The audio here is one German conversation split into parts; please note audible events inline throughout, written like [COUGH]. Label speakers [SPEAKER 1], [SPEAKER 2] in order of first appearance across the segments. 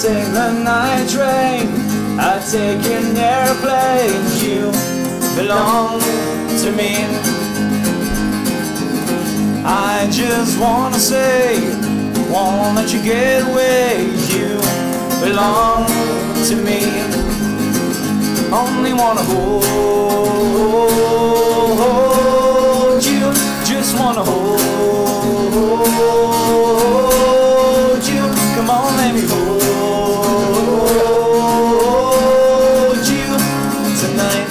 [SPEAKER 1] take the night train, I take an airplane. You belong to me. I just wanna say, won't let you get away. You belong to me. Only wanna hold you, just wanna hold you. Come on, let me hold you tonight.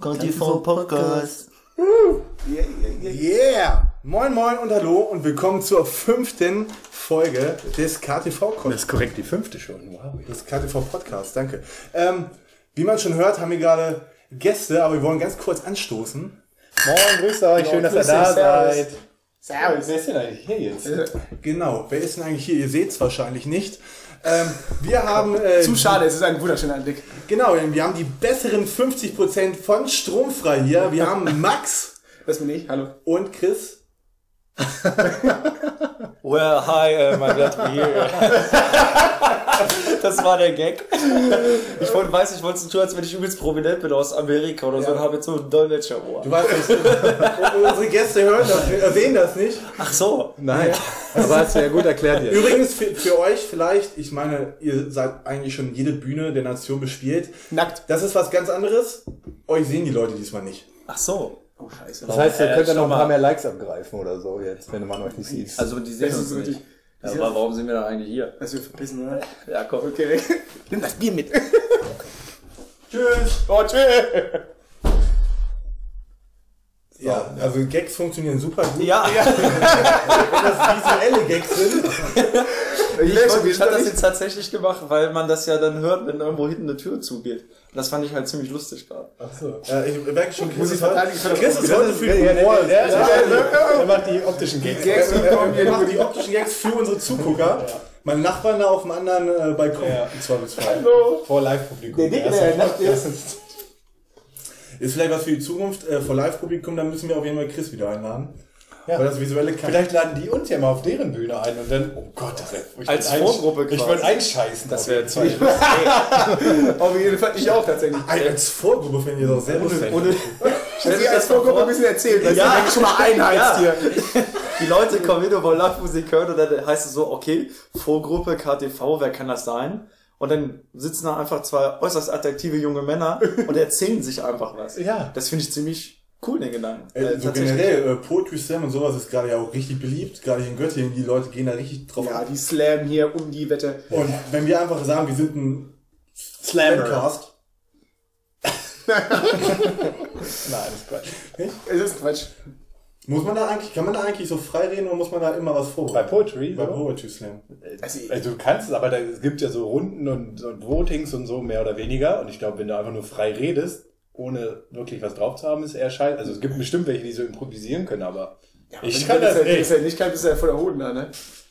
[SPEAKER 2] Conti vom Podcast.
[SPEAKER 3] Yeah! Moin moin und hallo und willkommen zur fünften Folge des KTV
[SPEAKER 4] Das ist korrekt, die fünfte schon. Wow.
[SPEAKER 3] des KTV Podcast, danke. Ähm, wie man schon hört, haben wir gerade Gäste, aber wir wollen ganz kurz anstoßen. Genau,
[SPEAKER 4] Moin, grüßt euch, schön, dass ihr
[SPEAKER 3] grüß
[SPEAKER 4] da
[SPEAKER 3] dich,
[SPEAKER 4] seid.
[SPEAKER 3] servus.
[SPEAKER 4] Servus, wer ist denn eigentlich hier jetzt?
[SPEAKER 3] Genau, wer ist denn eigentlich hier? Ihr seht es wahrscheinlich nicht. Ähm, wir haben äh,
[SPEAKER 5] Zu schade, es ist ein wunderschöner Anblick.
[SPEAKER 3] genau, wir haben die besseren 50% von Stromfrei hier. Wir haben Max
[SPEAKER 5] Das bin ich, hallo.
[SPEAKER 3] und Chris.
[SPEAKER 1] Well, hi, uh, I'm glad to be [LAUGHS] here. Das war der Gag. Ich wollte, weiß, ich wollte so tun, als wenn ich übelst prominent bin aus Amerika oder so und habe jetzt so ein Dolmetscher im Ohr.
[SPEAKER 3] Du weißt nicht, [LAUGHS] unsere Gäste hören das, äh, sehen das nicht.
[SPEAKER 1] Ach so.
[SPEAKER 4] Nein, aber hast du ja gut erklärt jetzt.
[SPEAKER 3] [LAUGHS] Übrigens für, für euch vielleicht, ich meine, ihr seid eigentlich schon jede Bühne der Nation bespielt.
[SPEAKER 5] Nackt.
[SPEAKER 3] Das ist was ganz anderes. Euch sehen die Leute diesmal nicht.
[SPEAKER 1] Ach so.
[SPEAKER 5] Oh, scheiße.
[SPEAKER 4] Das heißt, ihr
[SPEAKER 1] Äh,
[SPEAKER 4] könnt ja
[SPEAKER 1] schau
[SPEAKER 4] noch ein
[SPEAKER 1] mal.
[SPEAKER 4] paar mehr Likes abgreifen oder so jetzt, wenn man euch nicht sieht.
[SPEAKER 1] Also die sehen
[SPEAKER 5] Das
[SPEAKER 1] uns
[SPEAKER 5] ist
[SPEAKER 1] nicht.
[SPEAKER 5] richtig.
[SPEAKER 1] Ja, aber warum sind wir dann eigentlich hier?
[SPEAKER 5] Also, wir verpissen, oder?
[SPEAKER 1] Ja, komm.
[SPEAKER 5] Okay. Nimm das Bier mit.
[SPEAKER 4] oh, tschüss.
[SPEAKER 3] Ja, also Gags funktionieren super gut.
[SPEAKER 1] Ja,
[SPEAKER 3] Visuelle Gags sind.
[SPEAKER 1] ich, wollte- ich
[SPEAKER 5] schon
[SPEAKER 1] hatte das
[SPEAKER 5] nicht.
[SPEAKER 1] jetzt tatsächlich gemacht, weil man das ja dann hört, wenn irgendwo hinten eine Tür zugeht. Und das fand ich halt ziemlich lustig gerade.
[SPEAKER 3] Achso. Äh, ich merke schon, Chris
[SPEAKER 5] Muss ich
[SPEAKER 3] ist heute,
[SPEAKER 5] verteidigen? Ich bin
[SPEAKER 3] Chris ist heute für den
[SPEAKER 4] Ja,
[SPEAKER 3] Humor.
[SPEAKER 4] der, der, der, der, der macht die optischen Gigs.
[SPEAKER 5] Gags
[SPEAKER 3] Wir- wir-
[SPEAKER 5] kommen
[SPEAKER 3] Wir
[SPEAKER 5] hier
[SPEAKER 3] machen
[SPEAKER 5] gut.
[SPEAKER 3] die optischen Gags für unsere Zugucker. Mein Nachbarn da auf dem anderen äh, Balkon.
[SPEAKER 4] Ja.
[SPEAKER 3] Im Zweifelsfall.
[SPEAKER 4] Vor Live-Publikum.
[SPEAKER 5] Dicke,
[SPEAKER 4] Erster
[SPEAKER 5] der macht
[SPEAKER 4] Podcast.
[SPEAKER 3] Ist vielleicht was für die Zukunft. Äh, vor Live-Publikum, da müssen wir auf jeden Fall Chris wieder einladen.
[SPEAKER 4] Ja.
[SPEAKER 3] Weil das visuelle kann.
[SPEAKER 4] Vielleicht laden die uns ja mal auf deren Bühne ein und dann, oh Gott, das wär- ich
[SPEAKER 1] Als
[SPEAKER 4] würd
[SPEAKER 1] Vorgruppe
[SPEAKER 4] Ich
[SPEAKER 1] quasi.
[SPEAKER 4] würde einscheißen.
[SPEAKER 1] Das
[SPEAKER 4] auf
[SPEAKER 1] wäre
[SPEAKER 4] jeden Fall.
[SPEAKER 1] ziemlich lustig.
[SPEAKER 5] Auf jeden Fall, ich auch tatsächlich.
[SPEAKER 3] Ey, Als Vorgruppe finde ich das auch sehr lustig.
[SPEAKER 1] Ohne,
[SPEAKER 5] Dass ihr als Vorgruppe ein bisschen erzählt, weil
[SPEAKER 1] Ja.
[SPEAKER 5] ja. ihr schon mal
[SPEAKER 1] Ja.
[SPEAKER 5] einheizt hier.
[SPEAKER 1] Die Leute kommen hin und wollen Live-Musik hören und dann heißt es so, okay, Vorgruppe, KTV, wer kann das sein? Und dann sitzen da einfach zwei äußerst attraktive junge Männer und erzählen sich einfach was.
[SPEAKER 4] Ja.
[SPEAKER 1] Das finde ich ziemlich cool, den Gedanken.
[SPEAKER 3] Äh, so
[SPEAKER 1] tatsächlich.
[SPEAKER 3] generell, äh, Poetry Slam und sowas ist gerade ja auch richtig beliebt, gerade hier in Göttingen, die Leute gehen da richtig drauf
[SPEAKER 5] Ja,
[SPEAKER 3] ab.
[SPEAKER 5] die Slam hier um die Wette.
[SPEAKER 3] Und wenn wir einfach sagen, wir sind ein
[SPEAKER 4] Slammer.
[SPEAKER 3] Slamcast,
[SPEAKER 4] Nein, das ist Quatsch.
[SPEAKER 5] Es ist Quatsch.
[SPEAKER 3] muss man da eigentlich, kann man da eigentlich so frei reden oder muss man da immer was
[SPEAKER 4] Bei
[SPEAKER 3] vorbereiten?
[SPEAKER 4] Poetry?
[SPEAKER 3] Bei
[SPEAKER 4] so?
[SPEAKER 3] Poetry Slam.
[SPEAKER 5] Also,
[SPEAKER 4] Also du kannst es, aber da, es gibt ja so Runden und, und Votings und so mehr oder weniger. Und ich glaube, wenn du einfach nur frei redest, ohne wirklich was drauf zu haben, ist eher scheiße. Also es gibt bestimmt welche, die so improvisieren können, aber ich kann das
[SPEAKER 5] nicht. Also, Wenn es
[SPEAKER 4] nicht.
[SPEAKER 5] ja nicht kann, bist du ja voller Hoden da, ne?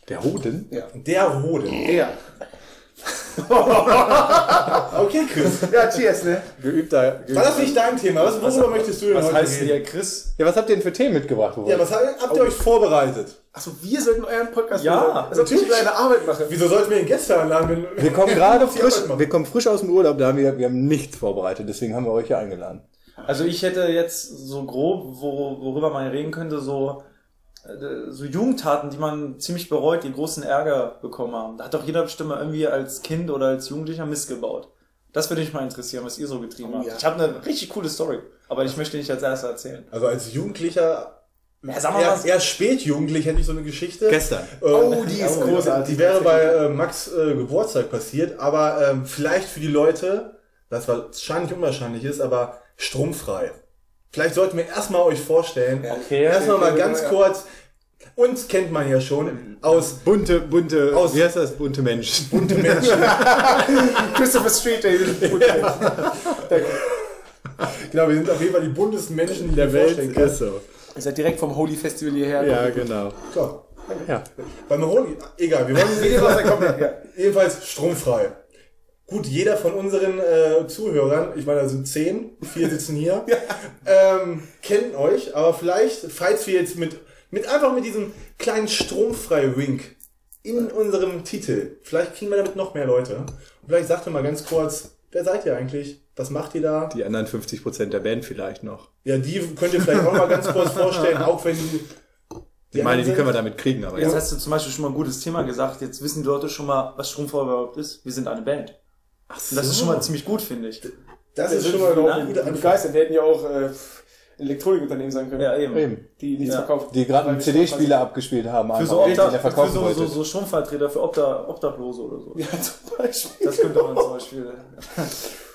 [SPEAKER 4] Der Hoden?
[SPEAKER 5] Ja.
[SPEAKER 3] Der Rode.
[SPEAKER 5] Ja. [LAUGHS]
[SPEAKER 3] Okay, Chris.
[SPEAKER 5] Ja, cheers, ne?
[SPEAKER 4] Geübter.
[SPEAKER 3] War das
[SPEAKER 4] geübter.
[SPEAKER 3] nicht dein Thema? Was, worüber möchtest du denn
[SPEAKER 1] Was
[SPEAKER 3] heute
[SPEAKER 1] heißt denn hier
[SPEAKER 3] reden?
[SPEAKER 1] Chris?
[SPEAKER 4] Ja, was habt ihr denn für Themen mitgebracht? Robert?
[SPEAKER 3] Ja, was habt, habt ihr euch vorbereitet?
[SPEAKER 5] Achso, wir sollten euren Podcast
[SPEAKER 1] Ja,
[SPEAKER 5] machen. Also, ob ich
[SPEAKER 3] natürlich.
[SPEAKER 5] kleine Arbeit mache.
[SPEAKER 3] Wieso sollten wir den Gäste einladen? Wenn, [LAUGHS]
[SPEAKER 4] wir kommen gerade
[SPEAKER 3] Die
[SPEAKER 4] frisch,
[SPEAKER 3] Arbeit machen.
[SPEAKER 4] wir kommen frisch aus dem Urlaub, da haben wir, wir haben nichts vorbereitet, deswegen haben wir euch hier eingeladen.
[SPEAKER 1] Also ich hätte jetzt so grob, wo, worüber man reden könnte, so, äh, so Jugendtaten, die man ziemlich bereut, die großen Ärger bekommen haben. Da hat doch jeder bestimmt mal irgendwie als Kind oder als Jugendlicher missgebaut. Das würde mich mal interessieren, was ihr so getrieben habt.
[SPEAKER 5] ja.
[SPEAKER 1] Ich habe eine richtig coole Story, aber ich möchte nicht als erster erzählen.
[SPEAKER 3] Also als Jugendlicher,
[SPEAKER 1] Ja, sag mal
[SPEAKER 3] eher,
[SPEAKER 1] was.
[SPEAKER 3] eher spätjugendlich hätte ich so eine Geschichte. Ähm,
[SPEAKER 4] Gestern.
[SPEAKER 5] Oh, die ist großartig.
[SPEAKER 3] Die wäre bei äh, Max äh, Geburtstag passiert, aber ähm, vielleicht für die Leute, das wahrscheinlich unwahrscheinlich ist, aber stromfrei. Vielleicht sollten wir erstmal euch vorstellen.
[SPEAKER 1] Okay.
[SPEAKER 3] Erstmal mal
[SPEAKER 5] Okay,
[SPEAKER 3] ganz
[SPEAKER 5] ja. Mhm.
[SPEAKER 3] kurz. Uns kennt man ja schon aus
[SPEAKER 4] Bunte, bunte,
[SPEAKER 3] Aus-
[SPEAKER 4] wie heißt das? Bunte Menschen. Bunte
[SPEAKER 5] Christopher Street, der hier gut ja.
[SPEAKER 3] Genau, wir sind auf jeden Fall die buntesten Menschen die
[SPEAKER 4] der
[SPEAKER 3] wir
[SPEAKER 4] Welt
[SPEAKER 3] vorstellen können.
[SPEAKER 4] ist so.
[SPEAKER 5] Ihr seid direkt vom Holy Festival hierher.
[SPEAKER 4] Ja, genau.
[SPEAKER 3] So,
[SPEAKER 4] Ja.
[SPEAKER 3] Beim Roli, egal, wir wollen
[SPEAKER 5] Seht ihr, was da kommt? Ja.
[SPEAKER 3] Jedenfalls stromfrei. Gut, jeder von unseren äh, Zuhörern, ich meine, da sind
[SPEAKER 4] [LAUGHS]
[SPEAKER 3] zehn, vier sitzen hier, ähm, kennt euch, aber vielleicht, falls wir jetzt mit Mit einfach mit diesem kleinen Stromfrei-Wink in unserem Titel. Vielleicht kriegen wir damit noch mehr Leute. Und vielleicht sagt ihr mal ganz kurz, wer seid ihr eigentlich? Was macht ihr da?
[SPEAKER 4] Die anderen 50% der Band vielleicht noch.
[SPEAKER 3] Ja, die könnt ihr vielleicht auch mal ganz kurz
[SPEAKER 4] [LAUGHS]
[SPEAKER 3] vorstellen, auch wenn die.
[SPEAKER 4] Ich meine, die können wir damit kriegen, aber
[SPEAKER 1] Jetzt hast du zum Beispiel schon mal ein gutes Thema gesagt. Jetzt wissen die Leute schon mal, was Stromfrei überhaupt ist. Wir sind eine Band.
[SPEAKER 3] Ach
[SPEAKER 1] Und das ist schon mal ziemlich gut, finde ich.
[SPEAKER 3] Das ist schon mal eine gute
[SPEAKER 5] Und
[SPEAKER 3] Antwort.
[SPEAKER 5] Geister, wir hätten ja auch äh, ein Elektronikunternehmen sein können,
[SPEAKER 1] Ja, eben.
[SPEAKER 4] eben.
[SPEAKER 5] die nichts
[SPEAKER 1] Ja.
[SPEAKER 5] verkaufen.
[SPEAKER 4] Die gerade einen
[SPEAKER 5] Weil- [LAUGHS]
[SPEAKER 4] CD-Spieler abgespielt haben,
[SPEAKER 1] Für
[SPEAKER 4] einfach
[SPEAKER 1] so,
[SPEAKER 4] den
[SPEAKER 1] Obdach,
[SPEAKER 4] der
[SPEAKER 1] für
[SPEAKER 4] verkaufen
[SPEAKER 1] so, so,
[SPEAKER 4] wollte.
[SPEAKER 1] so Stromvertreter, für Obdach, Obdachlose oder
[SPEAKER 4] [LAUGHS]
[SPEAKER 1] so.
[SPEAKER 5] Ja, zum Beispiel.
[SPEAKER 1] Das könnte man zum Beispiel.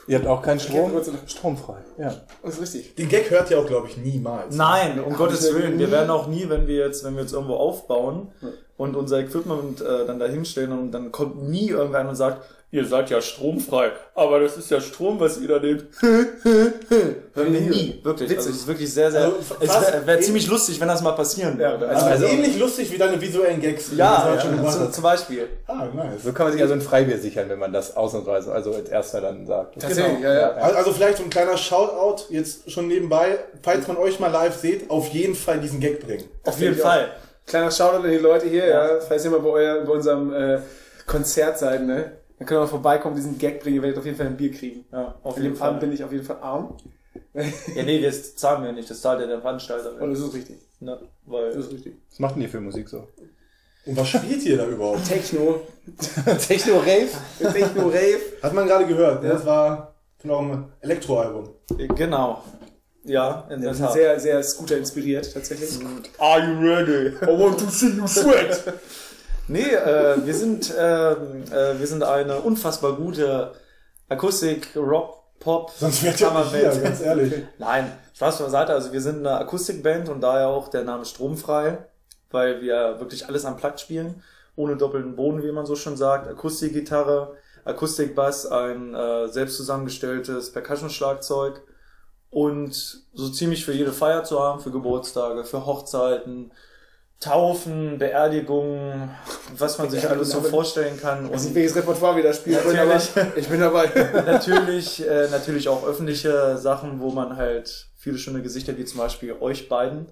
[SPEAKER 4] Ihr habt auch keinen
[SPEAKER 5] Strom?
[SPEAKER 4] Strom? Stromfrei. Ja.
[SPEAKER 5] Das ist richtig.
[SPEAKER 3] Den Gag hört ihr auch, glaube ich, niemals.
[SPEAKER 1] Nein, um Gottes
[SPEAKER 5] wir
[SPEAKER 1] Willen.
[SPEAKER 5] nie-
[SPEAKER 1] Wir werden auch nie, wenn wir jetzt, wenn wir jetzt irgendwo aufbauen und unser Equipment äh, dann da hinstellen und dann kommt nie irgendwer an und sagt, ihr seid ja stromfrei, aber das ist ja Strom, was ihr da [LAUGHS] nehmt. Hören wir nie, wirklich. Also,
[SPEAKER 5] Witzig.
[SPEAKER 1] es ist wirklich sehr, sehr.
[SPEAKER 3] Also,
[SPEAKER 1] es
[SPEAKER 3] fast-
[SPEAKER 1] wäre wär ziemlich lustig, wenn das mal passieren
[SPEAKER 5] Ja,
[SPEAKER 1] würde.
[SPEAKER 5] also-
[SPEAKER 1] Also,
[SPEAKER 3] Also, ähnlich lustig wie deine visuellen Gags. die du
[SPEAKER 1] ja,
[SPEAKER 3] heute schon
[SPEAKER 1] ja
[SPEAKER 3] gemacht
[SPEAKER 1] zum,
[SPEAKER 3] hast.
[SPEAKER 1] zum Beispiel.
[SPEAKER 3] Ah, nice.
[SPEAKER 4] So kann man sich also ein Freibier sichern, wenn man das ausnahmsweise, also als erster dann sagt.
[SPEAKER 5] Tatsächlich, ja, ja.
[SPEAKER 3] Also also vielleicht so ein kleiner Shoutout jetzt schon nebenbei, falls man euch mal live seht, auf jeden Fall diesen Gag bringen.
[SPEAKER 1] Auf jeden
[SPEAKER 5] ich auch.
[SPEAKER 1] Fall.
[SPEAKER 5] Kleiner Shoutout an die Leute hier,
[SPEAKER 1] Ja.
[SPEAKER 5] ja. Falls ihr mal bei, euer, bei unserem äh, Konzert seid, ne? Dann könnt ihr mal vorbeikommen, diesen Gag bringen, ihr werdet auf jeden Fall ein Bier kriegen.
[SPEAKER 1] Ja, auf
[SPEAKER 5] An
[SPEAKER 1] jeden
[SPEAKER 5] dem Abend
[SPEAKER 1] Fall.
[SPEAKER 5] bin ich auf jeden Fall arm.
[SPEAKER 1] Ja, nee, das zahlen wir nicht, das zahlt ja der Veranstalter.
[SPEAKER 5] Und das ist richtig.
[SPEAKER 1] Ne,
[SPEAKER 5] Das
[SPEAKER 1] weil
[SPEAKER 5] ist richtig.
[SPEAKER 4] Was macht denn ihr für Musik so?
[SPEAKER 3] Und was spielt ihr da überhaupt?
[SPEAKER 5] Techno.
[SPEAKER 4] [LAUGHS] Techno-Rave?
[SPEAKER 5] Techno Rave.
[SPEAKER 3] Hat man gerade gehört, ne? das war von eurem Elektroalbum.
[SPEAKER 1] genau. Ja, in der
[SPEAKER 5] Das ist
[SPEAKER 1] Tat.
[SPEAKER 5] sehr, sehr Scooter inspiriert, tatsächlich.
[SPEAKER 4] Mhm.
[SPEAKER 1] Are you ready?
[SPEAKER 5] I want to see you sweat.
[SPEAKER 1] [LAUGHS] Nee, äh, wir sind ähm, äh, wir sind eine unfassbar gute Akustik Rock Pop
[SPEAKER 3] Sonst wärt ihr nicht hier, ganz ehrlich.
[SPEAKER 1] Nein, Spaß beiseite, also wir sind eine Akustikband und daher auch der Name Stromfrei, weil wir wirklich alles am Platt spielen, ohne doppelten Boden, wie man so schon sagt, Akustikgitarre, Akustikbass, ein äh, selbst zusammengestelltes Percussion-Schlagzeug und so ziemlich für jede Feier zu haben, für Geburtstage, für Hochzeiten, Taufen, Beerdigungen, was man sich alles so vorstellen kann
[SPEAKER 5] Ich weiß nicht,
[SPEAKER 1] und
[SPEAKER 5] welches Repertoire also wir da spielen wollen, aber ich bin [LAUGHS] dabei.
[SPEAKER 1] natürlich, äh, natürlich auch öffentliche Sachen, wo man halt viele schöne Gesichter, wie zum Beispiel euch beiden,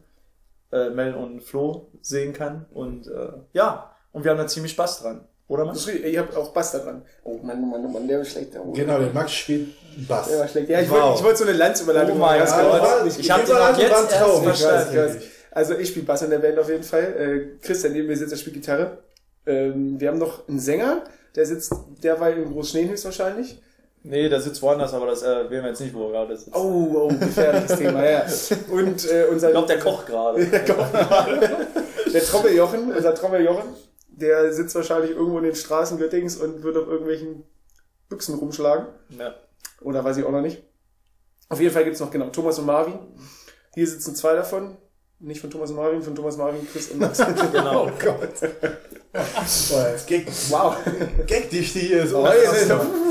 [SPEAKER 1] äh, Mel und Flo, sehen kann. Und äh, ja, und wir haben da ziemlich Spaß dran. Oder
[SPEAKER 5] Das
[SPEAKER 1] man?
[SPEAKER 5] ist richtig. Ihr habt auch Bass daran. Oh Mann, oh Mann, oh Mann, der war schlecht. Oh,
[SPEAKER 3] Genau, der Max spielt Bass.
[SPEAKER 5] Der war schlecht. Ja, ich
[SPEAKER 1] Wow.
[SPEAKER 5] wollte ich wollte so eine Landsüberleitung
[SPEAKER 1] Oh mein
[SPEAKER 5] Das
[SPEAKER 1] Gott.
[SPEAKER 5] kann man
[SPEAKER 1] Ja,
[SPEAKER 5] nicht
[SPEAKER 1] ich hab
[SPEAKER 5] geben.
[SPEAKER 1] die noch jetzt erst
[SPEAKER 3] Oh, ich weiß
[SPEAKER 1] verstanden.
[SPEAKER 5] Ich weiß,
[SPEAKER 3] nicht.
[SPEAKER 5] Also ich spiele Bass in der Band auf jeden Fall. Äh, Christian neben mir sitzt, der spielt Gitarre. Ähm, wir haben noch einen Sänger, der sitzt derweil in Großschneen höchstwahrscheinlich.
[SPEAKER 1] Nee, der sitzt woanders, aber das äh, wählen wir jetzt nicht, wo er gerade sitzt.
[SPEAKER 5] Oh, oh, gefährliches Thema, ja. Und äh, unser
[SPEAKER 1] Ich glaube, der kocht [LAUGHS] gerade.
[SPEAKER 5] der Trommeljochen, unser Trommeljochen, der sitzt wahrscheinlich irgendwo in den Straßen Göttings und wird auf irgendwelchen Büchsen rumschlagen.
[SPEAKER 1] ja.
[SPEAKER 5] Oder weiß ich auch noch nicht. Auf jeden Fall gibt's noch, genau, Thomas und Marvin. Hier sitzen zwei davon. Nicht von Thomas und Marvin, von Thomas, Marvin, Chris und Max.
[SPEAKER 1] Genau.
[SPEAKER 3] Boah, [LAUGHS] das Gag,
[SPEAKER 5] wow.
[SPEAKER 3] Gagdichte hier ist
[SPEAKER 1] Oh.
[SPEAKER 3] auch.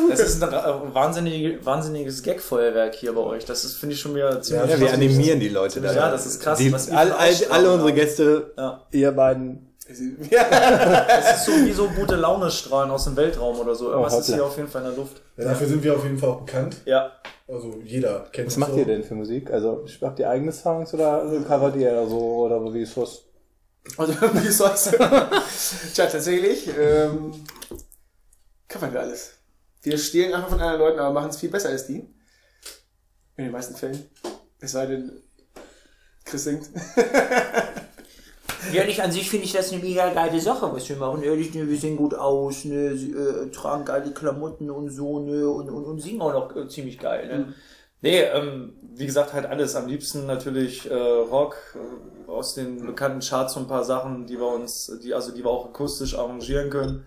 [SPEAKER 1] Das ist ein äh, wahnsinnig, wahnsinniges Gag-Feuerwerk hier bei euch. Das ist, finde ich schon wieder ziemlich.
[SPEAKER 4] Ja, wir animieren die Leute da.
[SPEAKER 1] Ja, das ist krass,
[SPEAKER 4] Die,
[SPEAKER 1] was wir
[SPEAKER 4] all,
[SPEAKER 1] für
[SPEAKER 4] all,
[SPEAKER 1] Ausstrahlung
[SPEAKER 4] alle unsere
[SPEAKER 1] haben.
[SPEAKER 4] Gäste,
[SPEAKER 1] Ja.
[SPEAKER 4] ihr beiden.
[SPEAKER 1] Das ist so wie so gute Launestrahlen aus dem Weltraum oder so. Irgendwas ist
[SPEAKER 4] hoppla.
[SPEAKER 1] hier auf jeden Fall in der Luft.
[SPEAKER 3] Ja, dafür sind wir auf jeden Fall auch bekannt.
[SPEAKER 1] Ja,
[SPEAKER 3] Also jeder kennt
[SPEAKER 4] Was
[SPEAKER 3] uns
[SPEAKER 4] macht
[SPEAKER 3] so.
[SPEAKER 4] ihr denn für Musik? Also macht ihr eigene Songs oder also covert ihr oder so oder wie ist das?
[SPEAKER 5] [LAUGHS] Also, [LAUGHS] wie sonst? Tja, tatsächlich, ähm, covern wir alles. Wir stehlen einfach von anderen Leuten, aber machen es viel besser als die. In den meisten Fällen. Es sei denn, Chris singt.
[SPEAKER 2] Ehrlich, an sich finde ich das eine mega geile Sache, was wir machen. Ehrlich, ne, wir sehen gut aus, ne, sie, äh, tragen geile Klamotten und so, ne, und, und, und singen auch noch äh, ziemlich geil, ne.
[SPEAKER 1] Nee, ähm, wie gesagt, halt alles. Am liebsten natürlich äh, Rock äh, aus den bekannten Charts so ein paar Sachen, die wir uns, die, also die wir auch akustisch arrangieren können.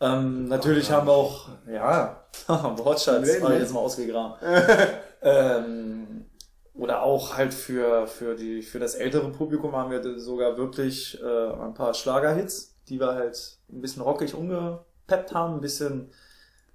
[SPEAKER 1] Ähm, natürlich haben wir auch, ja, [LAUGHS] Wortschatz,
[SPEAKER 5] Nee,
[SPEAKER 1] hab ich
[SPEAKER 5] nee.
[SPEAKER 1] jetzt mal ausgegraben.
[SPEAKER 5] [LAUGHS]
[SPEAKER 1] ähm, oder auch halt für, für, die, für das ältere Publikum haben wir sogar wirklich äh, ein paar Schlagerhits, die wir halt ein bisschen rockig umgepeppt haben, ein bisschen,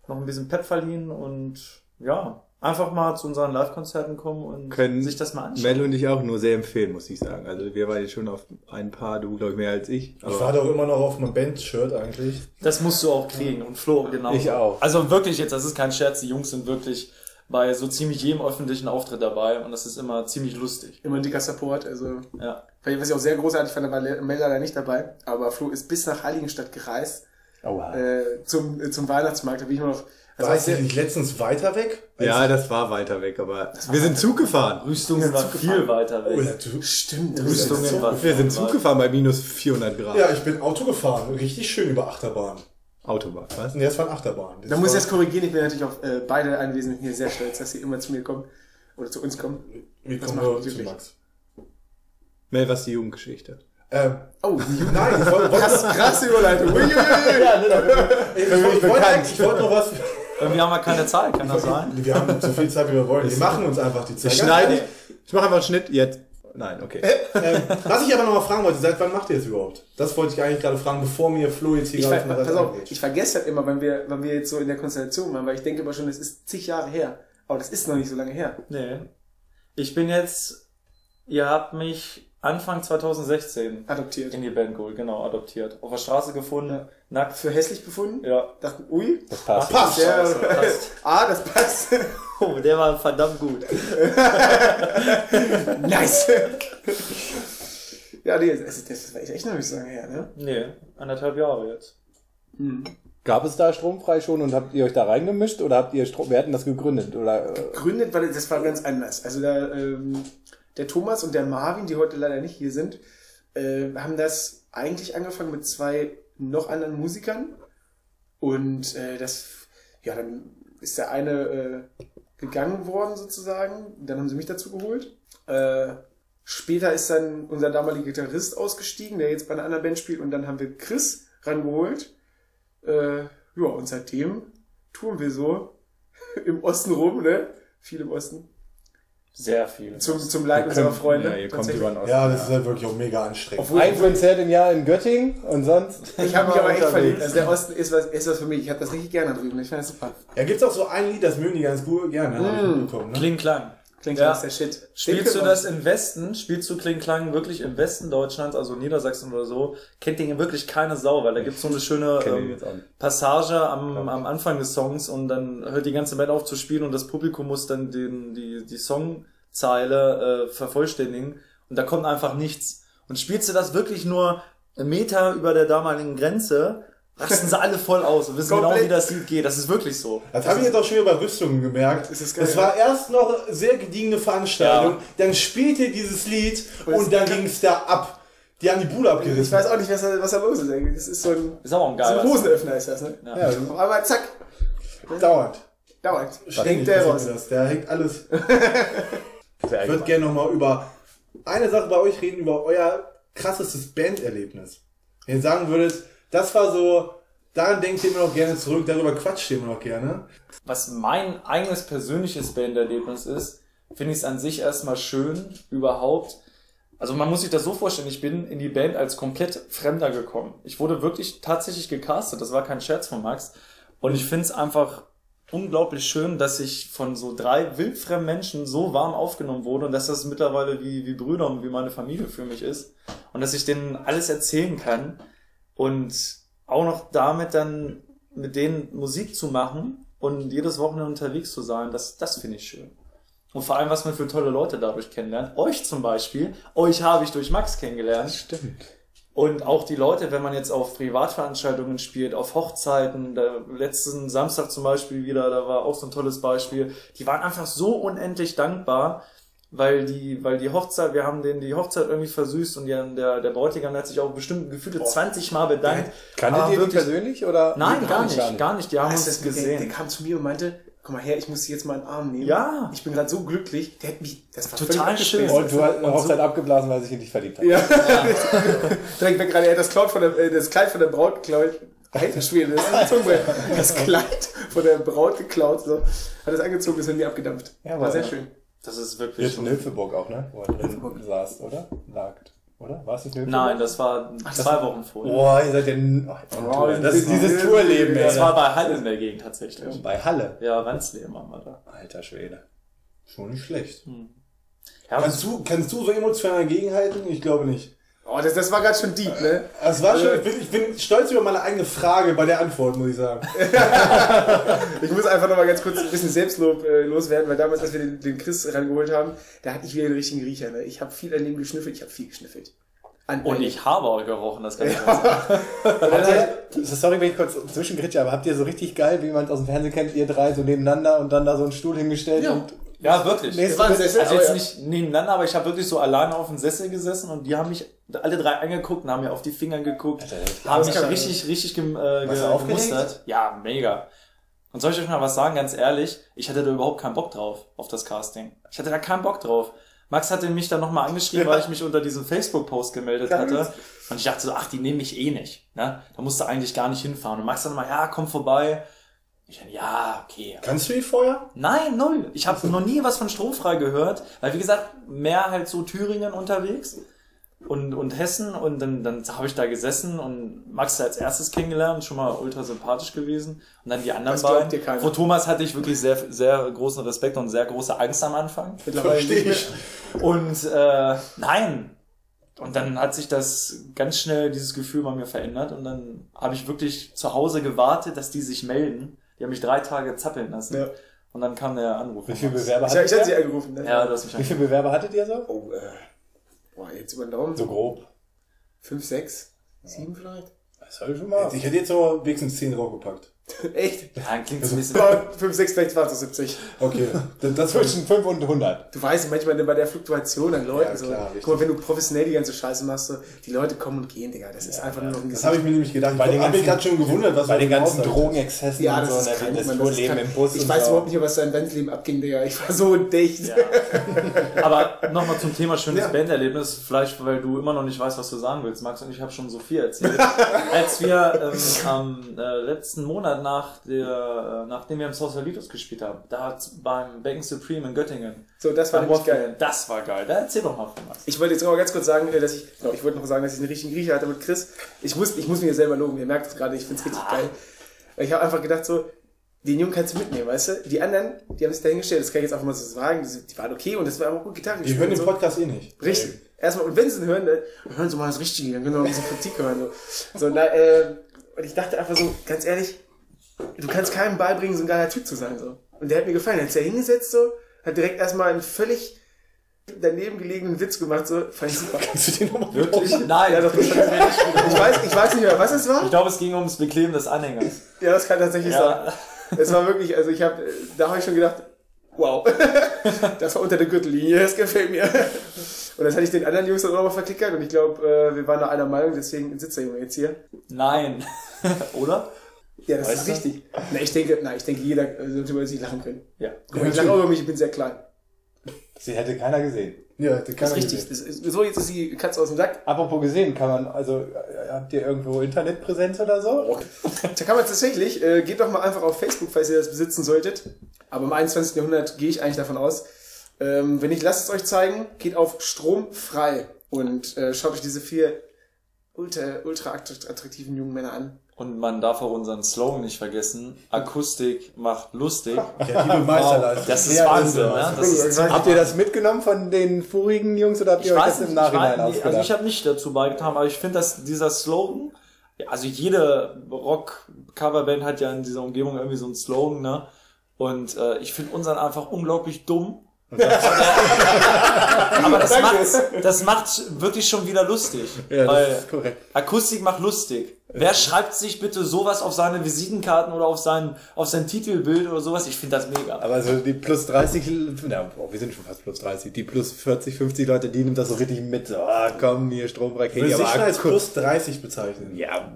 [SPEAKER 1] noch ein bisschen Pep verliehen und ja, einfach mal zu unseren Live-Konzerten kommen und
[SPEAKER 4] Können
[SPEAKER 1] sich das mal anschauen.
[SPEAKER 4] Mel und ich auch nur sehr empfehlen, muss ich sagen. Also wir waren jetzt schon auf ein paar, du glaube ich mehr als ich.
[SPEAKER 3] Ich warte auch immer noch auf mein Band-Shirt
[SPEAKER 4] Also
[SPEAKER 3] eigentlich.
[SPEAKER 1] Das musst du auch kriegen. Und Flo, genau.
[SPEAKER 4] Ich auch.
[SPEAKER 1] Also wirklich jetzt, das ist kein Scherz, die Jungs sind wirklich bei so ziemlich jedem öffentlichen Auftritt dabei und das ist immer ziemlich lustig.
[SPEAKER 5] Immer ein dicker Support. Also,
[SPEAKER 1] Ja.
[SPEAKER 5] was ich auch sehr großartig fand, da war Le- Mel leider nicht dabei, aber Flo ist bis nach Heiligenstadt gereist
[SPEAKER 4] Aua.
[SPEAKER 5] äh, zum, äh, zum Weihnachtsmarkt. Da bin ich immer noch. Also,
[SPEAKER 3] War es denn nicht letztens weiter weg?
[SPEAKER 6] Ja, das war weiter weg, aber wir sind Zug gefahren.
[SPEAKER 1] Rüstungen war viel weiter
[SPEAKER 3] Oh,
[SPEAKER 1] weg.
[SPEAKER 3] ja, du-
[SPEAKER 5] stimmt, das ist
[SPEAKER 1] Rüstungen war
[SPEAKER 6] Wir sind
[SPEAKER 1] viel
[SPEAKER 6] Zug
[SPEAKER 1] weit-
[SPEAKER 6] gefahren bei minus 400 Grad.
[SPEAKER 3] ja, ich bin Auto gefahren. Richtig schön über Achterbahn.
[SPEAKER 6] Autobahn, was?
[SPEAKER 3] Nee, das waren Achterbahn. Das
[SPEAKER 5] Da muss ich
[SPEAKER 3] war-
[SPEAKER 5] das korrigieren. Ich bin natürlich auf äh, beide Anwesenden hier sehr stolz, dass sie immer zu mir kommen oder zu uns kommen.
[SPEAKER 3] Wir
[SPEAKER 5] das
[SPEAKER 3] kommen
[SPEAKER 5] macht
[SPEAKER 3] nur
[SPEAKER 5] mich
[SPEAKER 3] zu
[SPEAKER 5] glücklich.
[SPEAKER 3] Max.
[SPEAKER 6] Mel, was ist die Jugendgeschichte?
[SPEAKER 3] Ähm,
[SPEAKER 5] Oh, die
[SPEAKER 3] nein, ich wollte, wollte,
[SPEAKER 5] krasse Überleitung. Uiuiui.
[SPEAKER 3] ich, wollte, ich, wollte, eigentlich- ich wollte noch was.
[SPEAKER 1] Irgendwie haben wir keine Zeit, kann das sein?
[SPEAKER 3] Wir haben so viel Zeit, wie wir wollen. Wir machen uns einfach die Zeit.
[SPEAKER 6] Ich
[SPEAKER 3] Ganz
[SPEAKER 6] schneide.
[SPEAKER 3] ehrlich.
[SPEAKER 6] Ich mache einfach einen Schnitt jetzt. Nein, okay.
[SPEAKER 5] Äh.
[SPEAKER 3] Ähm, was ich aber noch mal fragen wollte, seit wann macht ihr das überhaupt? Das wollte ich eigentlich gerade fragen, bevor mir Flo jetzt hier
[SPEAKER 5] Ich, ver
[SPEAKER 3] gerade von der
[SPEAKER 5] pass
[SPEAKER 3] Seite
[SPEAKER 5] auf,
[SPEAKER 3] angeht.
[SPEAKER 5] ich vergesse das immer, wenn wir, wenn wir jetzt so in der Konstellation waren, weil ich denke immer schon, das ist zig Jahre her. Aber das ist noch nicht so lange her.
[SPEAKER 1] Nee. Ich bin jetzt, ihr habt mich Anfang 2016
[SPEAKER 5] Adoptiert.
[SPEAKER 1] in die Band geholt, genau, adoptiert. Auf der Straße gefunden, nackt.
[SPEAKER 5] Für hässlich befunden?
[SPEAKER 1] Ja.
[SPEAKER 5] Dachten, ui.
[SPEAKER 4] Das passt.
[SPEAKER 5] Passt. Der, [LAUGHS]
[SPEAKER 1] passt.
[SPEAKER 5] ah, das passt.
[SPEAKER 1] Oh, der war verdammt gut.
[SPEAKER 5] nice. [LAUGHS] ja, nee, das, ist- das war echt noch nicht so lange her, ne?
[SPEAKER 1] Nee, anderthalb Jahre jetzt.
[SPEAKER 4] Gab es da stromfrei schon und habt ihr euch da reingemischt oder habt ihr Strom, wir hatten das gegründet oder äh,
[SPEAKER 5] Gründet, weil das war ganz anders. Also da, ähm, der Thomas und der Marvin, die heute leider nicht hier sind, äh, haben das eigentlich angefangen mit zwei noch anderen Musikern. Und äh, das, ja, dann ist der eine äh, gegangen worden sozusagen. Dann haben sie mich dazu geholt. Äh, später ist dann unser damaliger Gitarrist ausgestiegen, der jetzt bei einer anderen Band spielt. Und dann haben wir Chris rangeholt. Äh, ja, und seitdem tun wir so im Osten rum, ne? Viel im Osten.
[SPEAKER 1] Sehr viel.
[SPEAKER 5] Zum, zum Leid unserer Freunde.
[SPEAKER 6] Ja, ihr kommt
[SPEAKER 5] tatsächlich.
[SPEAKER 6] über den Osten.
[SPEAKER 3] ja, das ist halt wirklich auch mega anstrengend.
[SPEAKER 5] Obwohl,
[SPEAKER 4] ein Konzert im Jahr in Göttingen und sonst?
[SPEAKER 5] ich habe mich aber echt
[SPEAKER 4] unterwegs.
[SPEAKER 5] verliebt. Also der Osten ist was, ist was für mich. Ich habe das richtig gerne drüben. Ich finde das super.
[SPEAKER 3] Ja, gibt's auch so ein Lied, das mögen die ganz gut gerne, hab ich mitbekommen. Ne?
[SPEAKER 1] Kling Klang.
[SPEAKER 5] Klingt
[SPEAKER 1] Ja.
[SPEAKER 5] ja. der Shit.
[SPEAKER 1] Spielst du das im Westen, spielst du Kling Klang wirklich im Westen Deutschlands, also Niedersachsen oder so, kennt den wirklich keine Sau, weil da gibt's so eine schöne
[SPEAKER 4] Kenn den
[SPEAKER 1] ähm,
[SPEAKER 4] jetzt auch nicht.
[SPEAKER 1] Passage am, am Anfang des Songs und dann hört die ganze Band auf zu spielen und das Publikum muss dann den, die, die Songzeile äh, vervollständigen und da kommt einfach nichts. Und spielst du das wirklich nur einen Meter über der damaligen Grenze, rasten sie alle voll aus und wissen genau,
[SPEAKER 5] Komplett.
[SPEAKER 1] wie das Lied geht. Das ist wirklich so.
[SPEAKER 3] Das habe ich jetzt auch schon wieder bei Rüstungen gemerkt.
[SPEAKER 5] Das ist geil,
[SPEAKER 3] das
[SPEAKER 5] ne?
[SPEAKER 3] war erst noch sehr gediegene Veranstaltung, dann spielte dieses Lied und, dann ging's da ab. Die haben die Bude abgerissen.
[SPEAKER 5] Ich weiß auch nicht, was da, was da los ist. ey. Das ist so ein,
[SPEAKER 1] Ist auch ein
[SPEAKER 5] so ein
[SPEAKER 1] geiler.
[SPEAKER 5] Hosenöffner ist das, ne?
[SPEAKER 1] Ja.
[SPEAKER 5] Auf einmal zack,
[SPEAKER 3] dauernd.
[SPEAKER 5] dauert.
[SPEAKER 3] Ständig
[SPEAKER 5] Denkt der
[SPEAKER 3] passiert
[SPEAKER 5] raus.
[SPEAKER 3] mir Das. Da hängt
[SPEAKER 5] [LAUGHS]
[SPEAKER 3] alles. Ich würde gerne nochmal über eine Sache bei euch reden, über euer krassestes Banderlebnis. Wenn ihr sagen würdet, das war so, daran denkt ihr immer noch gerne zurück, darüber quatscht ihr immer noch gerne.
[SPEAKER 1] was mein eigenes persönliches Banderlebnis ist, finde ich es an sich erstmal schön, überhaupt. Also man muss sich das so vorstellen, ich bin in die Band als komplett Fremder gekommen. Ich wurde wirklich tatsächlich gecastet, das war kein Scherz von Max. Und ich finde es einfach unglaublich schön, dass ich von so drei wildfremden Menschen so warm aufgenommen wurde und dass das mittlerweile wie, wie Brüder und wie meine Familie für mich ist. Und dass ich denen alles erzählen kann und auch noch damit dann mit denen Musik zu machen und jedes Wochenende unterwegs zu sein, das, das finde ich schön. Und vor allem, was man für tolle Leute dadurch kennenlernt. Euch zum Beispiel. Euch habe ich durch Max kennengelernt.
[SPEAKER 4] Stimmt.
[SPEAKER 1] Und auch die Leute, wenn man jetzt auf Privatveranstaltungen spielt, auf Hochzeiten, da, letzten Samstag zum Beispiel wieder, da war auch so ein tolles Beispiel, die waren einfach so unendlich dankbar, weil die, weil die Hochzeit, wir haben denen die Hochzeit irgendwie versüßt und die, haben- der, der Bräutigam der hat sich auch bestimmt gefühlt 20 Mal bedankt.
[SPEAKER 4] Kanntet
[SPEAKER 1] Aber
[SPEAKER 4] ihr die
[SPEAKER 1] wirklich-
[SPEAKER 4] persönlich oder?
[SPEAKER 1] Nein, gar nicht, gar nicht, die haben
[SPEAKER 5] Hast du
[SPEAKER 1] uns
[SPEAKER 5] das gesehen? Der, der
[SPEAKER 1] gesehen.
[SPEAKER 5] kam zu mir und meinte, komm mal her, ich muss dich jetzt mal in den Arm nehmen.
[SPEAKER 1] Ja.
[SPEAKER 5] Ich bin gerade so glücklich. Der hat mich, das war
[SPEAKER 1] Total
[SPEAKER 5] völlig abgespaced.
[SPEAKER 1] schön.
[SPEAKER 4] Und du hast eine Hochzeit abgeblasen, weil sich in dich verliebt hat.
[SPEAKER 5] Ja. Direkt weg gerade, er hat das, Kleid von der, äh, das Kleid von der Braut geklaut. Alter Schwede, das ist ein Zungenbrecher. Das Kleid von der Braut geklaut. So. Hat es angezogen, ist in mir abgedampft.
[SPEAKER 4] Ja,
[SPEAKER 5] war
[SPEAKER 4] aber-
[SPEAKER 5] sehr schön.
[SPEAKER 1] Das ist
[SPEAKER 4] Wir
[SPEAKER 1] wirklich.
[SPEAKER 4] hatten Hilfeburg auch, ne? Wo er drin saß, oder? Lagt. Oder? War es nicht Hilfeburg?
[SPEAKER 1] Nein, das war zwei Wochen vorher.
[SPEAKER 4] Boah, ihr seid ja. n- oh, Ach,
[SPEAKER 5] wir sind
[SPEAKER 4] das ist
[SPEAKER 5] so
[SPEAKER 4] dieses
[SPEAKER 5] wild.
[SPEAKER 4] Tourleben,
[SPEAKER 1] Das
[SPEAKER 4] ey.
[SPEAKER 1] war bei Halle in der Gegend tatsächlich.
[SPEAKER 4] bei Halle.
[SPEAKER 1] Ja, Wandsleben haben wir da.
[SPEAKER 4] Alter Schwede.
[SPEAKER 3] Schon nicht schlecht.
[SPEAKER 1] Ja,
[SPEAKER 3] Kannst du, kannst du so emotional dagegenhalten? Ich glaube nicht.
[SPEAKER 5] Oh, das, das war gerade schon deep, ne?
[SPEAKER 3] Das also war
[SPEAKER 4] Äh.
[SPEAKER 3] schon, ich bin, ich bin stolz über meine eigene Frage bei der Antwort, muss ich sagen.
[SPEAKER 5] Ich muss einfach nochmal ganz kurz ein bisschen Selbstlob äh, loswerden, weil damals, als wir den, den Chris rangeholt haben, da hatte ich wieder den richtigen Riecher. Ne? Ich habe viel an dem geschnüffelt, ich habe viel geschnüffelt. An
[SPEAKER 1] Und
[SPEAKER 5] allem.
[SPEAKER 1] ich habe auch gerochen, das kann ich
[SPEAKER 4] Habt ihr, das ist- Also, sorry, wenn ich kurz zwischengritsche, aber habt ihr so richtig geil, wie man es aus dem Fernsehen kennt, ihr drei so nebeneinander und dann da so einen Stuhl hingestellt
[SPEAKER 5] Ja.
[SPEAKER 4] und
[SPEAKER 1] Ja, wirklich.
[SPEAKER 4] Nee,
[SPEAKER 5] Das war ein Sessel,
[SPEAKER 1] Also
[SPEAKER 5] aber
[SPEAKER 1] jetzt
[SPEAKER 5] ja.
[SPEAKER 1] nicht nebeneinander, aber ich habe wirklich so alleine auf dem Sessel gesessen und die haben mich alle drei angeguckt und haben mir auf die Finger geguckt, haben mich richtig, richtig gem, äh,
[SPEAKER 4] Warst du
[SPEAKER 1] ge-
[SPEAKER 4] aufgeregt?
[SPEAKER 1] gemustert. Ja, mega. Und soll ich euch mal was sagen, ganz ehrlich, ich hatte da überhaupt keinen Bock drauf, auf das Casting. Ich hatte da keinen Bock drauf. Max hatte mich dann nochmal angeschrieben, weil ich mich unter diesem Facebook-Post gemeldet hatte. Und ich dachte so, ach, die nehmen mich eh nicht. Ne? Da musst du eigentlich gar nicht hinfahren. Und Max dann mal, ja, komm vorbei. Ich dann, ja, okay.
[SPEAKER 3] Kannst du die vorher?
[SPEAKER 1] Nein, null. Ich habe noch nie was von Stromfrei gehört, weil wie gesagt, mehr halt so Thüringen unterwegs und, und Hessen und dann, dann habe ich da gesessen und Max als erstes kennengelernt, schon mal ultra sympathisch gewesen und dann die anderen
[SPEAKER 5] Das glaubt dir
[SPEAKER 1] beiden.
[SPEAKER 5] keiner.
[SPEAKER 1] Vor Thomas hatte ich wirklich sehr, sehr großen Respekt und sehr große Angst am Anfang.
[SPEAKER 3] Verstehe ich.
[SPEAKER 1] Und äh, nein. Und dann hat sich das ganz schnell, dieses Gefühl bei mir verändert. Und dann habe ich wirklich zu Hause gewartet, dass die sich melden. Die haben mich drei Tage zappeln lassen.
[SPEAKER 5] Ja.
[SPEAKER 1] Und dann kam der Anruf.
[SPEAKER 4] wie
[SPEAKER 1] von
[SPEAKER 4] viele
[SPEAKER 1] Max.
[SPEAKER 4] Bewerber
[SPEAKER 5] Ich, ich hatte
[SPEAKER 4] hattet
[SPEAKER 5] sie
[SPEAKER 4] ihr?
[SPEAKER 5] angerufen. Ne?
[SPEAKER 1] Ja, du hast mich
[SPEAKER 4] Wie
[SPEAKER 1] angerufen.
[SPEAKER 4] viele Bewerber hattet ihr so?
[SPEAKER 5] Oh, äh. Boah, jetzt über den Daumen.
[SPEAKER 4] So grob.
[SPEAKER 5] Fünf, sechs, sieben vielleicht?
[SPEAKER 4] Das soll schon mal.
[SPEAKER 3] Ich hätte jetzt aber wenigstens 10 draufgepackt.
[SPEAKER 5] Echt?
[SPEAKER 1] Ja, dann klingt's ein
[SPEAKER 5] [LAUGHS]
[SPEAKER 1] bisschen.
[SPEAKER 5] Boah, fünf, sechs, vielleicht waren es so 70.
[SPEAKER 3] Okay, das, das wird
[SPEAKER 4] Zwischen 5 und 100.
[SPEAKER 5] Du weißt manchmal bei der Fluktuation an Leuten
[SPEAKER 3] Ja,
[SPEAKER 5] so.
[SPEAKER 3] klar,
[SPEAKER 5] Guck mal, wenn du professionell die ganze Scheiße machst, so, die Leute kommen und gehen, Digga. Das ist einfach nur noch ein
[SPEAKER 3] Das habe ich mir nämlich gedacht.
[SPEAKER 4] Bei
[SPEAKER 3] ich
[SPEAKER 4] den
[SPEAKER 3] habe mich
[SPEAKER 4] ganzen-
[SPEAKER 3] gerade schon gewundert, was
[SPEAKER 4] Bei
[SPEAKER 3] wir
[SPEAKER 4] den ganzen
[SPEAKER 3] aushalten.
[SPEAKER 4] Drogenexzessen
[SPEAKER 5] Ja,
[SPEAKER 4] und
[SPEAKER 5] das
[SPEAKER 4] so
[SPEAKER 5] ist
[SPEAKER 4] in
[SPEAKER 5] krank,
[SPEAKER 4] der
[SPEAKER 5] Mann,
[SPEAKER 4] Wien,
[SPEAKER 5] das
[SPEAKER 4] das
[SPEAKER 5] ist
[SPEAKER 4] Leben
[SPEAKER 5] krank.
[SPEAKER 4] im Bus.
[SPEAKER 5] Ich
[SPEAKER 4] und
[SPEAKER 5] weiß
[SPEAKER 4] so.
[SPEAKER 5] überhaupt nicht, was da in Bens Leben abging, Digga. Ich war so dicht.
[SPEAKER 1] Aber nochmal zum Thema schönes
[SPEAKER 5] Ja.
[SPEAKER 1] Banderlebnis. Vielleicht, weil du immer noch nicht weißt, was du sagen willst, Max. Und ich habe schon so viel
[SPEAKER 5] [LAUGHS]
[SPEAKER 1] erzählt. Als wir ähm, am äh, letzten Monat, nach der, äh, nachdem wir im Sausalitos gespielt haben, da hat's beim Banking Supreme in Göttingen
[SPEAKER 5] So, das war
[SPEAKER 1] Beim
[SPEAKER 5] richtig
[SPEAKER 1] Wochenende.
[SPEAKER 5] geil.
[SPEAKER 1] Das war geil. Da erzähl doch mal von was.
[SPEAKER 5] Ich wollte jetzt noch mal ganz kurz sagen, äh, dass ich, genau, ich wollte noch sagen, dass ich einen richtigen Griecher hatte mit Chris. Ich muss, ich muss mir selber loben, ihr merkt es gerade, ich finde es richtig geil. Ich habe einfach gedacht so, den Jungen kannst du mitnehmen, weißt du? Die anderen, die haben sich dahingestellt, das kann ich jetzt einfach mal so sagen, die, die waren okay und das war einfach gut Gitarren
[SPEAKER 3] Die
[SPEAKER 5] gespielt
[SPEAKER 3] hören
[SPEAKER 5] und
[SPEAKER 3] den
[SPEAKER 5] so.
[SPEAKER 3] Podcast eh nicht.
[SPEAKER 5] Richtig. Äh, Erstmal, und wenn sie ihn hören, dann hören sie mal das Richtige, dann können sie mal ein bisschen Kritik hören. So, so na, äh, und ich dachte einfach so, ganz ehrlich, du kannst keinem beibringen, so ein geiler Typ zu sein. So. Und der hat mir gefallen. Er hat sich ja hingesetzt so, hat direkt erstmal einen völlig daneben gelegenen Witz gemacht, so, fand ich super. Kannst du den nochmal Wirklich?
[SPEAKER 1] Nein,
[SPEAKER 5] Ja, doch, das fand ich sehr gut. ich, weiß, ich weiß nicht mehr, was es
[SPEAKER 1] ich
[SPEAKER 5] war.
[SPEAKER 1] glaube, es ging ums Bekleben des Anhängers.
[SPEAKER 5] Ja, das kann tatsächlich sein.
[SPEAKER 1] Ja.
[SPEAKER 5] Es war wirklich, also ich habe, da habe ich schon gedacht, wow, [LAUGHS] das war unter der Gürtellinie, das gefällt mir. Und das hatte ich den anderen Jungs dann auch nochmal verklickert und ich glaube, äh, wir waren da einer Meinung, deswegen sitzt der Junge jetzt hier.
[SPEAKER 1] Nein. [LAUGHS] Oder?
[SPEAKER 5] Ja, das ist richtig. Na, ich denke, na, ich denke, jeder äh, sollte über sich lachen können.
[SPEAKER 1] Ja.
[SPEAKER 5] Und ich lache auch über mich, ich bin sehr klein.
[SPEAKER 4] Sie hätte keiner gesehen.
[SPEAKER 3] Ja, das kann
[SPEAKER 5] Das ist richtig. Das ist, so, jetzt ist die Katze aus dem Sack.
[SPEAKER 4] Apropos gesehen, kann man, also, äh, habt ihr irgendwo Internetpräsenz oder so?
[SPEAKER 5] Da kann man tatsächlich, äh, geht doch mal einfach auf Facebook, falls ihr das besitzen solltet. Aber im 21. Jahrhundert gehe ich eigentlich davon aus. Ähm, wenn nicht, lasst es euch zeigen. Geht auf stromfrei und äh, schaut euch diese vier ultra, ultra attrakt- attraktiven jungen Männer an.
[SPEAKER 1] Und man darf auch unseren Slogan nicht vergessen. Akustik macht lustig.
[SPEAKER 3] Kreative Meisterleistung.
[SPEAKER 1] Das ist
[SPEAKER 3] Ja,
[SPEAKER 1] Wahnsinn,
[SPEAKER 3] ist
[SPEAKER 1] ne?
[SPEAKER 3] Wahnsinn.
[SPEAKER 1] Das ist,
[SPEAKER 6] Habt ihr das mitgenommen von den vorigen Jungs oder habt
[SPEAKER 1] ich
[SPEAKER 6] ihr euch
[SPEAKER 1] weiß
[SPEAKER 6] das
[SPEAKER 1] nicht,
[SPEAKER 6] im
[SPEAKER 1] ich
[SPEAKER 6] Nachhinein
[SPEAKER 1] weiß nicht, also ich
[SPEAKER 6] ausgedacht?
[SPEAKER 1] habe nicht dazu beigetragen, aber ich finde, dass dieser Slogan, ja, also jede Rock-Coverband hat ja in dieser Umgebung irgendwie so einen Slogan, ne? Und äh, ich finde unseren einfach
[SPEAKER 6] [LAUGHS]
[SPEAKER 1] unglaublich dumm. aber das macht's, das macht's wirklich schon wieder lustig.
[SPEAKER 6] Ja, das
[SPEAKER 1] weil
[SPEAKER 6] ist korrekt.
[SPEAKER 1] Akustik macht lustig. Wer schreibt sich bitte sowas auf seine Visitenkarten oder auf sein, auf sein Titelbild oder sowas? Ich finde das mega.
[SPEAKER 6] Aber so die plus 30, na, boah, wir sind schon fast plus 30, die plus 40, 50 Leute, die nimmt das so richtig mit. So, ah, komm, hier Strombrett,
[SPEAKER 3] Würde
[SPEAKER 6] Handy,
[SPEAKER 3] ich
[SPEAKER 6] aber
[SPEAKER 3] schon als
[SPEAKER 6] Akku-
[SPEAKER 3] plus 30 bezeichnen.
[SPEAKER 6] Ja,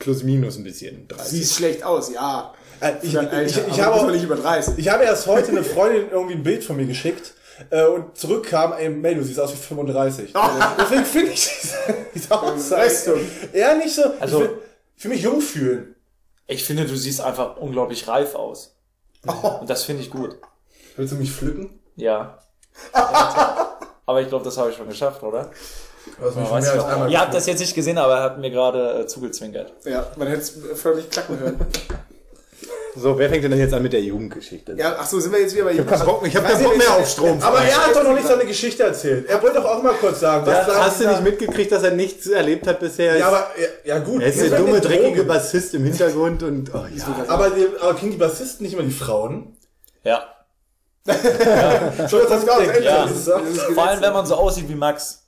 [SPEAKER 6] plus minus ein bisschen. 30.
[SPEAKER 5] Sieht schlecht aus, ja.
[SPEAKER 3] Äh, ich,
[SPEAKER 5] Für ein Alter,
[SPEAKER 3] ich, ich, ich
[SPEAKER 5] aber
[SPEAKER 3] habe
[SPEAKER 5] muss
[SPEAKER 3] auch
[SPEAKER 5] man nicht über 30.
[SPEAKER 3] Ich habe erst heute eine Freundin irgendwie ein Bild von mir geschickt äh, und zurückkam, ey, Mel, du siehst aus wie 35. Deswegen finde ich diese, diese Aussage
[SPEAKER 5] Leistung.
[SPEAKER 3] eher nicht so.
[SPEAKER 1] Also-
[SPEAKER 3] ich will, für mich jung fühlen.
[SPEAKER 1] Ich finde, du siehst einfach unglaublich reif aus. Und das finde ich gut.
[SPEAKER 3] Oh. Willst du mich pflücken?
[SPEAKER 1] Ja. aber ich glaube, das habe ich schon geschafft, oder?
[SPEAKER 3] Du hast mich
[SPEAKER 1] Weiß
[SPEAKER 3] mehr
[SPEAKER 1] ich
[SPEAKER 3] als
[SPEAKER 1] auch.
[SPEAKER 3] einmal
[SPEAKER 1] Ihr habt das jetzt nicht gesehen, aber er hat mir gerade äh, zugezwinkert.
[SPEAKER 5] Ja, man hätte es förmlich klacken hören.
[SPEAKER 6] So, wer fängt denn jetzt an mit der Jugendgeschichte?
[SPEAKER 5] Ja, ach so, sind wir jetzt wieder bei Jugend.
[SPEAKER 6] Bock, ich habe keinen
[SPEAKER 5] Weiß
[SPEAKER 6] Bock
[SPEAKER 5] ich
[SPEAKER 6] mehr
[SPEAKER 5] nicht.
[SPEAKER 6] auf Strom.
[SPEAKER 3] Aber er hat doch noch nicht seine Geschichte erzählt. Er wollte doch auch mal kurz sagen, was
[SPEAKER 6] Ja,
[SPEAKER 3] sagen
[SPEAKER 6] hast du
[SPEAKER 3] die
[SPEAKER 6] nicht
[SPEAKER 3] da-
[SPEAKER 6] mitgekriegt, dass er nichts erlebt hat bisher?
[SPEAKER 3] Ja, aber, ja, ja gut.
[SPEAKER 6] er ist
[SPEAKER 3] Ihr
[SPEAKER 6] der
[SPEAKER 3] seid
[SPEAKER 6] dumme,
[SPEAKER 3] mit Drogen.
[SPEAKER 6] dreckige Bassist im Hintergrund und oh, ja.
[SPEAKER 3] Aber, die, aber kriegen die Bassisten nicht immer die Frauen?
[SPEAKER 1] Ja.
[SPEAKER 3] Schon das ist gar nicht.
[SPEAKER 1] Ja.
[SPEAKER 3] Das ist- Ja,
[SPEAKER 1] Vor allem, wenn man so aussieht wie Max.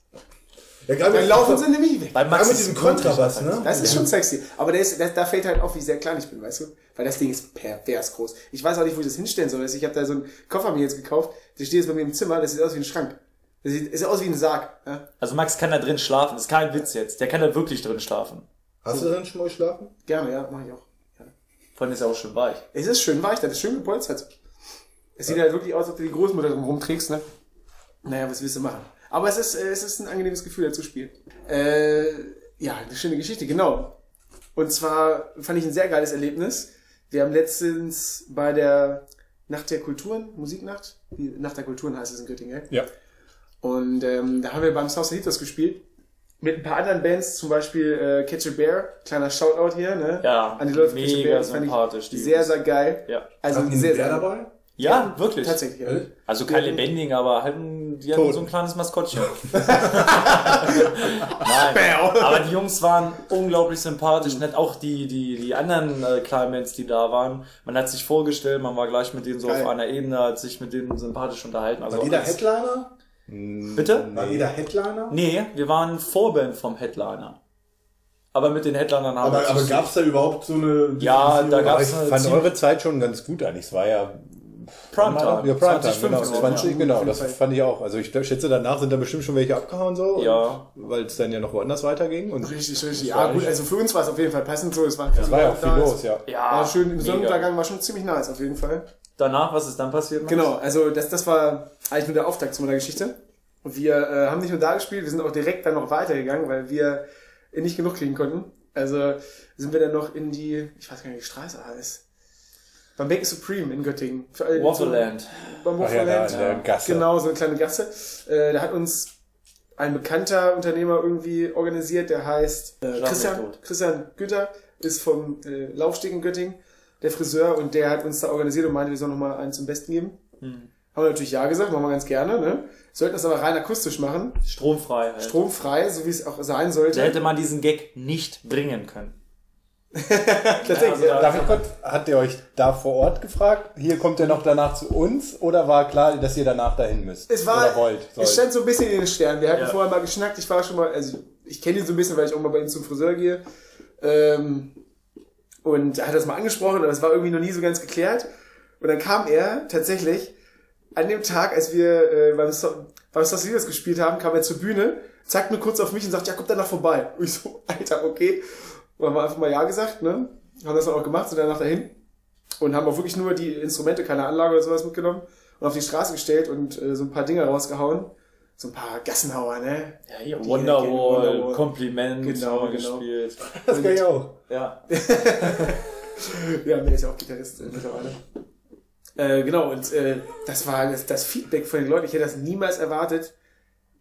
[SPEAKER 3] gerade
[SPEAKER 5] Dann
[SPEAKER 3] mit-
[SPEAKER 5] laufen sie nämlich weg.
[SPEAKER 1] Bei
[SPEAKER 3] gerade
[SPEAKER 1] Max
[SPEAKER 3] mit
[SPEAKER 1] ist
[SPEAKER 3] diesem Kontrabass, ne?
[SPEAKER 5] Das ist schon sexy. Aber der ist, der, da fällt halt auf, wie sehr klein ich bin, weißt du? Weil das Ding ist pervers groß. Ich weiß auch nicht, wo ich das hinstellen soll. Also Ich habe da so einen Koffer mir jetzt gekauft. Der steht jetzt bei mir im Zimmer. Das sieht aus wie ein Schrank. Das sieht, sieht aus wie ein Sarg. Ja?
[SPEAKER 1] Also Max kann da drin schlafen. Das ist kein Witz jetzt. Der kann da wirklich drin schlafen.
[SPEAKER 3] Hast du drin schon mal geschlafen?
[SPEAKER 5] Gerne, ja, mache ich auch.
[SPEAKER 1] Vor allem ist er auch schön weich.
[SPEAKER 5] Es ist schön weich, das ist schön gepolstert. Es sieht halt wirklich aus, als ob du die Großmutter drum rumträgst, ne? Naja, was willst du machen? Aber es ist, äh, es ist ein angenehmes Gefühl, da zu spielen. Äh, ja, eine schöne Geschichte, genau. Und zwar fand ich ein sehr geiles Erlebnis. Wir haben letztens bei der Nacht der Kulturen, Musiknacht, die Nacht der Kulturen heißt es in Göttingen, gell?
[SPEAKER 4] Ja.
[SPEAKER 5] Und ähm, da haben wir beim Sausalitos gespielt. Mit ein paar anderen Bands, zum Beispiel äh, Catch a Bear, kleiner Shoutout hier, ne?
[SPEAKER 1] Ja,
[SPEAKER 5] an die Leute von Catch a
[SPEAKER 1] mega
[SPEAKER 5] Bear, das fand
[SPEAKER 1] sympathisch, die
[SPEAKER 5] ich sehr,
[SPEAKER 1] Jungs.
[SPEAKER 5] sehr geil.
[SPEAKER 1] Ja.
[SPEAKER 5] Also
[SPEAKER 3] Hatten die
[SPEAKER 5] sehr,
[SPEAKER 3] einen
[SPEAKER 5] sehr
[SPEAKER 3] Bär dabei?
[SPEAKER 1] Ja, wirklich.
[SPEAKER 5] Tatsächlich, ja.
[SPEAKER 1] Also kein lebendigen, aber halt ein, die hatten so ein kleines Maskottchen. Nein. Aber die Jungs waren unglaublich sympathisch, nett. Auch die, die, die anderen äh, kleinen Bands, die da waren. Man hat sich vorgestellt, man war gleich mit denen so
[SPEAKER 5] Geil.
[SPEAKER 1] auf einer Ebene, hat sich mit denen sympathisch unterhalten. Also
[SPEAKER 3] War jeder
[SPEAKER 1] alles-
[SPEAKER 3] Headliner?
[SPEAKER 1] Bitte?
[SPEAKER 3] War jeder Headliner?
[SPEAKER 1] Nee, wir waren Vorband vom Headliner. Aber mit den Headlinern haben
[SPEAKER 3] Aber,
[SPEAKER 1] wir
[SPEAKER 3] aber
[SPEAKER 1] zu-
[SPEAKER 3] gab's da überhaupt so eine...
[SPEAKER 1] Ja, da
[SPEAKER 6] Aber ich
[SPEAKER 1] gab's eine
[SPEAKER 6] fand
[SPEAKER 1] ziemlich-
[SPEAKER 6] eure Zeit schon ganz gut eigentlich. Es war ja
[SPEAKER 1] Primetime.
[SPEAKER 6] Ah, Ja, Primetime,
[SPEAKER 1] 20,
[SPEAKER 6] genau.
[SPEAKER 1] 15,
[SPEAKER 6] 20,
[SPEAKER 1] ja.
[SPEAKER 6] genau. Das fand ich auch. Also ich schätze, danach sind da bestimmt schon welche abgehauen so.
[SPEAKER 1] Ja.
[SPEAKER 6] Weil es dann ja noch woanders weiterging. Und es
[SPEAKER 5] Richtig, richtig. Ja, gut, also für uns war es auf jeden Fall passend so. Es war, es
[SPEAKER 6] war ja auch viel los, ja.
[SPEAKER 1] Ja,
[SPEAKER 5] War schön im
[SPEAKER 1] mega.
[SPEAKER 5] Sonnenuntergang, war schon ziemlich nice auf jeden Fall.
[SPEAKER 1] Danach, was ist dann passiert? Max?
[SPEAKER 5] Genau, also das, das war eigentlich nur der Auftakt zu meiner Geschichte. Und wir äh, haben nicht nur da gespielt, wir sind auch direkt dann noch weitergegangen, weil wir nicht genug kriegen konnten. Also sind wir dann noch in die, ich weiß gar nicht, wie die Straße heißt. Beim Bacon Supreme in Göttingen. Für alle, die
[SPEAKER 1] Waterland.
[SPEAKER 5] zu- Beim
[SPEAKER 6] Ach ja, da
[SPEAKER 5] Waterland.
[SPEAKER 6] in der Gasse.
[SPEAKER 5] Genau, so eine kleine Gasse. Äh, da hat uns ein bekannter Unternehmer irgendwie organisiert, der heißt äh,
[SPEAKER 1] Schlag mich
[SPEAKER 5] Christian,
[SPEAKER 1] tot.
[SPEAKER 5] Christian Güter, ist vom äh, Laufsteg in Göttingen, der Friseur, und der hat uns da organisiert und meinte, wir sollen nochmal einen zum Besten geben. Haben wir natürlich Ja gesagt, machen wir ganz gerne. Ne? Sollten das aber rein akustisch machen,
[SPEAKER 1] Stromfrei. Halt.
[SPEAKER 5] stromfrei, so wie es auch sein
[SPEAKER 1] Da hätte
[SPEAKER 5] sollte.
[SPEAKER 1] man diesen Gag nicht bringen können. also
[SPEAKER 5] Tatsächlich, ja.
[SPEAKER 6] Darf ich kurz, habt ihr euch da vor Ort gefragt? Hier kommt ihr noch danach zu uns oder war klar, dass ihr danach dahin müsst?
[SPEAKER 5] Es war,
[SPEAKER 6] oder wollt,
[SPEAKER 5] es
[SPEAKER 6] sollt?
[SPEAKER 5] stand so ein bisschen in den Sternen. Wir hatten
[SPEAKER 1] Ja.
[SPEAKER 5] vorher mal geschnackt. Ich war schon mal, also ich kenne ihn so ein bisschen, weil ich auch mal bei ihm zum Friseur gehe. Ähm, und er hat das mal angesprochen, aber es war irgendwie noch nie so ganz geklärt. Und dann kam er tatsächlich an dem Tag, als wir äh, beim, so beim Sausages gespielt haben, kam er zur Bühne, zeigt nur kurz auf mich und sagt, ja, komm danach vorbei. Und ich so, [LAUGHS] Alter, okay. Und dann haben wir einfach mal Ja gesagt, ne? Haben das dann auch gemacht, sind danach dahin und haben auch wirklich nur die Instrumente, keine Anlage oder sowas mitgenommen und auf die Straße gestellt und äh, so ein paar Dinger rausgehauen. So ein paar Gassenhauer, ne? [LAUGHS]
[SPEAKER 1] Ja, hier,
[SPEAKER 5] Wonderwall,
[SPEAKER 1] Wonderwall, Kompliment,
[SPEAKER 5] Genau,
[SPEAKER 1] haben wir
[SPEAKER 5] genau.
[SPEAKER 1] gespielt.
[SPEAKER 3] Das kann ich auch.
[SPEAKER 1] Ja.
[SPEAKER 5] Ja, mir ist ja auch Gitarrist äh, mittlerweile. Äh, genau, und äh, das war das, das Feedback von den Leuten. Ich hätte das niemals erwartet.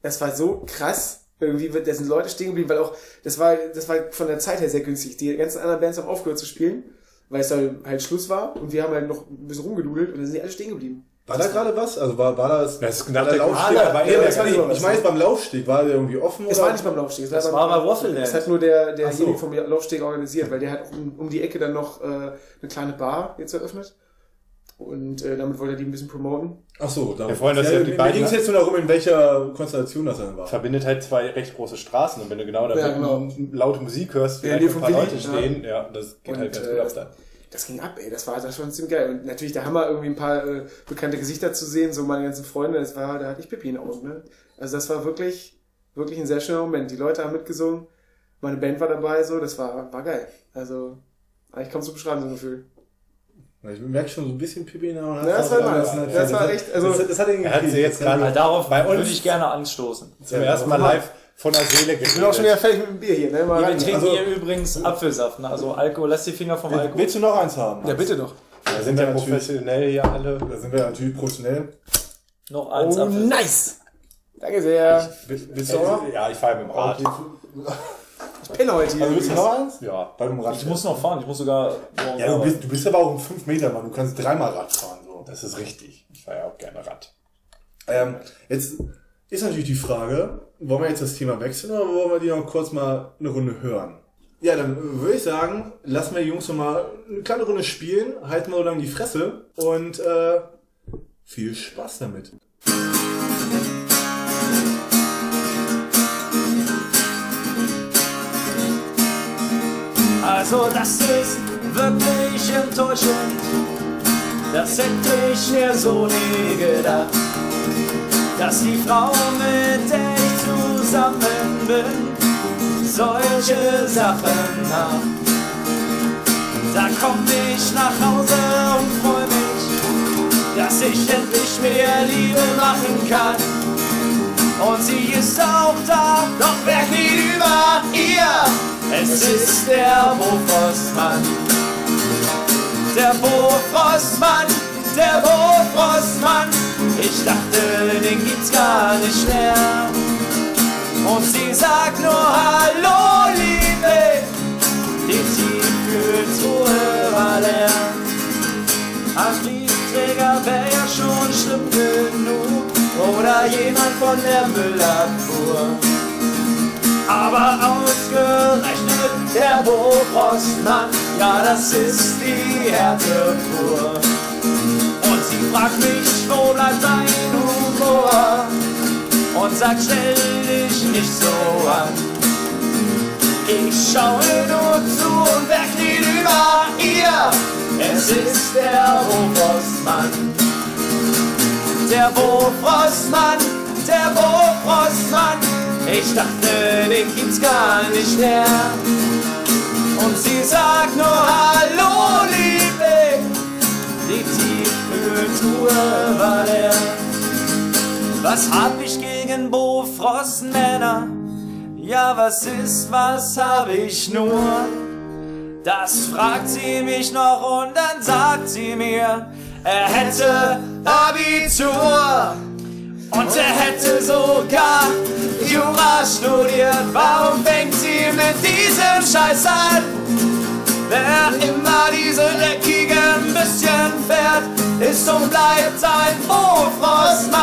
[SPEAKER 5] Das war so krass. Irgendwie, wird- da sind Leute stehen geblieben, weil auch, das war, das war von der Zeit her sehr günstig. Die ganzen anderen Bands haben aufgehört zu spielen, weil es dann halt Schluss war und wir haben halt noch ein bisschen rumgedudelt und dann sind die alle stehen geblieben.
[SPEAKER 3] War da gerade was? Also war, war das...
[SPEAKER 6] Das ist
[SPEAKER 3] war
[SPEAKER 6] nach der
[SPEAKER 3] Laufsteg?
[SPEAKER 6] Kultur-
[SPEAKER 3] war
[SPEAKER 5] Ja,
[SPEAKER 3] der,
[SPEAKER 5] das war
[SPEAKER 3] nee,
[SPEAKER 5] sowas.
[SPEAKER 3] ich meine jetzt beim Laufsteg, war der irgendwie offen
[SPEAKER 5] Es
[SPEAKER 3] oder?
[SPEAKER 5] war nicht beim Laufsteg. Es war,
[SPEAKER 1] Das
[SPEAKER 5] beim,
[SPEAKER 1] war bei Waffle
[SPEAKER 5] Es
[SPEAKER 1] Land.
[SPEAKER 5] hat nur der, derjenige
[SPEAKER 3] Ach so.
[SPEAKER 5] vom Laufsteg organisiert, weil der hat um, um die Ecke dann noch äh, eine kleine Bar jetzt eröffnet. Und äh, damit wollte er die ein bisschen promoten.
[SPEAKER 3] Ach so, da.
[SPEAKER 6] Wir freuen uns, dass ihr die
[SPEAKER 3] mir
[SPEAKER 6] beiden-
[SPEAKER 3] ging es jetzt nur darum, in welcher Konstellation das dann war.
[SPEAKER 6] verbindet halt zwei recht große Straßen und wenn du genau da
[SPEAKER 5] Ja, genau.
[SPEAKER 6] m- laute Musik hörst,
[SPEAKER 5] Ja,
[SPEAKER 6] vielleicht
[SPEAKER 5] die
[SPEAKER 6] ein
[SPEAKER 5] vom
[SPEAKER 6] paar
[SPEAKER 5] Willi,
[SPEAKER 6] Leute stehen, ja. das geht
[SPEAKER 5] Und,
[SPEAKER 6] halt ganz
[SPEAKER 5] äh,
[SPEAKER 6] gut ab da.
[SPEAKER 5] Das ging ab, ey. Das war, das war schon ziemlich geil. Und natürlich der Hammer, irgendwie ein paar äh, bekannte Gesichter zu sehen, so meine ganzen Freunde. Das war, da hatte ich Pippi in den Augen, ne? Also das war wirklich, wirklich ein sehr schöner Moment. Die Leute haben mitgesungen. Meine Band war dabei, so. Das war, war geil. Also, ich kaum zu beschreiben, so ein Gefühl.
[SPEAKER 3] Ich merke schon so ein bisschen Pipi in der Hand.
[SPEAKER 5] Ja, das war nice. Das war echt- also-
[SPEAKER 3] das, das hat ihn
[SPEAKER 6] Er hat sie
[SPEAKER 3] gekriegt.
[SPEAKER 6] jetzt gerade-
[SPEAKER 1] Weil darauf
[SPEAKER 6] Bei uns-
[SPEAKER 1] würde ich gerne anstoßen.
[SPEAKER 6] Zum ersten Mal live von der Seele
[SPEAKER 5] Ich bin auch Genau,
[SPEAKER 6] geredet.
[SPEAKER 5] schon wieder fertig mit dem Bier hier, ne? Mal
[SPEAKER 1] Wir
[SPEAKER 5] rein.
[SPEAKER 1] trinken
[SPEAKER 3] also-
[SPEAKER 1] hier übrigens Apfelsaft, ne? also Alkohol. Lass die Finger vom Alkohol.
[SPEAKER 3] Willst du noch eins haben?
[SPEAKER 5] Ja, bitte doch.
[SPEAKER 6] Wir sind ja professionell hier alle.
[SPEAKER 3] Da sind wir natürlich professionell.
[SPEAKER 1] Noch eins Apfelsaft.
[SPEAKER 5] Danke sehr.
[SPEAKER 3] Willst du auch noch?
[SPEAKER 6] Ja, ich fahre mit dem Rad.
[SPEAKER 5] Ich penne heute hier.
[SPEAKER 3] Also bist du
[SPEAKER 5] übrigens.
[SPEAKER 3] noch eins? Ja, beim Rad.
[SPEAKER 1] Ich muss noch fahren, ich muss sogar. morgen
[SPEAKER 3] ja, du
[SPEAKER 1] arbeiten.
[SPEAKER 3] bist, du bist aber auch ein 5 Meter Mann, du kannst dreimal Rad fahren. So.
[SPEAKER 4] Das ist richtig. Ich fahre ja auch gerne Rad.
[SPEAKER 3] Ähm, jetzt ist natürlich die Frage, wollen wir jetzt das Thema wechseln oder wollen wir die noch kurz mal eine Runde hören? Ja, dann äh, würde ich sagen, lassen wir die Jungs noch mal eine kleine Runde spielen, halten wir so lange die Fresse und äh, viel Spaß damit.
[SPEAKER 1] Also das ist wirklich enttäuschend. Das hätte ich mir so nie gedacht. Dass die Frau, mit der ich zusammen bin, solche Sachen macht. Da komm ich nach Hause und freu mich, dass ich endlich mir Liebe machen kann. Und sie ist auch da, doch wer geht über ihr? Es ist der Bo Frostmann. Der Bo Frostmann, der Bo Frostmann. Ich dachte, den gibt's gar nicht mehr. Und sie sagt nur Hallo, Liebe, die tiefe Truhe leer. Ein Briefträger wäre ja schon schlimm genug oder jemand von der Müllabfuhr. Aber ausgerechnet der Bohrostmann, ja das ist die Härte pur. Und sie fragt mich, wo bleibt dein Humor? Und sagt, stell dich nicht so an. Ich schaue nur zu und wer kniet über ihr? Es ist der Oberstmann. Der Bofrostmann, der Bofrostmann. Ich dachte, den gibt's gar nicht mehr. Und sie sagt nur Hallo, Liebe. Die Tiefkühltruhe war leer. Was hab ich gegen Bofrostmänner? Ja, was ist, was hab ich nur? Das fragt sie mich noch und dann sagt sie mir, er hätte Abitur und er hätte sogar Jura studiert. Warum fängt sie mit diesem Scheiß an? Wer immer diese dreckigen bisschen fährt, ist und bleibt ein Bofrostmann.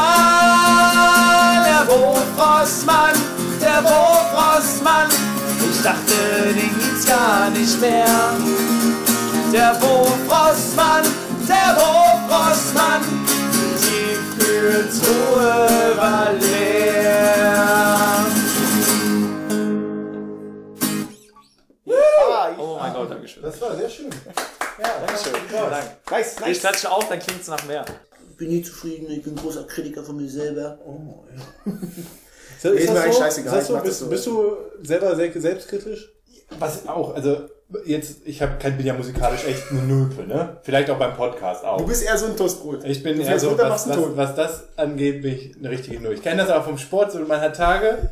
[SPEAKER 1] Der Bofrostmann, der Bofrostmann. Ich dachte, den gibt's gar nicht mehr. Der Bofrostmann, der Bofrostmann. Die Kühltruhe war leer. Oh mein Gott, Dankeschön.
[SPEAKER 3] Ah, Das war sehr schön.
[SPEAKER 5] Nice,
[SPEAKER 1] Ich
[SPEAKER 5] nice.
[SPEAKER 1] klatsche auf, dann klingt's nach mehr.
[SPEAKER 2] Ich bin nie zufrieden, ich bin großer Kritiker von mir selber.
[SPEAKER 3] Ist, ist
[SPEAKER 5] ist mir
[SPEAKER 3] das
[SPEAKER 5] eigentlich
[SPEAKER 3] so? Ist
[SPEAKER 5] scheißegal,
[SPEAKER 3] das
[SPEAKER 5] ich
[SPEAKER 3] so?
[SPEAKER 5] mach das
[SPEAKER 3] Bist,
[SPEAKER 5] so.
[SPEAKER 3] bist du selber sehr selbstkritisch?
[SPEAKER 4] Was auch, also jetzt, ich hab, kein- bin ja musikalisch echt eine Nulpe, ne? Vielleicht auch beim Podcast auch.
[SPEAKER 5] Du bist eher so ein Toastbrot.
[SPEAKER 4] Ich bin
[SPEAKER 5] Du
[SPEAKER 4] eher
[SPEAKER 5] fährst
[SPEAKER 4] so,
[SPEAKER 5] runter,
[SPEAKER 4] was,
[SPEAKER 5] machst einen
[SPEAKER 4] was,
[SPEAKER 5] Ton.
[SPEAKER 4] was das angeht, bin ich eine richtige Null. Ich kenne das auch vom Sport, so man hat Tage,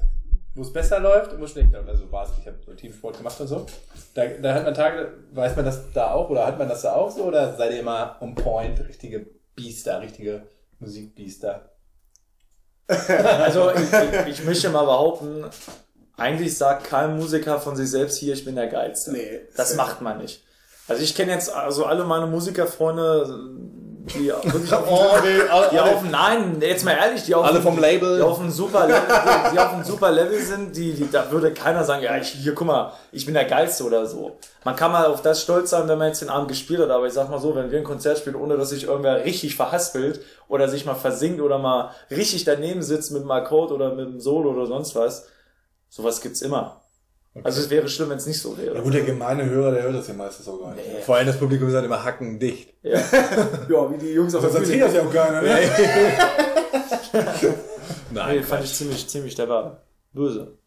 [SPEAKER 4] wo es besser läuft und wo es schlechter läuft. Also war es, ich habe so Teamsport gemacht und so. Da, da hat man Tage, weiß man das da auch oder hat man das da auch so oder seid ihr immer on point, richtige Biester, richtige Musikbiester?
[SPEAKER 1] Also ich, ich, ich möchte mal behaupten, eigentlich sagt kein Musiker von sich selbst hier, ich bin der Geilste.
[SPEAKER 5] Nee.
[SPEAKER 1] Das macht man nicht. Also ich kenne jetzt also alle meine Musikerfreunde, die
[SPEAKER 6] [LAUGHS]
[SPEAKER 1] wirklich auf, die auf nein, jetzt mal ehrlich, die auf
[SPEAKER 6] Oh, Alle vom Label.
[SPEAKER 1] die auf einem super Level, die, die auf einem super Level sind, die, die da würde keiner sagen, ja, ich, hier guck mal, ich bin der geilste oder so. Man kann mal auf das stolz sein, wenn man jetzt den Abend gespielt hat, aber ich sag mal so, wenn wir ein Konzert spielen, ohne dass sich irgendwer richtig verhaspelt oder sich mal versinkt oder mal richtig daneben sitzt mit einem Akkord oder mit einem Solo oder sonst was, sowas gibt's immer. Also es wäre schlimm, wenn es nicht so
[SPEAKER 3] Ja
[SPEAKER 1] wäre.
[SPEAKER 3] gut, der gemeine Hörer, der hört das ja meistens auch gar nicht.
[SPEAKER 6] Vor allem das Publikum ist halt immer hackendicht.
[SPEAKER 1] Ja.
[SPEAKER 5] Ja, wie die Jungs auf
[SPEAKER 3] Sonst
[SPEAKER 5] der
[SPEAKER 3] erzählt
[SPEAKER 5] Bühne.
[SPEAKER 3] das ja auch keiner, ne?
[SPEAKER 6] Nein.
[SPEAKER 1] Nee, fand ich ziemlich, ziemlich, der war böse.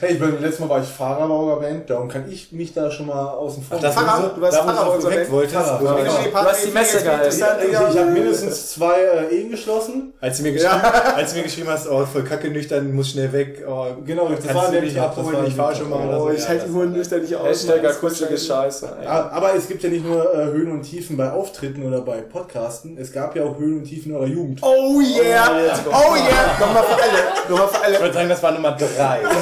[SPEAKER 3] Hey, ich bin, letztes Mal war ich Fahrer bei unserer Band, darum kann ich mich da schon mal außen vor
[SPEAKER 4] das
[SPEAKER 5] Pfarrer,
[SPEAKER 4] wo
[SPEAKER 5] du warst
[SPEAKER 4] da, wo
[SPEAKER 5] Pfarrer bei
[SPEAKER 4] du
[SPEAKER 5] unserer
[SPEAKER 4] weg
[SPEAKER 5] Band.
[SPEAKER 4] wolltest. wo du-
[SPEAKER 5] Genau.
[SPEAKER 1] Also, Du hast die Messe gehalten.
[SPEAKER 3] Ich, ich habe mindestens zwei äh, Ehen geschlossen.
[SPEAKER 4] Als du mir geschrieben, als du mir geschrieben hast, oh, voll kacke nüchtern, muss schnell weg. Oh,
[SPEAKER 3] Genau, das
[SPEAKER 4] kannst
[SPEAKER 3] war
[SPEAKER 4] du
[SPEAKER 3] nämlich
[SPEAKER 4] mich
[SPEAKER 3] ab, das war
[SPEAKER 4] abholen, ich fahre schon mal. oder
[SPEAKER 5] Oh,
[SPEAKER 4] so.
[SPEAKER 5] ich
[SPEAKER 4] Ja,
[SPEAKER 5] halte
[SPEAKER 4] das
[SPEAKER 5] die
[SPEAKER 4] war-
[SPEAKER 5] Huren nüchtern nicht aus.
[SPEAKER 1] Hashtag
[SPEAKER 5] Mann, das ist
[SPEAKER 1] akustische
[SPEAKER 5] wahrscheinlich-
[SPEAKER 1] Scheiße. ey.
[SPEAKER 3] A- Aber es gibt ja nicht nur äh, Höhen und Tiefen bei Auftritten oder bei Podcasten. Es gab ja auch Höhen und Tiefen in eurer Jugend.
[SPEAKER 5] Oh yeah! Oh yeah! Nochmal für alle. Nochmal für alle.
[SPEAKER 4] Ich würde sagen, das war Nummer drei. [LAUGHS]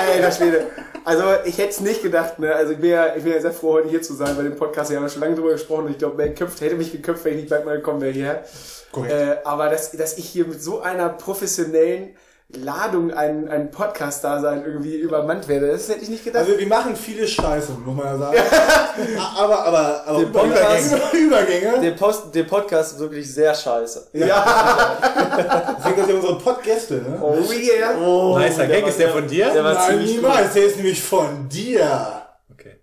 [SPEAKER 5] Ja, alter Schwede. Also ich hätte es nicht gedacht, ne? Also ich bin, ja, ich bin ja sehr froh, heute hier zu sein bei dem Podcast. Wir haben ja schon lange drüber gesprochen und ich glaube, Mel Köpft hätte mich geköpft, wenn ich nicht bald mal gekommen wäre hierher. Äh, aber dass, dass ich hier mit so einer professionellen Ladung einen, einen Podcast-Dasein irgendwie übermannt werde, das hätte ich nicht gedacht.
[SPEAKER 3] Also wir machen viele Scheiße, muss man ja sagen. [LAUGHS] A- aber aber, aber
[SPEAKER 1] Podcast-
[SPEAKER 3] Übergänge, [LAUGHS] Übergänge
[SPEAKER 1] Der, Post, der Podcast ist wirklich sehr scheiße.
[SPEAKER 3] sind das ja unsere Podgäste. Ne?
[SPEAKER 5] oh yeah!
[SPEAKER 4] Nicer Gag, ist der von dir?
[SPEAKER 1] Der war
[SPEAKER 3] Nein,
[SPEAKER 1] ziemlich gut.
[SPEAKER 3] niemals. Der ist nämlich von dir.
[SPEAKER 4] Okay.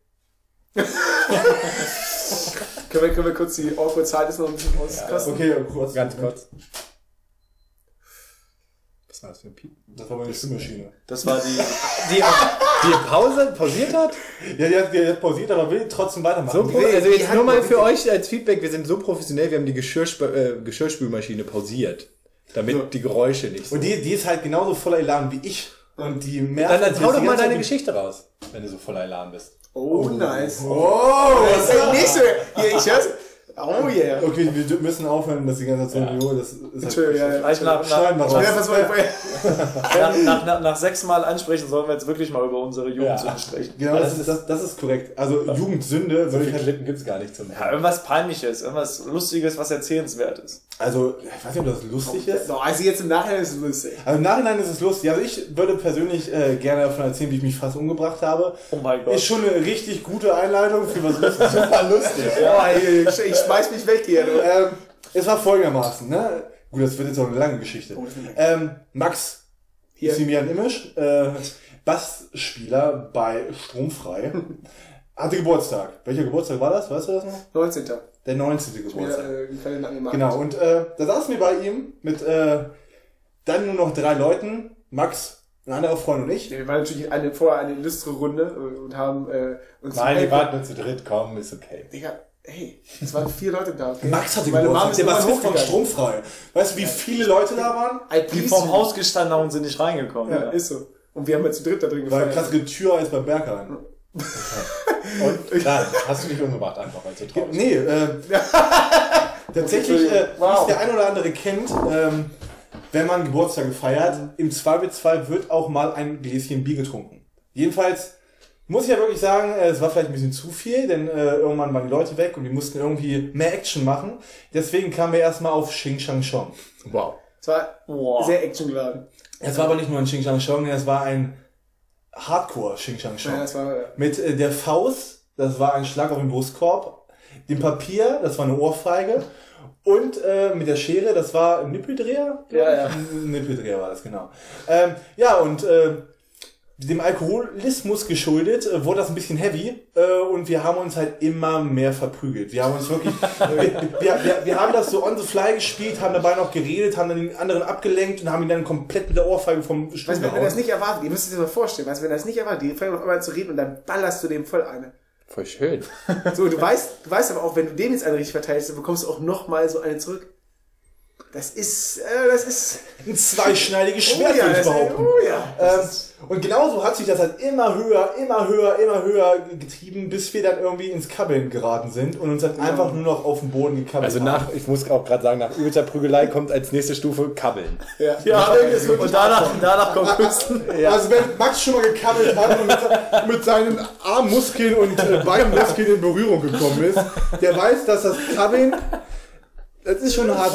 [SPEAKER 5] Können, wir, können wir kurz die awkward Silence noch ein bisschen auskosten?
[SPEAKER 3] Okay, kurz.
[SPEAKER 4] Ganz kurz. Was war das für ein Piep?
[SPEAKER 3] Das war meine Stimmmaschine.
[SPEAKER 1] Das war die.
[SPEAKER 4] Die, die Pause pausiert hat?
[SPEAKER 3] Ja, die hat, die hat pausiert, aber will trotzdem weitermachen.
[SPEAKER 4] So pro- also
[SPEAKER 5] die
[SPEAKER 4] jetzt
[SPEAKER 5] hat
[SPEAKER 4] nur mal
[SPEAKER 5] pausiert.
[SPEAKER 4] für euch als Feedback, wir sind so professionell, wir haben die Geschirrspü äh, Geschirrspülmaschine pausiert, damit die Geräusche nicht so.
[SPEAKER 3] Und die, die ist halt genauso voller Elan wie ich. Und die merkt...
[SPEAKER 4] Dann erzähl doch
[SPEAKER 3] die
[SPEAKER 4] mal
[SPEAKER 3] ganze-
[SPEAKER 4] deine Geschichte raus, wenn du so voller Elan bist.
[SPEAKER 5] Oh, nice.
[SPEAKER 3] Oh,
[SPEAKER 5] Das ist die nächste. Hier, ich hör's. Oh yeah.
[SPEAKER 3] Okay, wir müssen aufhören, dass die ganze Zeit so ein Jo, das ist halt
[SPEAKER 5] Entschuldigung, ja, ja.
[SPEAKER 1] Nach, nach,
[SPEAKER 3] Schneiden wir
[SPEAKER 1] nach,
[SPEAKER 3] raus.
[SPEAKER 5] Ja, was war-
[SPEAKER 1] nach, nach, nach, nach sechs Mal ansprechen sollen wir jetzt wirklich mal über unsere Jugend sprechen.
[SPEAKER 3] Genau, das ist, das, das ist korrekt. Also Jugendsünde würde ich halt...
[SPEAKER 4] Lippen gibt's gar nicht zum
[SPEAKER 1] Ja, irgendwas Peinliches, irgendwas Lustiges, was erzählenswert ist.
[SPEAKER 3] Also, ich weiß nicht, ob das lustig ist.
[SPEAKER 5] So, also jetzt im Nachhinein ist es lustig.
[SPEAKER 3] Also im Nachhinein ist es lustig. Also ich würde persönlich äh, gerne davon erzählen, wie ich mich fast umgebracht habe.
[SPEAKER 1] Oh mein Gott.
[SPEAKER 3] Ist schon eine richtig gute Einleitung für was Lustiges. Super [LAUGHS] lustig.
[SPEAKER 5] Oh, ey, ich, ich schmeiß mich weg hier. Du.
[SPEAKER 3] ähm, es war folgendermaßen, ne? Gut, das wird jetzt auch eine lange Geschichte.
[SPEAKER 5] Oh,
[SPEAKER 3] ähm, Max
[SPEAKER 5] Hier.
[SPEAKER 3] Maximilian Imisch, äh, Bassspieler bei
[SPEAKER 5] [LAUGHS]
[SPEAKER 3] Stromfrei, hatte Geburtstag. Welcher Geburtstag war das? Weißt du das noch?
[SPEAKER 5] 19.
[SPEAKER 3] Der 19.
[SPEAKER 5] Wieder,
[SPEAKER 3] Geburtstag.
[SPEAKER 5] äh, die Fälle angemacht.
[SPEAKER 3] Genau, und äh, da saßen wir bei ihm mit äh, dann nur noch drei Leuten, Max, ein anderer Freund und ich.
[SPEAKER 5] Wir waren natürlich eine, vorher eine illustre Runde äh, und haben äh, uns.
[SPEAKER 4] Nein, die
[SPEAKER 5] Ey,
[SPEAKER 4] warten nur zu dritt, komm, ist okay.
[SPEAKER 5] Digga, hey, es waren vier Leute da. Okay?
[SPEAKER 3] Max hatte
[SPEAKER 5] Meine Mom
[SPEAKER 3] Geburtstag,
[SPEAKER 5] ist
[SPEAKER 3] der war
[SPEAKER 5] irgendwann
[SPEAKER 3] so von
[SPEAKER 5] hochgegangen.
[SPEAKER 3] Stromfrei. Weißt du, wie viele Leute da waren?
[SPEAKER 5] I
[SPEAKER 1] Die
[SPEAKER 5] please
[SPEAKER 1] vom
[SPEAKER 5] you.
[SPEAKER 1] Haus gestanden haben und sind nicht reingekommen.
[SPEAKER 5] Ja, ist so. Und wir haben jetzt zu dritt da drin
[SPEAKER 3] War eine
[SPEAKER 5] gefeiert.
[SPEAKER 3] klassische Tür als beim Berghain.
[SPEAKER 4] Und dann hast du dich umgebracht einfach, weil du so traurig
[SPEAKER 3] Nee, äh, [LAUGHS] tatsächlich, äh, wie es der ein oder andere kennt, ähm, wenn man Geburtstag feiert, im Zweifelsfall wird auch mal ein Gläschen Bier getrunken. Jedenfalls muss ich ja wirklich sagen, äh, es war vielleicht ein bisschen zu viel, denn äh, irgendwann waren die Leute weg und die mussten irgendwie mehr Action machen. Deswegen kamen wir erstmal auf Xing Shang Chong.
[SPEAKER 4] Wow.
[SPEAKER 5] Es war
[SPEAKER 1] Wow.
[SPEAKER 5] sehr actiongeladen.
[SPEAKER 3] Es war aber nicht nur ein Xing Shang Chong, es war ein Hardcore Xing Shang Chong.
[SPEAKER 5] Ja, es war äh,
[SPEAKER 3] Mit äh, der Faust, das war ein Schlag auf den Brustkorb, dem Papier, das war eine Ohrfeige und äh, mit der Schere, das war ein Nippeldreher?
[SPEAKER 5] Ja, ja.
[SPEAKER 3] Ein Nippeldreher war das, genau. Ähm, ja, und äh, dem Alkoholismus geschuldet äh, wurde das ein bisschen heavy äh, und wir haben uns halt immer mehr verprügelt. Wir haben uns
[SPEAKER 5] [LAUGHS]
[SPEAKER 3] wirklich, wir, wir, wir, wir haben das so on the fly gespielt, haben dabei noch geredet, haben dann den anderen abgelenkt und haben ihn dann komplett mit der Ohrfeige vom Stuhl
[SPEAKER 5] Weißt du, wenn man
[SPEAKER 3] gehauen.
[SPEAKER 5] das nicht erwartet, ihr müsst es euch mal vorstellen, weißt du, wenn das nicht erwartet, die fangen auf einmal an zu reden und dann ballerst du dem voll eine.
[SPEAKER 4] Voll schön.
[SPEAKER 5] [LAUGHS] So, du weißt, du weißt aber auch, wenn du dem jetzt eine richtig verteilst, dann bekommst du auch nochmal so eine zurück. Das ist, äh, das ist,
[SPEAKER 3] Ein zweischneidiges
[SPEAKER 5] oh
[SPEAKER 3] Schwert,
[SPEAKER 5] ja,
[SPEAKER 3] würde ich
[SPEAKER 5] das ist,
[SPEAKER 3] behaupten.
[SPEAKER 5] oh ja.
[SPEAKER 3] Ähm, und genauso hat sich das halt immer höher, immer höher, immer höher getrieben, bis wir dann irgendwie ins Kabbeln geraten sind und uns dann einfach nur noch auf den Boden gekabbelt
[SPEAKER 4] Also
[SPEAKER 3] haben.
[SPEAKER 4] nach, ich muss auch gerade sagen, nach übelster Prügelei kommt als nächste Stufe Kabbeln.
[SPEAKER 5] Ja,
[SPEAKER 1] Und danach, danach kommt Küssen.
[SPEAKER 3] Also wenn Max schon mal gekabbelt hat und mit, mit seinen Armmuskeln und äh, Beinmuskeln in Berührung gekommen ist, der weiß, dass das Kabbeln... Das ist schon hart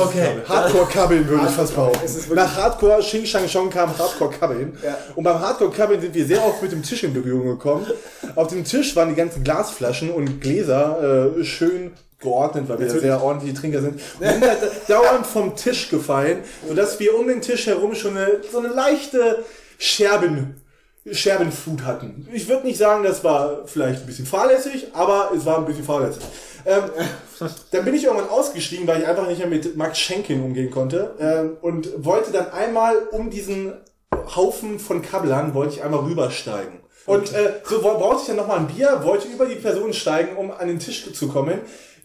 [SPEAKER 3] Hardcore-Kabbeln, würde ich fast behaupten. Nach Hardcore, Xing Shang Chong kam Hardcore-Kabbeln. Und beim Hardcore-Kabbeln sind wir sehr oft mit dem Tisch in Berührung gekommen. Auf dem Tisch waren die ganzen Glasflaschen und Gläser äh, schön geordnet, weil wir ja sehr ordentliche Trinker sind. Und sind halt dauernd vom Tisch gefallen, sodass wir um den Tisch herum schon eine, so eine leichte Scherben, Scherbenflut hatten. Ich würde nicht sagen, das war vielleicht ein bisschen fahrlässig, aber es war ein bisschen fahrlässig. Ähm, dann bin ich irgendwann ausgestiegen, weil ich einfach nicht mehr mit Max Schenkin umgehen konnte ähm, und wollte dann einmal um diesen Haufen von Kabblern wollte ich einmal rübersteigen. Und äh, so wo- brauchte ich dann nochmal ein Bier, wollte über die Person steigen, um an den Tisch zu kommen.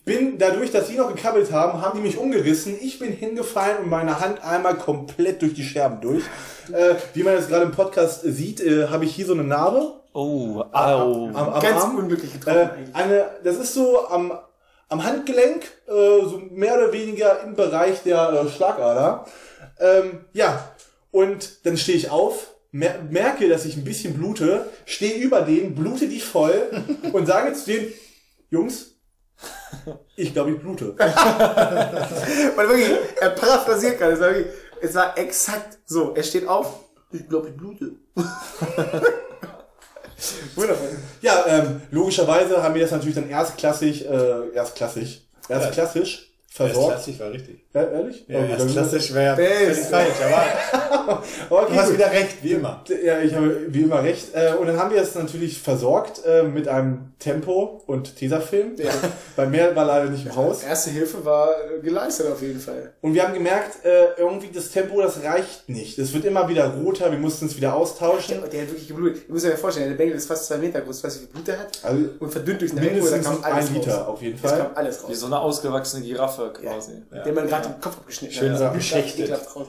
[SPEAKER 3] Bin dadurch, dass die noch gekabbelt haben, haben die mich umgerissen. Ich bin hingefallen und meine Hand einmal komplett durch die Scherben durch. Äh, wie man jetzt gerade im Podcast sieht, äh, habe ich hier so eine Narbe
[SPEAKER 1] Oh, au.
[SPEAKER 3] am, am
[SPEAKER 5] Ganz
[SPEAKER 3] Arm.
[SPEAKER 5] unglücklich getroffen
[SPEAKER 3] Äh,
[SPEAKER 5] [LAUGHS] eigentlich.
[SPEAKER 3] eine, das ist so am, am Handgelenk, äh, so mehr oder weniger im Bereich der äh, Schlagader. Ähm, ja, und dann stehe ich auf, mer merke, dass ich ein bisschen blute, stehe über den, blute die
[SPEAKER 4] [LAUGHS]
[SPEAKER 3] voll und sage zu denen, Jungs, ich glaube, ich blute.
[SPEAKER 5] Man wirklich, er paraphrasiert gerade. Es war, wirklich, es war exakt so. Er steht auf. Ich glaube, ich blute. Wundervoll.
[SPEAKER 3] Ja, ähm, logischerweise haben wir das natürlich dann erstklassig, äh, erstklassig, erstklassisch versorgt.
[SPEAKER 4] Erstklassig war richtig.
[SPEAKER 3] Ja, ehrlich?
[SPEAKER 4] Ja,
[SPEAKER 3] Oh, dann-
[SPEAKER 4] erstklassig wäre
[SPEAKER 5] Best.
[SPEAKER 4] völlig falsch, aber
[SPEAKER 3] Okay,
[SPEAKER 4] du hast
[SPEAKER 3] gut.
[SPEAKER 4] wieder recht, wie immer.
[SPEAKER 3] Ja, ich habe wie immer recht. Äh, Und dann haben wir es natürlich versorgt äh, mit einem Tempo und Tesafilm. [LAUGHS]
[SPEAKER 5] Ja.
[SPEAKER 3] Bei mir war leider nicht im Haus.
[SPEAKER 5] Erste Hilfe war äh, geleistet auf jeden Fall.
[SPEAKER 3] Und wir haben gemerkt, äh, irgendwie das Tempo, das reicht nicht. Es wird immer wieder roter, wir mussten es wieder austauschen.
[SPEAKER 5] Und der hat wirklich geblutet. Ich muss mir vorstellen, der Bengel ist fast zwei Meter groß. Weißt du, wie viel Blut der hat?
[SPEAKER 3] Also
[SPEAKER 5] Und verdünnt durch eine
[SPEAKER 3] mindestens
[SPEAKER 5] Regenbogen, da
[SPEAKER 3] ein Liter
[SPEAKER 5] raus.
[SPEAKER 3] auf jeden
[SPEAKER 5] Das kam
[SPEAKER 3] Fall.
[SPEAKER 5] alles
[SPEAKER 1] Wie
[SPEAKER 5] raus.
[SPEAKER 1] so eine ausgewachsene Giraffe quasi.
[SPEAKER 5] Den man gerade den Kopf abgeschnitten
[SPEAKER 4] Schön
[SPEAKER 5] hat.
[SPEAKER 4] so
[SPEAKER 5] Das Blut kam
[SPEAKER 4] geschichtet.
[SPEAKER 5] ekelhaft raus.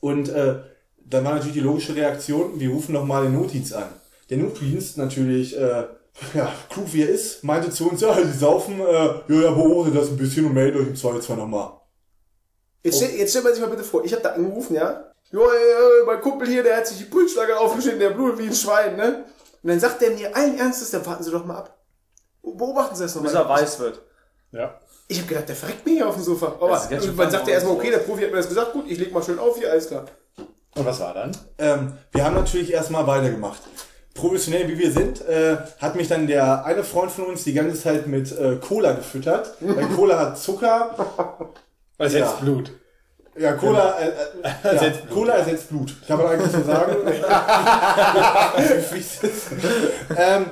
[SPEAKER 3] Und äh, dann war natürlich die logische Reaktion, wir rufen nochmal den Notdienst an. Der Notdienst natürlich, äh, [LAUGHS] ja, klug wie er ist, meinte zu uns, ja, die saufen, äh, ja, ja, beobachtet das ein bisschen und meldet euch im Zweifelsfall nochmal.
[SPEAKER 5] Jetzt,
[SPEAKER 1] Oh.
[SPEAKER 5] stell, jetzt stellt man sich mal bitte vor, ich habe da angerufen, ja? Jo, ey, ey, mein Kumpel hier, der hat sich die Pulsschlagern aufgeschnitten, der blutet wie ein Schwein, ne? Und dann sagt der mir allen Ernstes, dann warten Sie doch mal ab. Beobachten Sie das
[SPEAKER 1] Bis er
[SPEAKER 5] nochmal.
[SPEAKER 1] weiß wird.
[SPEAKER 5] Ich habe gedacht, der verreckt mich hier auf dem Sofa. Aber
[SPEAKER 1] Das ist ganz schön
[SPEAKER 5] irgendwann sagt er erstmal,
[SPEAKER 1] verrückt.
[SPEAKER 5] okay, der Profi hat mir das gesagt, gut, ich leg mal schön auf hier, alles klar.
[SPEAKER 4] Und was war dann?
[SPEAKER 3] ähm, wir haben natürlich erstmal weitergemacht. Professionell wie wir sind, äh, hat mich dann der eine Freund von uns die ganze Zeit mit äh, Cola gefüttert. Weil Cola hat Zucker.
[SPEAKER 4] Was
[SPEAKER 3] Ja.
[SPEAKER 4] jetzt Blut?
[SPEAKER 3] Ja, Cola, äh, äh, ja,
[SPEAKER 4] Ersetzt Blut.
[SPEAKER 3] Cola ersetzt Blut. Kann man eigentlich so
[SPEAKER 4] [LAUGHS]
[SPEAKER 3] sagen. ähm,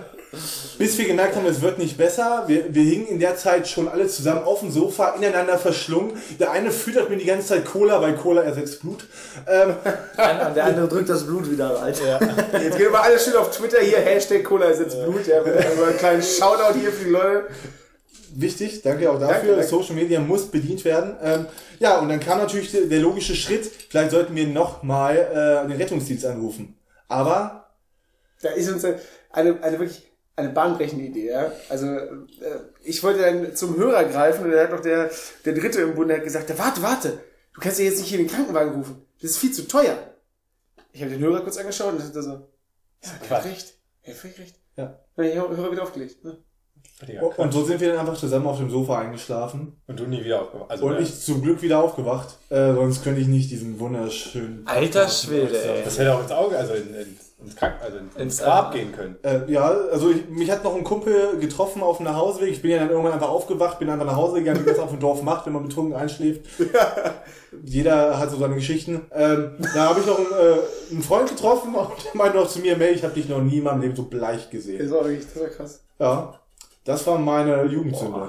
[SPEAKER 3] bis wir gemerkt haben, es wird nicht besser. Wir, wir hingen in der Zeit schon alle zusammen auf dem Sofa, ineinander verschlungen. Der eine füttert mir die ganze Zeit Cola, weil Cola ersetzt Blut. Ähm,
[SPEAKER 2] Und der andere drückt das Blut wieder rein.
[SPEAKER 5] Jetzt gehen wir alle schön auf Twitter hier, Hashtag Cola ist jetzt Blut, ja. Aber einen kleinen Shoutout hier für die Leute.
[SPEAKER 3] Wichtig, danke auch dafür.
[SPEAKER 5] Danke, danke.
[SPEAKER 3] Social Media muss bedient werden. Ähm, ja, und dann kam natürlich der, der logische Schritt, vielleicht sollten wir nochmal äh, den Rettungsdienst anrufen. Aber
[SPEAKER 5] Da ist uns eine, eine wirklich eine bahnbrechende Idee, ja. Also äh, ich wollte dann zum Hörer greifen und dann hat noch der, der Dritte im Bunde hat gesagt, "Ja, warte, warte, du kannst ja jetzt nicht hier den Krankenwagen rufen. Das ist viel zu teuer. Ich habe den Hörer kurz angeschaut und dachte so, ja, er hat recht, er hat völlig recht.
[SPEAKER 3] Ja.
[SPEAKER 5] Dann hab ich den Hörer wieder aufgelegt. Ne?
[SPEAKER 3] und so sind wir dann einfach zusammen auf dem Sofa eingeschlafen.
[SPEAKER 4] Und du nie wieder aufgewacht. Also,
[SPEAKER 3] Und
[SPEAKER 4] ja.
[SPEAKER 3] ich zum Glück wieder aufgewacht. Äh, sonst könnte ich nicht diesen wunderschönen.
[SPEAKER 1] Alter Schwede, ey.
[SPEAKER 4] Das hätte auch ins Auge, also in, in, ins, Kranken, also in, ins
[SPEAKER 1] Ins
[SPEAKER 4] Grab
[SPEAKER 1] Auge.
[SPEAKER 4] gehen können.
[SPEAKER 3] Äh, ja, also ich, mich hat noch ein Kumpel getroffen auf dem Nachhauseweg. Ich bin ja dann irgendwann einfach aufgewacht, bin einfach nach Hause gegangen, wie das auf dem Dorf macht, wenn man
[SPEAKER 6] [LAUGHS]
[SPEAKER 3] betrunken einschläft. Jeder hat so seine Geschichten. Ähm, da habe ich noch einen, äh, einen Freund getroffen und der meinte noch zu mir, Mel, ich habe dich noch nie in meinem Leben so bleich
[SPEAKER 5] Das
[SPEAKER 3] gesehen.
[SPEAKER 5] war wirklich, das war krass.
[SPEAKER 3] Ja, das war meine Jugendsünde.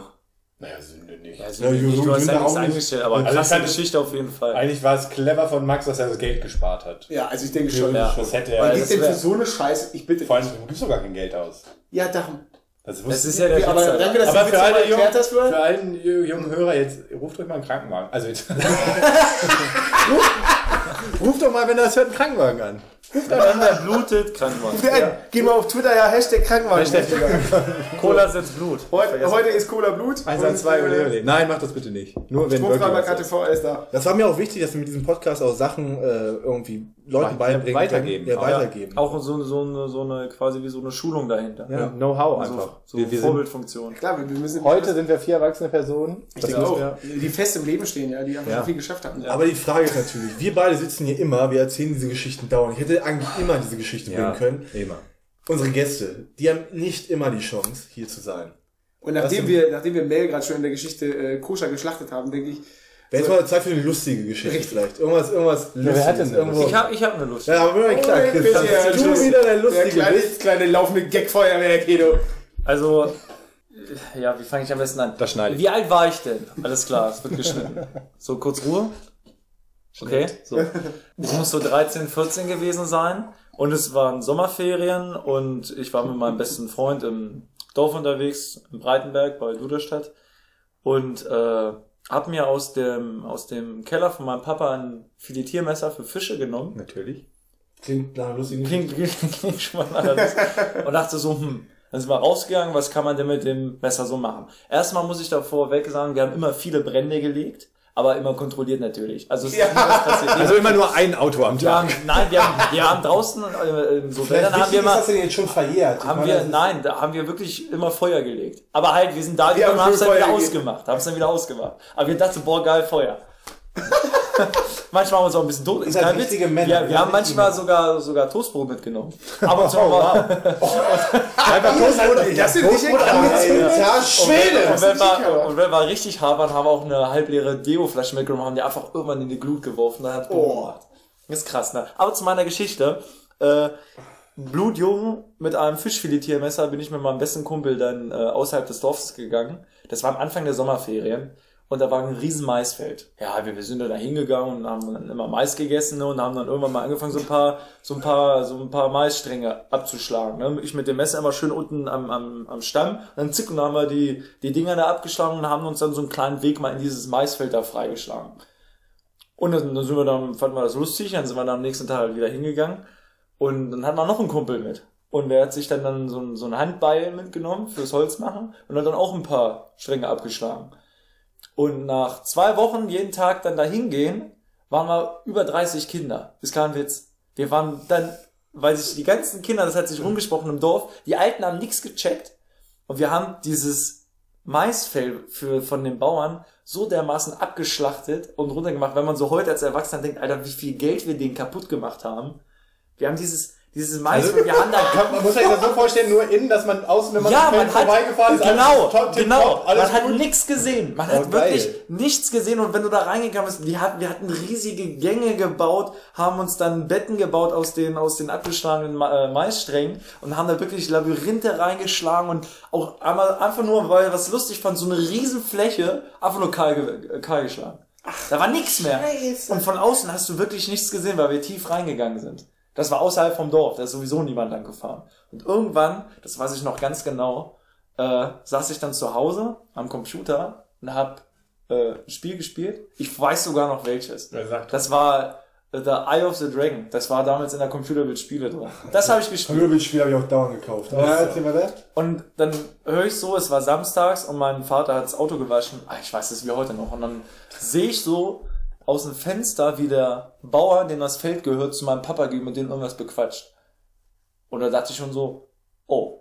[SPEAKER 4] Naja, Sünde nicht.
[SPEAKER 1] Also,
[SPEAKER 3] Ja, Jürgen
[SPEAKER 1] du hast
[SPEAKER 3] Winter
[SPEAKER 1] ja nichts
[SPEAKER 3] auch nicht.
[SPEAKER 1] angestellt, aber
[SPEAKER 4] Also ich
[SPEAKER 1] krasse
[SPEAKER 4] kann-
[SPEAKER 1] Geschichte auf jeden Fall.
[SPEAKER 4] Eigentlich war es clever von Max, dass er das Geld gespart hat.
[SPEAKER 5] Ja, also ich denke schon.
[SPEAKER 1] Ja.
[SPEAKER 4] Das hätte
[SPEAKER 5] Man
[SPEAKER 4] er.
[SPEAKER 1] das
[SPEAKER 5] geht denn
[SPEAKER 1] wär-
[SPEAKER 5] für so eine Scheiße, ich bitte.
[SPEAKER 4] Vor allem, du gibst sogar kein Geld aus.
[SPEAKER 5] Ja, darum.
[SPEAKER 4] Das
[SPEAKER 1] Das
[SPEAKER 4] wusste
[SPEAKER 1] ist ja der
[SPEAKER 5] Aber
[SPEAKER 1] Witz.
[SPEAKER 5] danke, dass
[SPEAKER 4] aber
[SPEAKER 5] du
[SPEAKER 4] für
[SPEAKER 5] mir
[SPEAKER 4] alle, jungen,
[SPEAKER 5] erklärt hast, Bro.
[SPEAKER 4] für allen ju- jungen Hörer, jetzt ruft euch mal einen Krankenwagen. Also, jetzt,
[SPEAKER 6] [LAUGHS] Ruf doch mal, wenn das hört, einen Krankenwagen an.
[SPEAKER 1] Wenn der blutet, kann man.
[SPEAKER 5] Ja. Geh mal auf Twitter, ja, Hashtag Krankenwagen. [LAUGHS]
[SPEAKER 1] Cola setzt Blut.
[SPEAKER 5] Heute, heute ist Cola Blut.
[SPEAKER 6] 1 an 2
[SPEAKER 5] Und,
[SPEAKER 6] und
[SPEAKER 5] äh,
[SPEAKER 6] überleben. Nein, mach das bitte nicht. Nur wenn wirklich
[SPEAKER 5] Hofraber
[SPEAKER 6] was ist.
[SPEAKER 5] KTV ist da.
[SPEAKER 3] Das war mir auch wichtig, dass wir mit diesem Podcast auch Sachen äh, irgendwie Leuten
[SPEAKER 6] Wei-
[SPEAKER 3] beibringen.
[SPEAKER 6] weitergeben. Ah,
[SPEAKER 3] Können, ja,
[SPEAKER 6] Auch,
[SPEAKER 3] weitergeben.
[SPEAKER 1] Auch so, so, eine, so eine, quasi wie so eine Schulung dahinter.
[SPEAKER 6] Ja, Know-how einfach.
[SPEAKER 1] So, so
[SPEAKER 6] wir, wir sind,
[SPEAKER 1] Vorbildfunktion.
[SPEAKER 5] Klar, wir wir müssen
[SPEAKER 6] heute sind wir vier erwachsene Personen.
[SPEAKER 5] ich
[SPEAKER 6] Das
[SPEAKER 5] denke
[SPEAKER 6] müssen
[SPEAKER 5] auch,
[SPEAKER 6] wir-
[SPEAKER 5] die fest im Leben stehen, ja, die einfach so viel geschafft haben.
[SPEAKER 3] Aber die Frage ist natürlich, wir beide sitzen hier immer, wir erzählen diese Geschichten dauernd. Ich hätte eigentlich immer diese Geschichte
[SPEAKER 6] Ja,
[SPEAKER 3] bringen können.
[SPEAKER 6] immer.
[SPEAKER 3] Unsere Gäste, die haben nicht immer die Chance, hier zu sein.
[SPEAKER 5] Und
[SPEAKER 3] Das
[SPEAKER 5] nachdem
[SPEAKER 3] sind-
[SPEAKER 5] wir, nachdem wir Mel gerade schon in der Geschichte äh, koscher geschlachtet haben, denke ich,
[SPEAKER 3] Wäre jetzt mal Zeit für eine lustige Geschichte vielleicht. Irgendwas, irgendwas Lustiges.
[SPEAKER 6] wer hat denn eine
[SPEAKER 3] irgendwo.
[SPEAKER 1] Ich hab, ich hab eine Lust.
[SPEAKER 3] ja, aber mir mal klar,
[SPEAKER 5] Oh,
[SPEAKER 3] Chris,
[SPEAKER 5] bitte,
[SPEAKER 3] dass
[SPEAKER 5] ja,
[SPEAKER 3] du
[SPEAKER 5] tschüss.
[SPEAKER 3] wieder der
[SPEAKER 5] der
[SPEAKER 3] Lustige
[SPEAKER 5] kleine,
[SPEAKER 3] bist.
[SPEAKER 5] kleine laufende Gagfeuerwerk, Edo.
[SPEAKER 1] Also, ja, wie fange ich am besten an?
[SPEAKER 6] Das schneide ich. [LAUGHS]
[SPEAKER 1] Wie alt war ich denn? Alles klar, es wird geschnitten. So, kurz Ruhe. Okay, so. Ich muss so 13, 14 gewesen sein und es waren Sommerferien und ich war mit meinem besten Freund im Dorf unterwegs, in Breitenberg bei Duderstadt und äh, hab mir aus dem, aus dem Keller von meinem Papa ein Filetiermesser für Fische genommen.
[SPEAKER 4] Natürlich.
[SPEAKER 3] Klingt nach einer lustigen
[SPEAKER 1] Klingt, [LAUGHS] klingt, klingt schon mal anders. Und dachte so, hm, dann sind wir rausgegangen, was kann man denn mit dem Messer so machen? Erstmal muss ich davor weg sagen, wir haben immer viele Brände gelegt, aber immer kontrolliert natürlich. Also es ist nie was passiert.
[SPEAKER 4] Also immer nur ein Auto am
[SPEAKER 1] Wir
[SPEAKER 4] Tag.
[SPEAKER 1] haben, nein, wir haben, wir haben draußen äh, in so
[SPEAKER 3] Vielleicht
[SPEAKER 1] Wäldern haben wir
[SPEAKER 3] wichtig ist,
[SPEAKER 1] immer,
[SPEAKER 3] dass er den jetzt schon verjährt. Ich
[SPEAKER 1] haben
[SPEAKER 3] meine,
[SPEAKER 1] wir,
[SPEAKER 3] das ist-
[SPEAKER 1] nein, da haben wir wirklich immer Feuer gelegt. Aber halt, wir sind da gegangen und
[SPEAKER 5] haben
[SPEAKER 1] haben es dann
[SPEAKER 5] Feuer
[SPEAKER 1] wieder
[SPEAKER 5] gegeben.
[SPEAKER 1] ausgemacht. Haben es dann wieder ausgemacht. Aber wir dachten, boah, geil, Feuer. [LAUGHS] manchmal haben wir uns auch ein bisschen tot. Ist
[SPEAKER 3] halt
[SPEAKER 1] kein Witz.
[SPEAKER 3] richtige Männer.
[SPEAKER 1] Wir,
[SPEAKER 3] Oh, Wir
[SPEAKER 1] wir haben
[SPEAKER 3] sind
[SPEAKER 1] manchmal sogar, sogar Toastbrot mitgenommen. Aber
[SPEAKER 3] [LAUGHS]
[SPEAKER 1] uns auch mal.
[SPEAKER 4] Einfach Toastbrot.
[SPEAKER 5] Das sind nicht
[SPEAKER 3] Alter Schwede!
[SPEAKER 1] Und wenn, wir, und wenn wir richtig hapern, haben wir auch eine halbleere Deo-Flasche mitgenommen, haben die einfach irgendwann in die Glut geworfen, dann hat Boom
[SPEAKER 3] Oh.
[SPEAKER 1] gemacht. Ist krass, ne? Aber zu meiner Geschichte. Äh, Blutjungen mit einem Fischfiletiermesser bin ich mit meinem besten Kumpel dann äh, außerhalb des Dorfes gegangen. Das war am Anfang der Sommerferien. Und da war ein riesen Maisfeld. Ja, wir, wir sind da hingegangen und haben dann immer Mais gegessen ne, und haben dann irgendwann mal angefangen, so ein paar, so ein paar, so ein paar Maisstränge abzuschlagen. Ne. Ich mit dem Messer immer schön unten am, am, am Stamm. Und dann zick und dann haben wir die, die Dinger da abgeschlagen und haben uns dann so einen kleinen Weg mal in dieses Maisfeld da freigeschlagen. Und dann, dann sind wir dann, fanden wir das lustig, dann sind wir dann am nächsten Tag halt wieder hingegangen. Und dann hat man noch einen Kumpel mit. Und der hat sich dann, dann so, ein, so ein Handbeil mitgenommen fürs Holz machen und hat dann auch ein paar Stränge abgeschlagen. Und nach zwei Wochen jeden Tag dann dahin gehen, waren wir über 30 Kinder. Ist kein Witz. Wir waren dann, weil sich die ganzen Kinder, das hat sich rumgesprochen im Dorf, die Alten haben nichts gecheckt und wir haben dieses Maisfell für, von den Bauern so dermaßen abgeschlachtet und runtergemacht, wenn man so heute als Erwachsener denkt, Alter, wie viel Geld wir denen kaputt gemacht haben. Wir haben dieses, dieses Mais, wir haben da,
[SPEAKER 4] Man muss sich das so vorstellen, nur innen, dass man außen, wenn Also, [LAUGHS]
[SPEAKER 1] ja,
[SPEAKER 4] man am Feld
[SPEAKER 1] man hat,
[SPEAKER 4] vorbeigefahren ist,
[SPEAKER 1] genau,
[SPEAKER 4] alles top, tip,
[SPEAKER 1] genau,
[SPEAKER 4] top, alles
[SPEAKER 1] man hat
[SPEAKER 4] gut.
[SPEAKER 1] nichts gesehen, man
[SPEAKER 4] Oh,
[SPEAKER 1] hat
[SPEAKER 4] geil.
[SPEAKER 1] wirklich nichts gesehen und wenn du da reingegangen bist, wir hatten, wir hatten riesige Gänge gebaut, haben uns dann Betten gebaut aus den, aus den abgeschlagenen Ma- äh, Maissträngen und haben da wirklich Labyrinthe reingeschlagen und auch einmal, einfach nur, weil ich was lustig fand, so eine riesen Fläche einfach nur kahl, ge- äh, kahl geschlagen. da war nichts mehr. Und von außen hast du wirklich nichts gesehen, weil wir tief reingegangen sind. Das war außerhalb vom Dorf, da ist sowieso niemand lang gefahren. Und irgendwann, das weiß ich noch ganz genau, äh, saß ich dann zu Hause am Computer und hab äh, ein Spiel gespielt. Ich weiß sogar noch welches.
[SPEAKER 4] Ja, sag doch.
[SPEAKER 1] Das war äh, The Eye of the Dragon. Das war damals in der Computerbild-Spiele drin. Das habe ich gespielt.
[SPEAKER 3] Möbelspiel habe ich auch dauernd gekauft. Ja, erzähl mal das.
[SPEAKER 1] Und dann höre ich so, es war samstags und mein Vater hat das Auto gewaschen. Ah, Ich weiß es wie heute noch. Und dann sehe ich so aus dem Fenster, wie der Bauer, dem das Feld gehört, zu meinem Papa geht, mit dem irgendwas bequatscht. Und da dachte ich schon so, oh,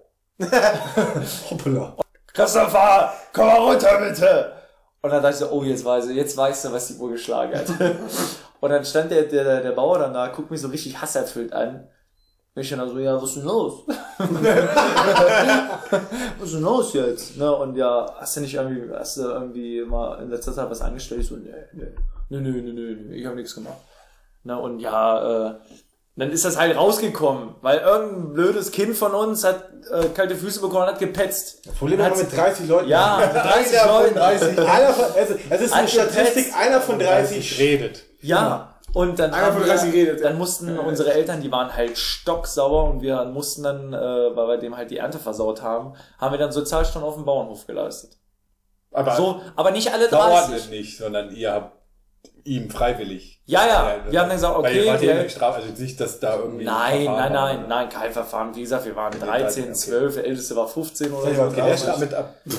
[SPEAKER 3] Hoppala.
[SPEAKER 1] Christopher, komm mal runter bitte. Und dann dachte ich so, oh, jetzt weiß ich, jetzt weißt du, was die Uhr geschlagen hat. und dann stand der, der, der Bauer dann da, guckt mich so richtig hasserfüllt an. Und ich dann so, ja, was ist denn los? was ist denn los jetzt? Ne, und ja, hast du nicht irgendwie, hast du irgendwie mal in letzter Zeit was angestellt? Ich so, nee, nee, nee, nee, nee, nee, nee ich habe nichts gemacht. Ne, und ja, äh, dann ist das halt rausgekommen, weil irgendein blödes Kind von uns hat äh, kalte Füße bekommen und hat gepetzt.
[SPEAKER 3] Das Problem haben wir mit 30 Leuten.
[SPEAKER 1] Ja, mit 30 Leuten.
[SPEAKER 3] 30. [LAUGHS] Einer von, also, es ist eine
[SPEAKER 1] Ein
[SPEAKER 3] Statistik,
[SPEAKER 1] Petz.
[SPEAKER 3] einer von 30
[SPEAKER 4] 30 redet.
[SPEAKER 1] Ja. Und dann,
[SPEAKER 5] Einer
[SPEAKER 1] haben
[SPEAKER 5] von
[SPEAKER 1] wir,
[SPEAKER 5] 30 redet,
[SPEAKER 1] dann
[SPEAKER 5] ja.
[SPEAKER 1] mussten unsere Eltern, die waren halt stocksauer und wir mussten dann, äh, weil wir dem halt die Ernte versaut haben, haben wir dann Sozialstunden auf dem Bauernhof geleistet.
[SPEAKER 4] Aber
[SPEAKER 1] So, aber nicht alle
[SPEAKER 4] verordnet
[SPEAKER 1] 30.
[SPEAKER 4] nicht, sondern ihr habt ihm freiwillig.
[SPEAKER 1] Ja, ja, wir haben dann gesagt,
[SPEAKER 4] Weil ihr
[SPEAKER 1] okay,
[SPEAKER 4] wart ja
[SPEAKER 1] wir-
[SPEAKER 4] nicht straf, also nicht, dass da irgendwie.
[SPEAKER 1] Nein, nein,
[SPEAKER 4] Verfahren
[SPEAKER 1] nein,
[SPEAKER 4] war.
[SPEAKER 1] nein, kein Verfahren. Wie gesagt, wir waren
[SPEAKER 4] Okay,
[SPEAKER 1] 13,
[SPEAKER 4] 13,
[SPEAKER 1] 12, der Älteste war 15 oder so.
[SPEAKER 4] Okay, der starb mit ab. [LAUGHS]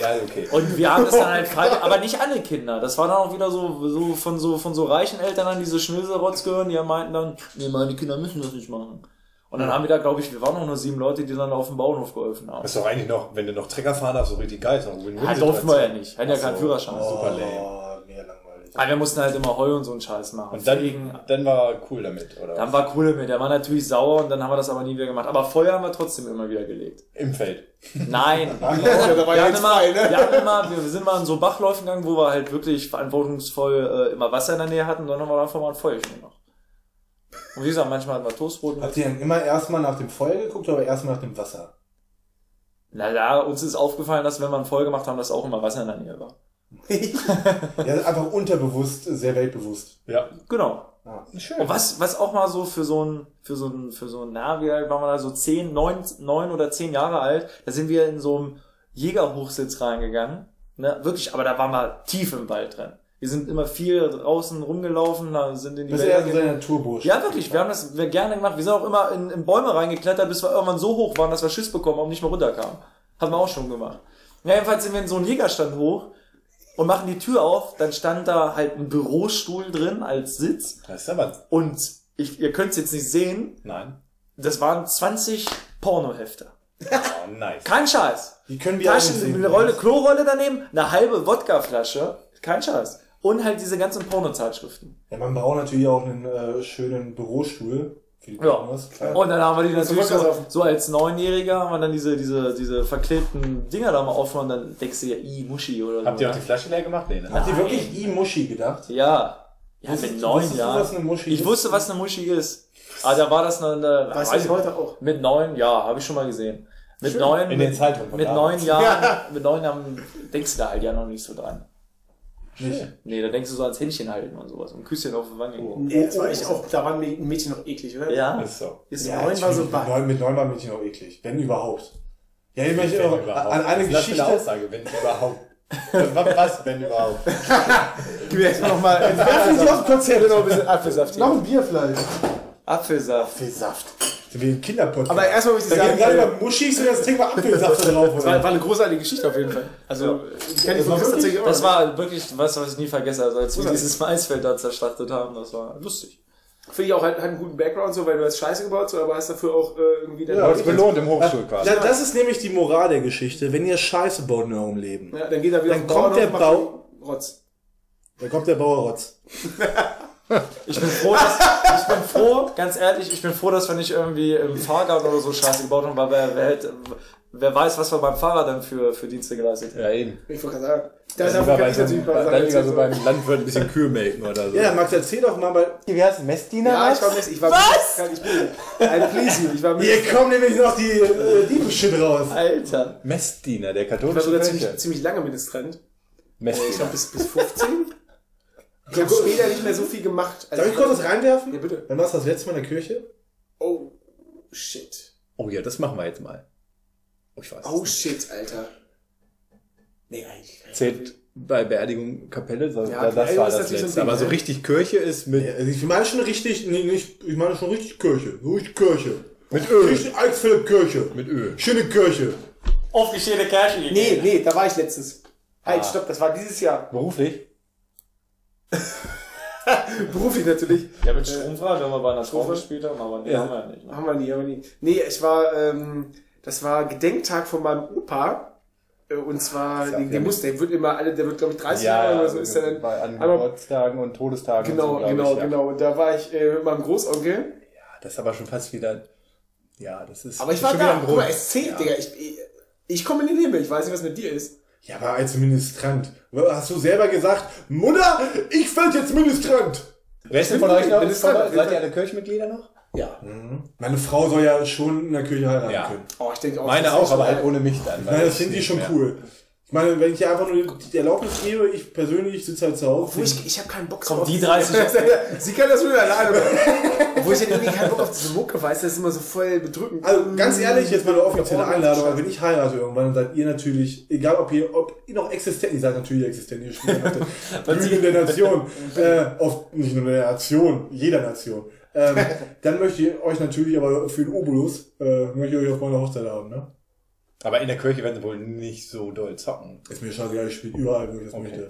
[SPEAKER 4] ja, okay.
[SPEAKER 1] Und wir haben das dann halt frei, aber nicht alle Kinder. Das war dann auch wieder so, so von so von so reichen Eltern an diese Schnöselrotz gehören, die meinten dann, nee, meine Kinder müssen das nicht machen. Und dann haben wir da, glaube ich, wir waren noch nur sieben Leute, die dann auf dem Bauernhof geholfen haben.
[SPEAKER 4] Das ist doch eigentlich noch, wenn du noch Trecker fahren darfst, so richtig geil. Ist noch ein Win-Win. Oh,
[SPEAKER 1] Ja, durften wir ja nicht. Hatten ja keinen Führerschein. Oh,
[SPEAKER 4] Super lame.
[SPEAKER 3] mehr Oh, langweilig.
[SPEAKER 1] Aber wir mussten halt immer Heu und so einen Scheiß machen.
[SPEAKER 4] Und dann,
[SPEAKER 1] Fegen.
[SPEAKER 4] dann war er cool damit, oder?
[SPEAKER 1] dann war cool mit. Der war natürlich sauer und dann haben wir das aber nie wieder gemacht. Aber Feuer haben wir trotzdem immer wieder
[SPEAKER 4] [LAUGHS]
[SPEAKER 1] gelegt.
[SPEAKER 4] Im Feld.
[SPEAKER 1] Nein.
[SPEAKER 5] Da war
[SPEAKER 1] Wir
[SPEAKER 5] ja
[SPEAKER 1] haben,
[SPEAKER 5] jetzt
[SPEAKER 1] immer,
[SPEAKER 5] frei, ne?
[SPEAKER 1] wir, haben immer, wir sind mal an so Bachläufen gegangen, wo wir halt wirklich verantwortungsvoll äh, immer Wasser in der Nähe hatten, dann haben wir einfach mal ein Feuerchen gemacht. Und wie gesagt, manchmal hatten wir Toastbrot mit.
[SPEAKER 3] Habt ihr dann immer erstmal nach dem Feuer geguckt oder erstmal nach dem Wasser?
[SPEAKER 1] Na ja, uns ist aufgefallen, dass wenn wir ein Feuer gemacht haben, dass auch immer Wasser in der Nähe war.
[SPEAKER 3] Ja, einfach unterbewusst, sehr weltbewusst.
[SPEAKER 4] Ja.
[SPEAKER 1] Genau.
[SPEAKER 3] Ah,
[SPEAKER 4] Schön.
[SPEAKER 1] Und was, was auch mal so für so ein, für so ein, für so ein, na, wie alt waren wir da, so zehn, neun, neun oder zehn Jahre alt, da sind wir in so einem Jägerhochsitz reingegangen, ne, wirklich, aber da waren wir tief im Wald drin. Wir sind immer viel draußen rumgelaufen, da sind in die
[SPEAKER 3] Das ist
[SPEAKER 1] Wälder
[SPEAKER 3] eher so
[SPEAKER 1] gegangen.
[SPEAKER 3] der Naturbursch.
[SPEAKER 1] Ja, wirklich, wir haben das wir gerne gemacht. Wir sind auch immer in, in Bäume reingeklettert, bis wir irgendwann so hoch waren, dass wir Schiss bekommen haben und nicht mehr runterkamen. Haben wir auch schon gemacht. Ja, jedenfalls sind wir in so einen Jägerstand hoch und machen die Tür auf, dann stand da halt ein Bürostuhl drin als Sitz
[SPEAKER 4] Das ist aber.
[SPEAKER 1] und ich, ihr könnt's jetzt nicht sehen,
[SPEAKER 4] Nein.
[SPEAKER 1] das waren 20 Pornohefte.
[SPEAKER 4] Oh, nice.
[SPEAKER 1] Kein Scheiß.
[SPEAKER 3] Die können wir alle
[SPEAKER 1] Taschen,
[SPEAKER 3] sehen.
[SPEAKER 1] eine Rolle, Klorolle daneben, eine halbe Wodkaflasche. Kein Scheiß. Und halt diese ganzen Pornozeitschriften.
[SPEAKER 3] Ja, man braucht natürlich auch einen äh, schönen Bürostuhl für die Pornos, klar. Also
[SPEAKER 1] Und dann haben wir die natürlich
[SPEAKER 5] Wodka
[SPEAKER 1] so,
[SPEAKER 5] saufen.
[SPEAKER 1] so als Neunjähriger haben wir dann diese, diese, diese verklebten Dinger da mal aufmachen und dann denkst du ja, i, Muschi oder
[SPEAKER 4] Habt
[SPEAKER 1] so.
[SPEAKER 4] ihr auch die Flasche leer gemacht? Nee, ne?
[SPEAKER 3] Hat die wirklich I-Muschi gedacht?
[SPEAKER 1] Ja. Ja, mit neun
[SPEAKER 3] wusstest du, was eine
[SPEAKER 1] Jahren.
[SPEAKER 3] Muschi
[SPEAKER 1] Ich
[SPEAKER 3] ist?
[SPEAKER 1] wusste, was eine Muschi ist. Aber da war das eine, eine
[SPEAKER 5] Weißt du
[SPEAKER 1] weiß
[SPEAKER 5] das
[SPEAKER 1] ich-
[SPEAKER 5] heute auch?
[SPEAKER 1] Mit neun, ja, habe ich schon mal gesehen. Mit neun,
[SPEAKER 4] In den
[SPEAKER 1] mit-
[SPEAKER 4] Zeitungen von
[SPEAKER 1] mit
[SPEAKER 4] damals.
[SPEAKER 1] neun Jahren, mit neun Jahren denkst du da halt ja noch nicht so dran.
[SPEAKER 3] Nicht. Oh.
[SPEAKER 1] Nee, da denkst du so ans Händchen halten und sowas und Küsschen auf die Wange. geben.
[SPEAKER 5] Ja, das war echt auch, da waren Mä- Mädchen noch eklig, oder?
[SPEAKER 1] Ja,
[SPEAKER 4] Ist so.
[SPEAKER 5] Ist
[SPEAKER 3] Ja,
[SPEAKER 5] neun war so
[SPEAKER 3] mit
[SPEAKER 5] bei.
[SPEAKER 3] neun, mit neun war Mädchen auch eklig. Wenn überhaupt. Ja, ich möchte auch
[SPEAKER 4] überhaupt.
[SPEAKER 3] an eine
[SPEAKER 4] Was ist das für
[SPEAKER 3] Geschichte.
[SPEAKER 4] eine Aussage, wenn überhaupt. Was, was, wenn
[SPEAKER 3] [LAUGHS]
[SPEAKER 4] überhaupt?
[SPEAKER 5] Gib mir erstmal nochmal.
[SPEAKER 3] Ach, ich aus dem Konzept.
[SPEAKER 5] noch ein bisschen Genau, Apfelsaft hier. Noch ein Bier vielleicht.
[SPEAKER 1] Apfelsaft.
[SPEAKER 3] Apfelsaft. So wie ein Kinderpott.
[SPEAKER 5] Aber erstmal möchte ich
[SPEAKER 3] wir haben
[SPEAKER 5] sagen,
[SPEAKER 3] gerade
[SPEAKER 5] äh,
[SPEAKER 3] über Muschis und das Ding war Apfelsaft drauf.
[SPEAKER 5] das war,
[SPEAKER 3] Oder?
[SPEAKER 5] war eine großartige Geschichte auf jeden Fall. Also, ich kenne die
[SPEAKER 3] Das war
[SPEAKER 5] von Chris tatsächlich auch.
[SPEAKER 1] Das
[SPEAKER 5] noch.
[SPEAKER 1] war wirklich was, was ich nie vergesse. Also als wir dieses Maisfeld da zerschlachtet haben, das war lustig.
[SPEAKER 5] Finde ich auch, hat, hat einen guten Background, so, weil du hast Scheiße gebaut, so, aber hast dafür auch äh, irgendwie dein
[SPEAKER 4] Du wurdest belohnt im Hochschulkurs.
[SPEAKER 3] Ja, das ist nämlich die Moral der Geschichte. Wenn ihr Scheiße baut in eurem Leben,
[SPEAKER 5] Ja, dann geht er wieder
[SPEAKER 3] Dann
[SPEAKER 5] auf den Bauernhof
[SPEAKER 3] kommt der
[SPEAKER 5] und macht
[SPEAKER 3] Bau-
[SPEAKER 5] Rotz.
[SPEAKER 3] dann kommt der Bauerrotz.
[SPEAKER 1] Ich bin [LAUGHS] froh, dass, ich bin froh, ganz ehrlich, ich bin froh, dass wir nicht irgendwie im Fahrgarten oder so Scheiße gebaut haben, weil wer, wer, hätte, wer weiß, was wir beim Fahrer dann für, für Dienste geleistet hätten.
[SPEAKER 4] Ja, eben.
[SPEAKER 5] Ich wollte gerade sagen.
[SPEAKER 3] Also
[SPEAKER 5] Da
[SPEAKER 4] Dann lieber, bei so einem,
[SPEAKER 5] natürlich mal
[SPEAKER 4] dann lieber
[SPEAKER 5] sagen.
[SPEAKER 4] so beim Landwirt ein bisschen Kühe melken oder so.
[SPEAKER 3] Ja, Max, erzähl doch mal, weil
[SPEAKER 6] Wie heißt Messdiener?
[SPEAKER 5] Ja, ich war Messi. Ich war Was? Kann ich bilden. I please you. Ich war
[SPEAKER 3] [LAUGHS]
[SPEAKER 5] Messi.
[SPEAKER 3] hier kommen nämlich noch die äh, Diebeshit raus.
[SPEAKER 1] Alter.
[SPEAKER 4] Messdiener, der
[SPEAKER 5] Ich war
[SPEAKER 4] katholische
[SPEAKER 5] sogar
[SPEAKER 4] Kirche.
[SPEAKER 5] ziemlich, ziemlich lange Ministrant. Ich
[SPEAKER 4] Messdiener.
[SPEAKER 5] glaube, bis,
[SPEAKER 3] [LAUGHS]
[SPEAKER 5] bis 15. Ich habe später nicht mehr so viel gemacht. Also
[SPEAKER 3] Darf ich kurz was
[SPEAKER 5] Ja,
[SPEAKER 3] reinwerfen?
[SPEAKER 5] bitte.
[SPEAKER 3] Dann warst du das letzte Mal in der Kirche.
[SPEAKER 5] Oh, shit.
[SPEAKER 4] Oh ja, das machen wir jetzt mal. Oh, ich weiß.
[SPEAKER 5] Oh, shit, Alter. Nee, eigentlich.
[SPEAKER 4] Zählt bei Beerdigung Kapelle, so,
[SPEAKER 5] Ja,
[SPEAKER 4] da- das
[SPEAKER 5] Beerdigung
[SPEAKER 4] war
[SPEAKER 5] ist
[SPEAKER 4] das
[SPEAKER 5] natürlich so ein
[SPEAKER 4] letzte.
[SPEAKER 5] Ding,
[SPEAKER 4] Aber so
[SPEAKER 5] ne?
[SPEAKER 4] richtig Kirche ist mit,
[SPEAKER 3] Ja, also ich meine schon richtig, nee, nicht, ich meine schon richtig Kirche. So Richtig Kirche.
[SPEAKER 4] mit Öl.
[SPEAKER 3] Richtig Eichsfeld Kirche.
[SPEAKER 4] Mit Öl.
[SPEAKER 3] Schöne Kirche.
[SPEAKER 1] Aufgeschälte Kirche gegeben.
[SPEAKER 5] Nee, nee, da war ich letztens. Halt,
[SPEAKER 3] Ah.
[SPEAKER 5] stopp, das war dieses Jahr.
[SPEAKER 4] Beruflich?
[SPEAKER 5] Beruflich natürlich.
[SPEAKER 1] Ja, mit Stromfrage haben wir bei einer Strophe gespielt, haben, aber nee,
[SPEAKER 4] Ja.
[SPEAKER 1] haben wir ja nicht. Ne?
[SPEAKER 5] Haben wir nie, haben wir nie. Nee, ich war, ähm, das war Gedenktag von meinem Opa. Äh, Und zwar,
[SPEAKER 4] ja
[SPEAKER 5] den, den
[SPEAKER 4] auch
[SPEAKER 5] muss, der wird immer alle, der wird glaube ich 30 Jahre
[SPEAKER 4] Ja, also
[SPEAKER 5] oder so, also ist er dann.
[SPEAKER 4] bei an
[SPEAKER 5] einmal,
[SPEAKER 4] Geburtstagen und Todestagen.
[SPEAKER 5] genau,
[SPEAKER 4] und so, glaub
[SPEAKER 5] genau,
[SPEAKER 4] ich, ja.
[SPEAKER 5] genau. Und da war ich äh, mit meinem Großonkel.
[SPEAKER 4] Das ist aber schon fast wieder. Ja, das ist.
[SPEAKER 5] Aber ich war
[SPEAKER 4] das ist schon wieder
[SPEAKER 5] da.
[SPEAKER 4] ein
[SPEAKER 5] Guck
[SPEAKER 4] Grund.
[SPEAKER 5] mal, es zählt, Digga. Ich, ich, ich komme in den Himmel. Ich weiß nicht, was mit dir ist.
[SPEAKER 3] Ja, aber als Ministrant. Hast du selber gesagt, Mutter, ich werde jetzt Ministrant.
[SPEAKER 4] Rechte von euch noch?
[SPEAKER 5] Bin es dran, bin es
[SPEAKER 4] Seid ihr
[SPEAKER 5] dran.
[SPEAKER 4] alle Kirchenmitglieder noch?
[SPEAKER 5] Ja.
[SPEAKER 3] Meine Frau soll ja schon in der Kirche heiraten
[SPEAKER 4] Ja.
[SPEAKER 3] können.
[SPEAKER 5] Oh, ich denke auch.
[SPEAKER 4] Meine
[SPEAKER 5] das
[SPEAKER 4] auch,
[SPEAKER 5] ist
[SPEAKER 4] aber
[SPEAKER 5] schon-
[SPEAKER 4] halt ohne mich dann. weil
[SPEAKER 3] Nein, das
[SPEAKER 4] ich
[SPEAKER 3] finde ich
[SPEAKER 4] nicht
[SPEAKER 3] schon
[SPEAKER 4] mehr-
[SPEAKER 3] cool. Ich meine, wenn ich dir einfach nur die Erlaubnis gebe, ich persönlich sitze halt zu Hause.
[SPEAKER 5] Obwohl ich, ich habe keinen Bock
[SPEAKER 1] Kommt
[SPEAKER 5] auf
[SPEAKER 1] die
[SPEAKER 5] diese-
[SPEAKER 1] 30?
[SPEAKER 5] [LAUGHS] Sie kann das schon alleine machen. [LAUGHS] Obwohl ich dann irgendwie keinen Bock auf diese Mucke weiß, das ist immer so voll bedrückend.
[SPEAKER 3] Also ganz ehrlich, jetzt mal eine offizielle
[SPEAKER 5] Ja, boah,
[SPEAKER 3] Einladung,
[SPEAKER 5] Scheiße.
[SPEAKER 3] aber wenn ich heirate irgendwann, dann seid ihr natürlich, egal ob ihr, ob ihr noch existent, ihr seid natürlich existent, ihr spielt auf
[SPEAKER 4] [LAUGHS]
[SPEAKER 3] der Bühne der Nation, äh, auf, nicht nur der Nation, jeder Nation. Ähm,
[SPEAKER 4] [LAUGHS]
[SPEAKER 3] dann möchte ich euch natürlich aber für den Obolus, äh, möchte ich euch auf meiner Hochzeit haben, ne?
[SPEAKER 4] Aber in der Kirche werden sie wohl nicht so doll zocken.
[SPEAKER 3] Ist mir scheißegal, ich spiele überall, wo ich das möchte.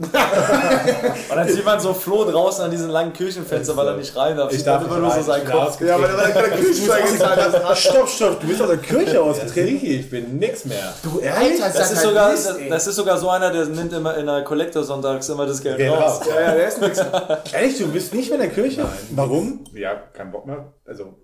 [SPEAKER 1] Und dann sieht man so Flo draußen an diesem langen Küchenfenster, weil er nicht rein darf.
[SPEAKER 4] Ich
[SPEAKER 1] Sieht man
[SPEAKER 4] darf
[SPEAKER 1] immer
[SPEAKER 4] nicht
[SPEAKER 1] nur so
[SPEAKER 4] rein,
[SPEAKER 1] seinen
[SPEAKER 4] ich bin
[SPEAKER 1] Kopf.
[SPEAKER 4] ausgetreten.
[SPEAKER 5] weil er gerade Kühlschrank halt gezahlt hat.
[SPEAKER 3] Ah, stopp, stopp, du bist aus der Kirche
[SPEAKER 4] Das
[SPEAKER 3] ausgetreten.
[SPEAKER 4] trinke ich, ich bin nix mehr.
[SPEAKER 5] Du ehrlich?
[SPEAKER 1] Das ist, sogar, das, das ist sogar so einer, der nimmt immer in der Collector sonntags immer das Geld
[SPEAKER 4] Geld
[SPEAKER 1] raus.
[SPEAKER 4] raus.
[SPEAKER 5] Ja, ja, der
[SPEAKER 1] [LAUGHS]
[SPEAKER 5] ist nix.
[SPEAKER 3] Ehrlich, du bist nicht mehr in der Kirche? Warum?
[SPEAKER 4] Ja, kein Bock mehr. Also,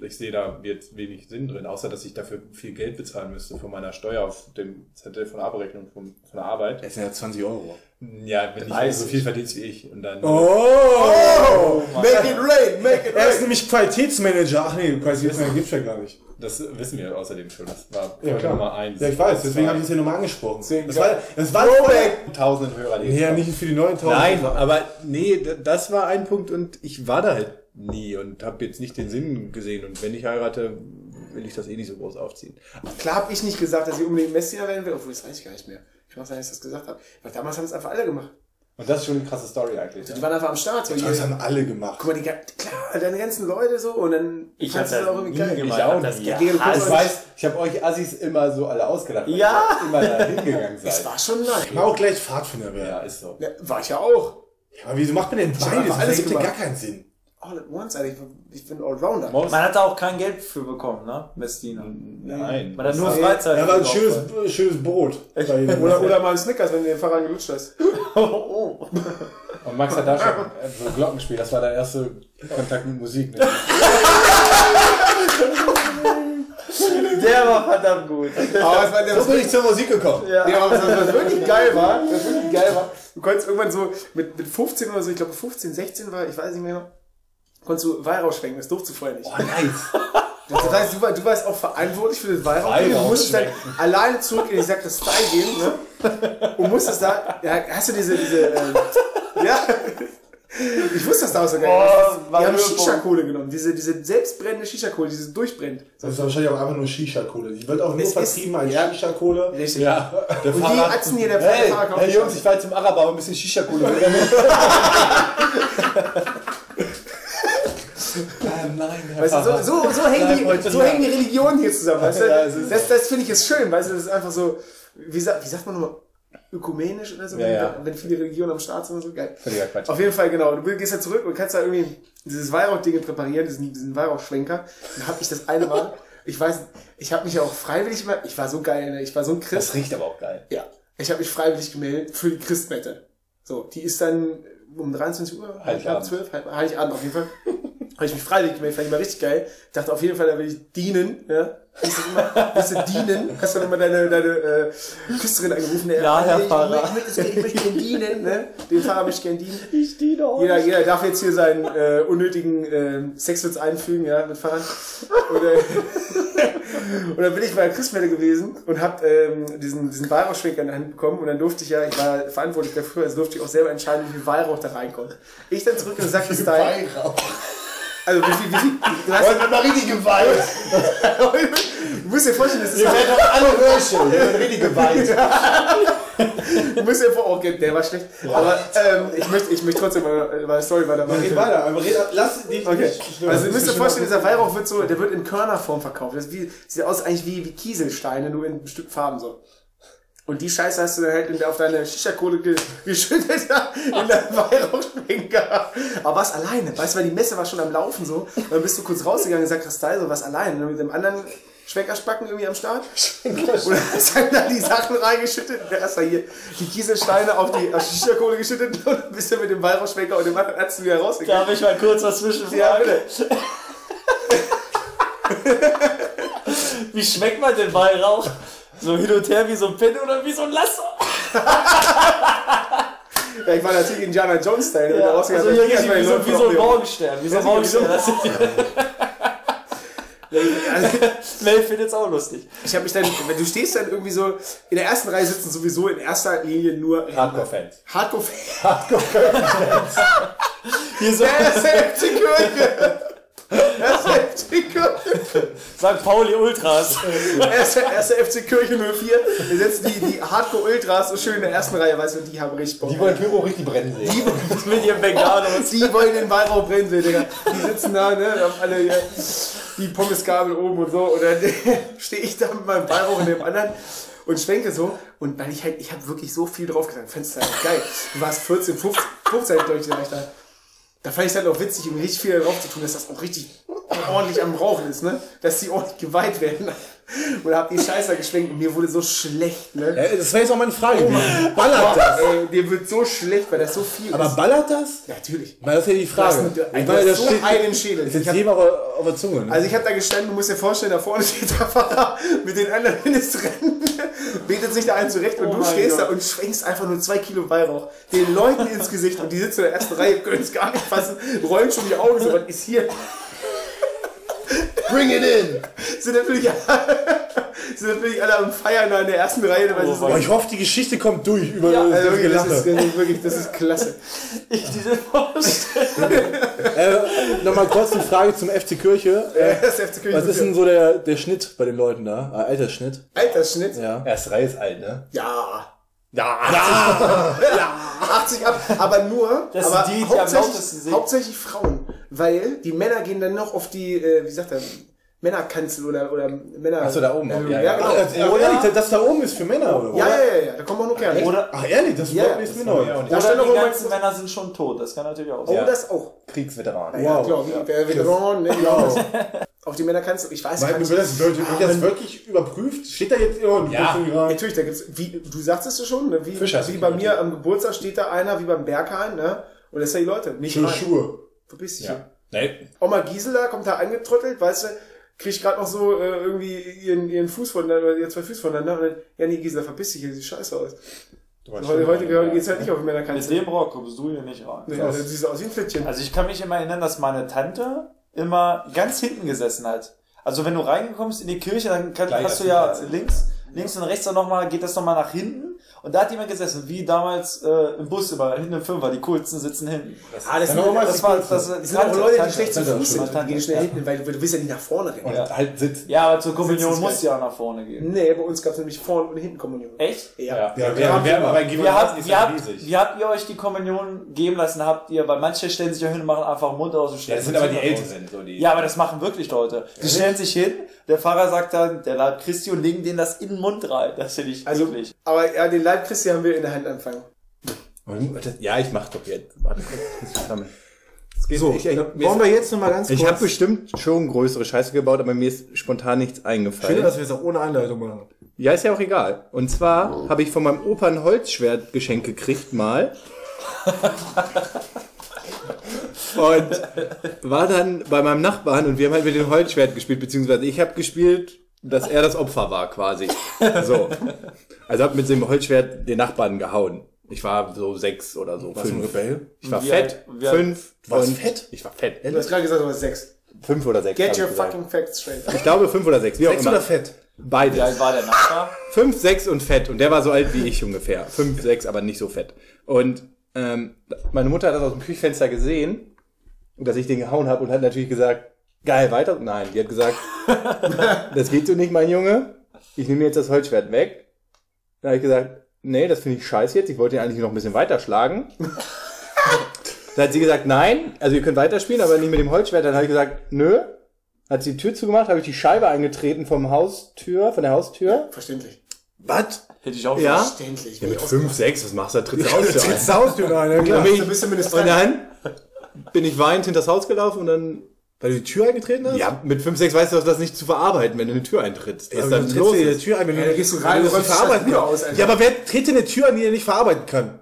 [SPEAKER 4] ich sehe da jetzt wenig Sinn drin, außer dass ich dafür viel Geld bezahlen müsste von meiner Steuer auf dem Zettel von Abrechnung von, von der Arbeit.
[SPEAKER 3] Es sind ja 20 Euro.
[SPEAKER 4] Ja, wenn ich so viel verdienst wie ich. Und dann.
[SPEAKER 3] Oh!
[SPEAKER 5] Make it rain, make it
[SPEAKER 3] Er ist nämlich Qualitätsmanager. Ach nee, Qualitätsmanager gibt's ja gar nicht.
[SPEAKER 4] Das wissen wir außerdem schon. Das war
[SPEAKER 3] Ja,
[SPEAKER 4] Folge
[SPEAKER 3] klar.
[SPEAKER 4] Nummer eins.
[SPEAKER 3] Ja, ich weiß, deswegen
[SPEAKER 4] Zwei.
[SPEAKER 3] habe ich es hier nochmal angesprochen.
[SPEAKER 5] Deswegen-
[SPEAKER 3] das war, das war
[SPEAKER 4] Tausenden Hörer, die
[SPEAKER 3] Nee, ja, nicht für die 9000.
[SPEAKER 4] Nein,
[SPEAKER 3] aber
[SPEAKER 4] aber nee, d- das war ein Punkt und ich war da halt nie und habe jetzt nicht den Sinn gesehen. Und wenn ich heirate, will ich das eh nicht so groß aufziehen.
[SPEAKER 5] Klar habe ich nicht gesagt, dass ich unbedingt Messi werden will, obwohl das weiß ich gar nicht mehr. Ich mach's sein, dass ich das gesagt habe. Weil damals haben es einfach alle gemacht.
[SPEAKER 4] Und das ist schon eine krasse Story eigentlich.
[SPEAKER 5] Die waren einfach am Start. So,
[SPEAKER 3] das
[SPEAKER 5] hier,
[SPEAKER 3] haben alle gemacht.
[SPEAKER 5] guck mal, die, ga- klar, deine ganzen Leute so und dann
[SPEAKER 1] Ich
[SPEAKER 5] fandst
[SPEAKER 1] hab's
[SPEAKER 5] du
[SPEAKER 1] halt nie gemacht. Ich auch
[SPEAKER 4] das
[SPEAKER 1] nie.
[SPEAKER 5] Gregor Kobel-
[SPEAKER 4] Ich weiß, ich habe euch Assis immer so alle ausgedacht. weil
[SPEAKER 5] Ja.
[SPEAKER 4] ihr Immer da [LAUGHS] hingegangen
[SPEAKER 5] Das
[SPEAKER 4] seid.
[SPEAKER 5] war schon
[SPEAKER 3] Mal
[SPEAKER 5] nice.
[SPEAKER 3] auch gleich Pfadfinder
[SPEAKER 4] Ja,
[SPEAKER 3] werden.
[SPEAKER 4] ist so.
[SPEAKER 5] Ja, war ich ja auch.
[SPEAKER 3] Aber wieso macht man denn
[SPEAKER 5] hab
[SPEAKER 3] beides?
[SPEAKER 5] einfach
[SPEAKER 3] Alles
[SPEAKER 5] alles
[SPEAKER 3] das ergibt ja
[SPEAKER 5] gemacht.
[SPEAKER 3] gar keinen Sinn.
[SPEAKER 5] All at once, Alter. Ich, ich bin Allrounder.
[SPEAKER 1] Man hat da auch kein Geld für bekommen, ne? Messdiener. Man
[SPEAKER 4] Nein.
[SPEAKER 1] hat nur Freizeit.
[SPEAKER 3] Ja, war ein
[SPEAKER 1] drauf.
[SPEAKER 3] schönes, schönes Brot. Bei jedem.
[SPEAKER 5] Oder, oder mal Snickers, wenn du den Fahrrad gelutscht hast.
[SPEAKER 4] Und Max hat da schon äh, so ein Glockenspiel. Das war der erste Kontakt mit Musik. Ne?
[SPEAKER 1] Der war verdammt [LAUGHS] gut.
[SPEAKER 5] Aber was, war- was,
[SPEAKER 4] bin ich zur Musik gekommen. Ja.
[SPEAKER 5] nee, aber was, was wirklich geil war, was wirklich geil war, du konntest irgendwann so mit, mit 15 oder so, ich glaube 15, 16 war, ich weiß nicht mehr, genau, konntest du Weihrauch schwenken, das durfte vorher nicht.
[SPEAKER 4] Oh, nice.
[SPEAKER 5] Das heißt, du, war- du warst auch verantwortlich für das Weihrauch. Du
[SPEAKER 4] Weihrauch
[SPEAKER 5] musstest dann alleine zurück in die Sakristei gehen ne? und musstest da. Ja, hast du diese. diese ähm, ja. Ich wusste das damals sogar.
[SPEAKER 1] Boah,
[SPEAKER 5] nicht.
[SPEAKER 1] war
[SPEAKER 5] Die haben
[SPEAKER 1] Höhepunkt.
[SPEAKER 5] Shisha-Kohle genommen. Diese, diese selbstbrennende Shisha-Kohle, diese durchbrennt.
[SPEAKER 3] Das ist wahrscheinlich auch einfach nur Shisha-Kohle. Die wird auch nur
[SPEAKER 5] Es ist-
[SPEAKER 3] vertrieben als
[SPEAKER 5] ja.
[SPEAKER 3] Shisha-Kohle.
[SPEAKER 5] Richtig.
[SPEAKER 4] Ja. Der
[SPEAKER 5] Und die
[SPEAKER 4] Fahrrad-
[SPEAKER 5] Atzen hier, der
[SPEAKER 4] Hey,
[SPEAKER 5] Fahrer kauft
[SPEAKER 4] hey
[SPEAKER 5] die
[SPEAKER 4] Jungs,
[SPEAKER 5] Scheiße.
[SPEAKER 4] ich war zum Araber, aber ein bisschen Shisha-Kohle.
[SPEAKER 6] Ähm,
[SPEAKER 4] nein,
[SPEAKER 5] Weißt du, so, so, so, hängen die, so hängen die Religionen hier zusammen. Weißt
[SPEAKER 4] Ja, es
[SPEAKER 5] du?
[SPEAKER 4] ist-
[SPEAKER 5] Das, das finde ich ist schön. Weißt du, das ist einfach so. Wie, sa wie sagt man nochmal? Ökumenisch oder so?
[SPEAKER 4] Ja,
[SPEAKER 5] wenn,
[SPEAKER 4] ja.
[SPEAKER 5] wenn viele Religionen am Start sind und so. Geil.
[SPEAKER 4] Völliger Quatsch.
[SPEAKER 5] Auf jeden Fall, genau. Du gehst ja zurück und kannst da irgendwie dieses Weihrauchding präparieren, diesen, diesen Weihrauchschwenker. Dann hab ich das eine Mal, ich weiß, ich habe mich ja auch freiwillig mal, ich war so geil, ne? ich war so ein Christ.
[SPEAKER 4] Das riecht aber auch geil.
[SPEAKER 5] Ja. Ich habe mich freiwillig gemeldet für die Christmette. So, die ist dann um 23 Uhr, halb, halb
[SPEAKER 4] Heiligabend.
[SPEAKER 5] 12, halb, Heiligabend auf jeden Fall. [LAUGHS] habe ich mich freiwillig gemeldet, fand ich mal richtig geil. Dachte auf jeden Fall, da will ich dienen, ja. Willst du, immer, willst du dienen? Hast dann immer deine, deine äh, Küsterin angerufen. der-
[SPEAKER 1] Ja, Herr
[SPEAKER 5] ich-
[SPEAKER 1] Pfarrer.
[SPEAKER 5] Ich, ich, ich möchte gerne dienen, ne? Dem Pfarrer möchte ich gerne dienen.
[SPEAKER 1] Ich die
[SPEAKER 2] Oh,
[SPEAKER 1] doch.
[SPEAKER 5] Jeder, jeder darf jetzt hier seinen äh, unnötigen äh, Sexwitz einfügen, ja, mit Fahrrad. Und, [LAUGHS] äh, und dann bin ich bei der Christmette gewesen und habe ähm, diesen, diesen Weihrauchschwenker in der Hand bekommen und dann durfte ich ja, ich war verantwortlich dafür, also durfte ich auch selber entscheiden, wie viel Weihrauch da reinkommt. Ich dann zurück in den Sakristei. Also wie viel, wie viel, du, hast,
[SPEAKER 4] Heute wird mal richtig geweiht.
[SPEAKER 5] du musst dir vorstellen, das ist halt-
[SPEAKER 4] Ihr werdet doch alle Hirsche. Ihr werdet richtig geweiht.
[SPEAKER 5] du musst dir vor, okay, der war schlecht, aber ähm, ich möchte ich möchte trotzdem meine, meine Story
[SPEAKER 3] Red
[SPEAKER 5] weitermachen.
[SPEAKER 3] weiter, aber red, lass dich
[SPEAKER 5] Okay.
[SPEAKER 3] nicht
[SPEAKER 5] Also ihr müsst euch vorstellen, dieser Weihrauch wird so, der wird in Körnerform verkauft. Das ist wie, sieht aus eigentlich wie, wie Kieselsteine, nur in bestimmten Farben so. Und die Scheiße hast du dann halt in der, auf deine Shisha-Kohle ge- geschüttet [LAUGHS] ja, in deinem Weihrauchschwenker. Aber warst alleine. Weißt du, weil die Messe war schon am Laufen so. Und dann bist du kurz rausgegangen und sagst, Kristall, so warst alleine. Und mit dem anderen Schwenkerspacken irgendwie am Start. Und hast dann da die Sachen reingeschüttet. Und dann hast du hier die Kieselsteine auf die auf die Shisha-Kohle geschüttet. Und dann bist du mit dem Weihrauchschwenker und dem anderen Arzt wieder rausgegangen.
[SPEAKER 1] Darf ich mal kurz was zwischenfragen?
[SPEAKER 5] Ja, bitte.
[SPEAKER 1] [LAUGHS] Wie schmeckt man den Weihrauch? So hin und her wie so ein Pin oder wie so ein Lasso?
[SPEAKER 5] Ja, ich
[SPEAKER 1] [LAUGHS]
[SPEAKER 5] war natürlich Indiana Jones-Style. wenn der rausgegangen
[SPEAKER 1] also
[SPEAKER 5] ist,
[SPEAKER 1] hier
[SPEAKER 5] ich
[SPEAKER 1] wie,
[SPEAKER 5] erstmal den
[SPEAKER 1] so,
[SPEAKER 5] Leuten
[SPEAKER 1] wie so ein
[SPEAKER 5] aufnehmen.
[SPEAKER 1] Morgenstern. Wie so ein
[SPEAKER 5] Ja, wie so
[SPEAKER 1] Morgenstern.
[SPEAKER 5] ein
[SPEAKER 1] Das [LAUGHS] Mel findet es auch lustig.
[SPEAKER 5] Also, Ich habe mich dann, wenn du stehst dann irgendwie so, in der ersten Reihe sitzen sowieso in erster Linie nur
[SPEAKER 4] Hardcore-Fans.
[SPEAKER 5] Hardcore.
[SPEAKER 1] Hier so
[SPEAKER 5] Das ist die Kirche. Das ist die Kirche.
[SPEAKER 1] St. Pauli [LAUGHS] Ultras.
[SPEAKER 5] Erste, erste FC Kirche 04. Wir setzen die, die Hardcore-Ultras so schön in der ersten Reihe, weißt du, die haben richtig Bock.
[SPEAKER 4] Die wollen Pyro richtig brennen sehen.
[SPEAKER 1] mit ihrem [LAUGHS] Bengalos.
[SPEAKER 5] Die wollen den Weihrauch brennen sehen, Digga. Die sitzen da, ne, haben alle hier die Pommesgabel oben und so. Und dann [LAUGHS] stehe ich da mit meinem Weihrauch und dem anderen und schwenke so. Und weil ich halt, ich habe wirklich so viel drauf gesagt. Fenster, geil. Du warst 14, 15, 15 glaub ich, da war ich da. Da fand ich es halt auch witzig, um richtig viel drauf zu tun, dass das auch richtig ordentlich am Rauchen ist, ne? Dass die ordentlich geweiht werden. Und hab die Scheiße geschwenkt und mir wurde so schlecht, ne?
[SPEAKER 6] Äh, Das wäre jetzt auch meine Frage.
[SPEAKER 5] Oh
[SPEAKER 6] gewesen. Ballert das?
[SPEAKER 5] Ey, dir wird so schlecht, weil das so viel
[SPEAKER 6] Aber
[SPEAKER 5] ist.
[SPEAKER 6] ballert das?
[SPEAKER 5] Ja, natürlich.
[SPEAKER 6] Weil das ist ja die
[SPEAKER 5] Das
[SPEAKER 6] Frage.
[SPEAKER 5] ist ein-
[SPEAKER 6] Ich
[SPEAKER 5] das
[SPEAKER 6] meine,
[SPEAKER 5] ist
[SPEAKER 6] das
[SPEAKER 5] so
[SPEAKER 6] steht
[SPEAKER 5] einen Schädel.
[SPEAKER 6] ist jetzt jedem auf, auf der Zunge. Ne?
[SPEAKER 5] Also ich habe da gestanden, du musst dir vorstellen, da vorne steht der Fahrer mit den anderen Ministranten, betet sich da einen zurecht
[SPEAKER 4] Oh
[SPEAKER 5] und du stehst da und schwenkst einfach nur zwei Kilo Weihrauch den Leuten ins Gesicht und die sitzen in der ersten Reihe, können es gar nicht fassen, rollen schon die Augen so, was ist hier?
[SPEAKER 4] Bring it in!
[SPEAKER 5] Sind natürlich, sind natürlich alle am Feiern da in der ersten Reihe. Weil sie so,
[SPEAKER 4] Boah, ich hoffe, die Geschichte kommt durch über
[SPEAKER 5] ja, also
[SPEAKER 4] das
[SPEAKER 5] wirklich, das, ist,
[SPEAKER 4] Gelache.
[SPEAKER 5] das ist wirklich, das ist klasse.
[SPEAKER 7] Ich diese Vorstellung.
[SPEAKER 4] Äh, Nochmal kurz eine Frage zum FC Kirche. Äh,
[SPEAKER 5] Das FC Köln
[SPEAKER 4] was ist denn so der, der Schnitt bei den Leuten da? Äh, Altersschnitt?
[SPEAKER 5] Altersschnitt? Ja.
[SPEAKER 4] Ja.
[SPEAKER 8] Erst Reihe ist alt, ne?
[SPEAKER 7] [LAUGHS]
[SPEAKER 5] Ja. 80 ab, aber nur,
[SPEAKER 7] Das
[SPEAKER 5] aber
[SPEAKER 7] sind die, die am lautesten
[SPEAKER 5] hauptsächlich,
[SPEAKER 7] singen.
[SPEAKER 5] hauptsächlich Frauen. Weil die Männer gehen dann noch auf die, äh, wie sagt er, Männerkanzel oder, oder Männer...
[SPEAKER 8] Achso, da oben.
[SPEAKER 5] Ähm,
[SPEAKER 8] auch, ja,
[SPEAKER 5] ja,
[SPEAKER 8] ja.
[SPEAKER 5] genau.
[SPEAKER 4] Äh, ehrlich, das da oben ist für Männer, oder?
[SPEAKER 5] Ja, ja, ja, ja, da kommen auch nur Kerle.
[SPEAKER 7] Oder,
[SPEAKER 4] Ach ehrlich, das
[SPEAKER 5] Ja,
[SPEAKER 4] ja, ist mir neu.
[SPEAKER 8] Ja, und
[SPEAKER 5] Da
[SPEAKER 7] oder
[SPEAKER 5] stand
[SPEAKER 7] die
[SPEAKER 5] auch immer...
[SPEAKER 7] ganzen Männer sind schon tot. Das kann natürlich auch
[SPEAKER 5] Oh,
[SPEAKER 7] sein.
[SPEAKER 5] das auch.
[SPEAKER 8] Kriegsveteran.
[SPEAKER 7] Oh.
[SPEAKER 5] Ja,
[SPEAKER 4] Wow.
[SPEAKER 5] klar, wie, wer Veteran, ne, genau. Auf die Männerkanzel, ich weiß gar
[SPEAKER 3] Weil,
[SPEAKER 5] nicht.
[SPEAKER 3] wird das, wird, wird das wirklich überprüft? Steht da jetzt immer ein
[SPEAKER 8] Ja.
[SPEAKER 3] Prüfung rein?
[SPEAKER 5] Natürlich, da gibt's, wie, du sagst es ja schon, ne? wie,
[SPEAKER 8] Fischers-
[SPEAKER 5] wie bei mir am Geburtstag steht da einer, wie beim Berghain, ne? Und das sind die Leute, nicht
[SPEAKER 3] Schöne
[SPEAKER 5] rein.
[SPEAKER 3] Schuhe.
[SPEAKER 5] Verpiss dich.
[SPEAKER 8] Ja. Nee,
[SPEAKER 5] Oma Gisela kommt da angetröttelt, weißt du, kriegt gerade noch so äh, irgendwie ihren, ihren Fuß voneinander, oder ihr zwei Füße voneinander und dann, ja nee, Gisela, verpiss dich, hier sieht scheiße aus. Heute, heute, heute geht's halt nicht auf
[SPEAKER 1] Mit
[SPEAKER 5] Männerkanzel.
[SPEAKER 1] dem Rock kommst du hier nicht rein.
[SPEAKER 5] Ja, dann siehst du aus wie ein Flittchen.
[SPEAKER 1] Also ich kann mich immer erinnern, dass meine Tante immer ganz hinten gesessen hat. Also wenn du reingekommst in die Kirche, dann kann,
[SPEAKER 8] Gleich
[SPEAKER 1] hast du
[SPEAKER 8] als
[SPEAKER 1] ja
[SPEAKER 8] die letzte.
[SPEAKER 1] links, links und rechts dann noch mal, geht das nochmal nach hinten. Und da hat jemand gesessen, wie damals äh, im Bus immer, hinten im Fünfer, die coolsten sitzen hinten.
[SPEAKER 5] ah, das,
[SPEAKER 3] Dann auch mal
[SPEAKER 1] Das war das,
[SPEAKER 5] das sind auch Leute, die schlecht zu
[SPEAKER 1] zu
[SPEAKER 5] Fuß sind, die gehen schnell hinten, weil du, du willst ja nicht nach vorne rennen.
[SPEAKER 8] und halt sitzt.
[SPEAKER 1] Ja, aber zur
[SPEAKER 5] Sitzen
[SPEAKER 1] Kommunion
[SPEAKER 5] ist
[SPEAKER 1] musst du ja auch nach vorne gehen.
[SPEAKER 5] Nee, bei uns gab's nämlich vorne und hinten Kommunion.
[SPEAKER 1] Echt?
[SPEAKER 8] Ja, ja,
[SPEAKER 3] Ja, wir haben
[SPEAKER 8] wir haben
[SPEAKER 3] immer.
[SPEAKER 8] aber Gibbon
[SPEAKER 1] Wie habt,
[SPEAKER 8] ist
[SPEAKER 1] wie,
[SPEAKER 8] ja
[SPEAKER 1] habt,
[SPEAKER 8] riesig.
[SPEAKER 1] wie habt ihr euch die Kommunion geben lassen? Habt ihr, weil manche stellen sich ja hin und machen einfach Mund aus und
[SPEAKER 8] Ja,
[SPEAKER 1] stellen
[SPEAKER 8] das sind
[SPEAKER 1] sich
[SPEAKER 8] aber die
[SPEAKER 1] hin.
[SPEAKER 8] Älteren, so die.
[SPEAKER 1] Ja, aber das machen wirklich Leute. Die stellen sich hin, der Pfarrer sagt dann, der Leib Christi und legen denen das in den Mund rein. Das finde ich
[SPEAKER 5] Also,
[SPEAKER 1] wirklich.
[SPEAKER 5] aber ja, den Leib Christi haben wir in der Hand anfangen.
[SPEAKER 8] ja, ich mach doch jetzt.
[SPEAKER 4] So,
[SPEAKER 5] Ich, wollen wir jetzt nochmal ganz kurz.
[SPEAKER 4] ich habe bestimmt schon größere Scheiße gebaut, aber mir ist spontan nichts eingefallen.
[SPEAKER 3] Schön, dass wir es auch ohne Einleitung machen.
[SPEAKER 4] Ja, ist ja auch egal. Und zwar habe ich von meinem Opa ein Holzschwert geschenkt gekriegt mal. und war dann bei meinem Nachbarn und wir haben halt mit dem Holzschwert gespielt, beziehungsweise ich habe gespielt, dass er das Opfer war quasi. So. Also habe mit dem Holzschwert den Nachbarn gehauen. Ich war so sechs oder so.
[SPEAKER 8] ein
[SPEAKER 4] Fünf.
[SPEAKER 8] Rebell?
[SPEAKER 4] Ich war
[SPEAKER 1] Wie
[SPEAKER 4] fett.
[SPEAKER 1] alt- wie alt-
[SPEAKER 4] fünf. Du
[SPEAKER 8] warst fett?
[SPEAKER 4] Ich war fett.
[SPEAKER 5] Du hast gerade gesagt, du warst sechs.
[SPEAKER 4] Fünf oder sechs. hab
[SPEAKER 5] Get
[SPEAKER 4] ich
[SPEAKER 5] your
[SPEAKER 4] gesagt.
[SPEAKER 5] fucking facts straight.
[SPEAKER 4] Ich glaube fünf oder sechs. Wie auch
[SPEAKER 3] Sechs
[SPEAKER 4] immer.
[SPEAKER 3] oder fett?
[SPEAKER 4] Beides.
[SPEAKER 1] Wie alt war der Nachbar?
[SPEAKER 4] Fünf, sechs und fett. Und der war so alt wie ich ungefähr. Fünf, sechs, aber nicht so fett. Und ähm, meine Mutter hat das aus dem Küchenfenster gesehen, dass ich den gehauen habe und hat natürlich gesagt, geil, weiter. Nein, die hat gesagt, [LAUGHS] das geht so nicht, mein Junge. Ich nehme jetzt das Holzschwert weg. Dann habe ich gesagt, nee, das finde ich scheiße jetzt. Ich wollte ihn eigentlich noch ein bisschen weiterschlagen. Dann hat sie gesagt, nein, also ihr könnt weiterspielen, aber nicht mit dem Holzschwert. Dann habe ich gesagt, nö. Hat sie die Tür zugemacht, habe ich die Scheibe eingetreten vom Haustür, von der Haustür.
[SPEAKER 5] Verständlich.
[SPEAKER 4] Was?
[SPEAKER 1] Hätte ich auch
[SPEAKER 4] Ja?
[SPEAKER 5] Verständlich.
[SPEAKER 4] Ja, mit 5, 6, was machst du da? Trittst du aus?
[SPEAKER 3] Das ist Haustür rein, ja
[SPEAKER 4] Und
[SPEAKER 3] klar.
[SPEAKER 4] bin
[SPEAKER 5] Du bist zumindest
[SPEAKER 4] und
[SPEAKER 5] dran.
[SPEAKER 4] dann bin ich weinend hinter das Haus gelaufen und dann.
[SPEAKER 3] Weil du die Tür eingetreten hast?
[SPEAKER 4] Ja, mit 5, 6 weißt du das nicht zu verarbeiten, wenn du eine Tür eintrittst. Was
[SPEAKER 3] Aber
[SPEAKER 4] dann
[SPEAKER 3] dann trittst
[SPEAKER 4] los
[SPEAKER 3] du dir die
[SPEAKER 4] ist.
[SPEAKER 3] Tür ein, wenn du
[SPEAKER 5] gehst du rein
[SPEAKER 3] das nicht
[SPEAKER 5] und räumst das
[SPEAKER 3] verarbeiten
[SPEAKER 5] Bier
[SPEAKER 3] kannst.
[SPEAKER 5] aus, Alter.
[SPEAKER 3] Ja, aber wer tritt denn eine Tür an, die er nicht verarbeiten kann?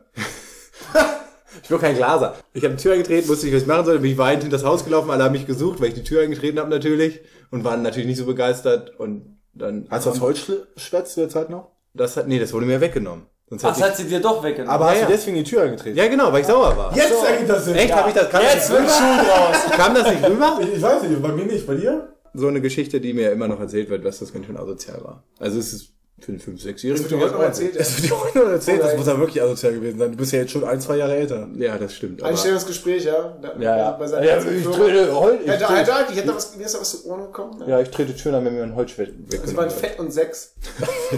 [SPEAKER 4] Ich bin kein Glaser. Ich habe die Tür eingetreten, wusste nicht, was ich machen sollte, bin ich weinend hinter das Haus gelaufen, alle haben mich gesucht, weil ich die Tür eingetreten habe natürlich und waren natürlich nicht so begeistert und dann.
[SPEAKER 3] Hast du das Holzschwert zu der Zeit noch?
[SPEAKER 4] Das hat, nee, das wurde mir weggenommen. Sonst
[SPEAKER 1] Ach, das
[SPEAKER 4] hätte
[SPEAKER 1] hat sie dir doch weggenommen.
[SPEAKER 3] Aber hast
[SPEAKER 4] ja.
[SPEAKER 3] du deswegen die Tür eingetreten?
[SPEAKER 4] ich, ja, genau, weil ich sauer war.
[SPEAKER 3] Jetzt ergibt das Sinn.
[SPEAKER 4] Echt, habe ich das, kam
[SPEAKER 1] Jetzt
[SPEAKER 4] das
[SPEAKER 1] wird
[SPEAKER 4] nicht [LAUGHS]
[SPEAKER 1] Schuh draus.
[SPEAKER 4] rüber? Kam das nicht rüber?
[SPEAKER 3] Ich, ich weiß nicht, bei mir nicht, bei dir?
[SPEAKER 4] so eine Geschichte, die mir immer noch erzählt wird, was das ganz schön asozial war. Also es ist für einen 5-, 6-Jährigen.
[SPEAKER 5] Du hast noch
[SPEAKER 4] [LAUGHS]
[SPEAKER 5] erzählt, ja.
[SPEAKER 3] Das wird dir auch noch erzählt, das muss ja wirklich asozial gewesen sein. Du bist ja jetzt schon ein, zwei Jahre älter.
[SPEAKER 4] Ja, das stimmt. Aber
[SPEAKER 5] Einstellungsgespräch, ja. Da-
[SPEAKER 4] ja, ja.
[SPEAKER 5] Bei
[SPEAKER 4] ja,
[SPEAKER 5] seiner
[SPEAKER 4] ich
[SPEAKER 5] Führung.
[SPEAKER 4] trete, heul, ich
[SPEAKER 5] ja, da,
[SPEAKER 4] trete,
[SPEAKER 5] da, ich hätte was, mir ist da was zu Ohren gekommen. Ne?
[SPEAKER 4] ja, ich trete schöner, wenn mir ein Also Holzschwert
[SPEAKER 5] Das waren
[SPEAKER 4] weggenommen wird.
[SPEAKER 5] Fett und Sechs.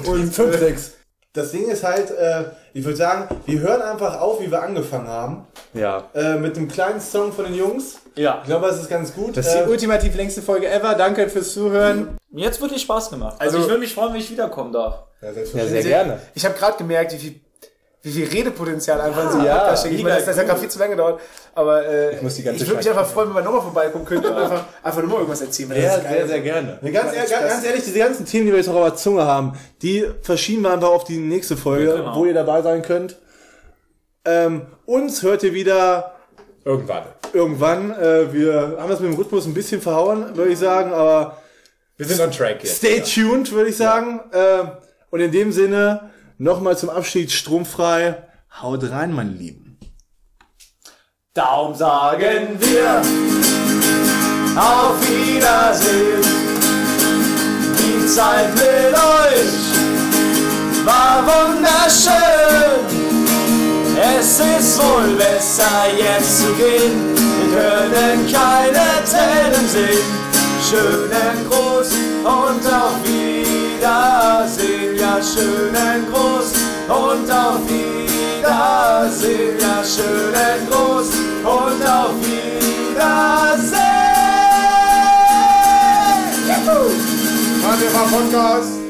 [SPEAKER 3] Und 5, 6. Das Ding ist halt, äh, ich würde sagen, wir hören einfach auf, wie wir angefangen haben.
[SPEAKER 4] Ja.
[SPEAKER 3] Äh, mit einem kleinen Song von den Jungs.
[SPEAKER 1] Ja.
[SPEAKER 3] Ich glaube, das ist ganz gut.
[SPEAKER 4] Das ist Äh, die ultimativ längste Folge ever. Danke fürs Zuhören.
[SPEAKER 1] Mir hat's wirklich Spaß gemacht. Also, ich würde mich freuen, wenn ich wiederkommen darf.
[SPEAKER 3] ja, selbstverständlich.
[SPEAKER 4] sehr gerne.
[SPEAKER 5] Ich habe gerade gemerkt, wie viel, wie viel Redepotenzial einfach in so einem
[SPEAKER 4] Ja,
[SPEAKER 5] Podcast steckt. Ich meine, das, das hat gerade viel zu lange gedauert. Aber äh, ich,
[SPEAKER 4] muss die ganze
[SPEAKER 5] würde mich
[SPEAKER 4] Scheiße-
[SPEAKER 5] einfach freuen, wenn wir nochmal vorbeikommen könnten und einfach, einfach nochmal irgendwas erzählen. weil das
[SPEAKER 4] Ja,
[SPEAKER 5] ist geil.
[SPEAKER 4] sehr, sehr gerne.
[SPEAKER 3] Ja, ganz, ehrlich, ganz, ganz
[SPEAKER 4] Ganz ehrlich, diese ganzen Themen, die wir jetzt noch auf der Zunge haben, die verschieben wir einfach auf die nächste Folge,
[SPEAKER 1] genau.
[SPEAKER 4] wo ihr dabei sein könnt. Ähm, uns hört ihr wieder
[SPEAKER 8] Irgendwann.
[SPEAKER 4] irgendwann. Äh, wir haben das mit dem Rhythmus ein bisschen verhauen, würde ich sagen, aber
[SPEAKER 8] Wir sind on track jetzt.
[SPEAKER 4] stay tuned, würde ich sagen. Äh, und in dem Sinne, nochmal zum Abschied stromfrei. Haut rein, meine Lieben.
[SPEAKER 1] Darum sagen wir auf Wiedersehen. Die Zeit mit euch war wunderschön. Es ist wohl besser jetzt zu gehen. Wir können keine Tränen sehen. Schönen Gruß und auf Wiedersehen. Ja, schönen Gruß und auf Wiedersehen. Ja, schönen Gruß und auf Wiedersehen.
[SPEAKER 5] Warte, war Podcast.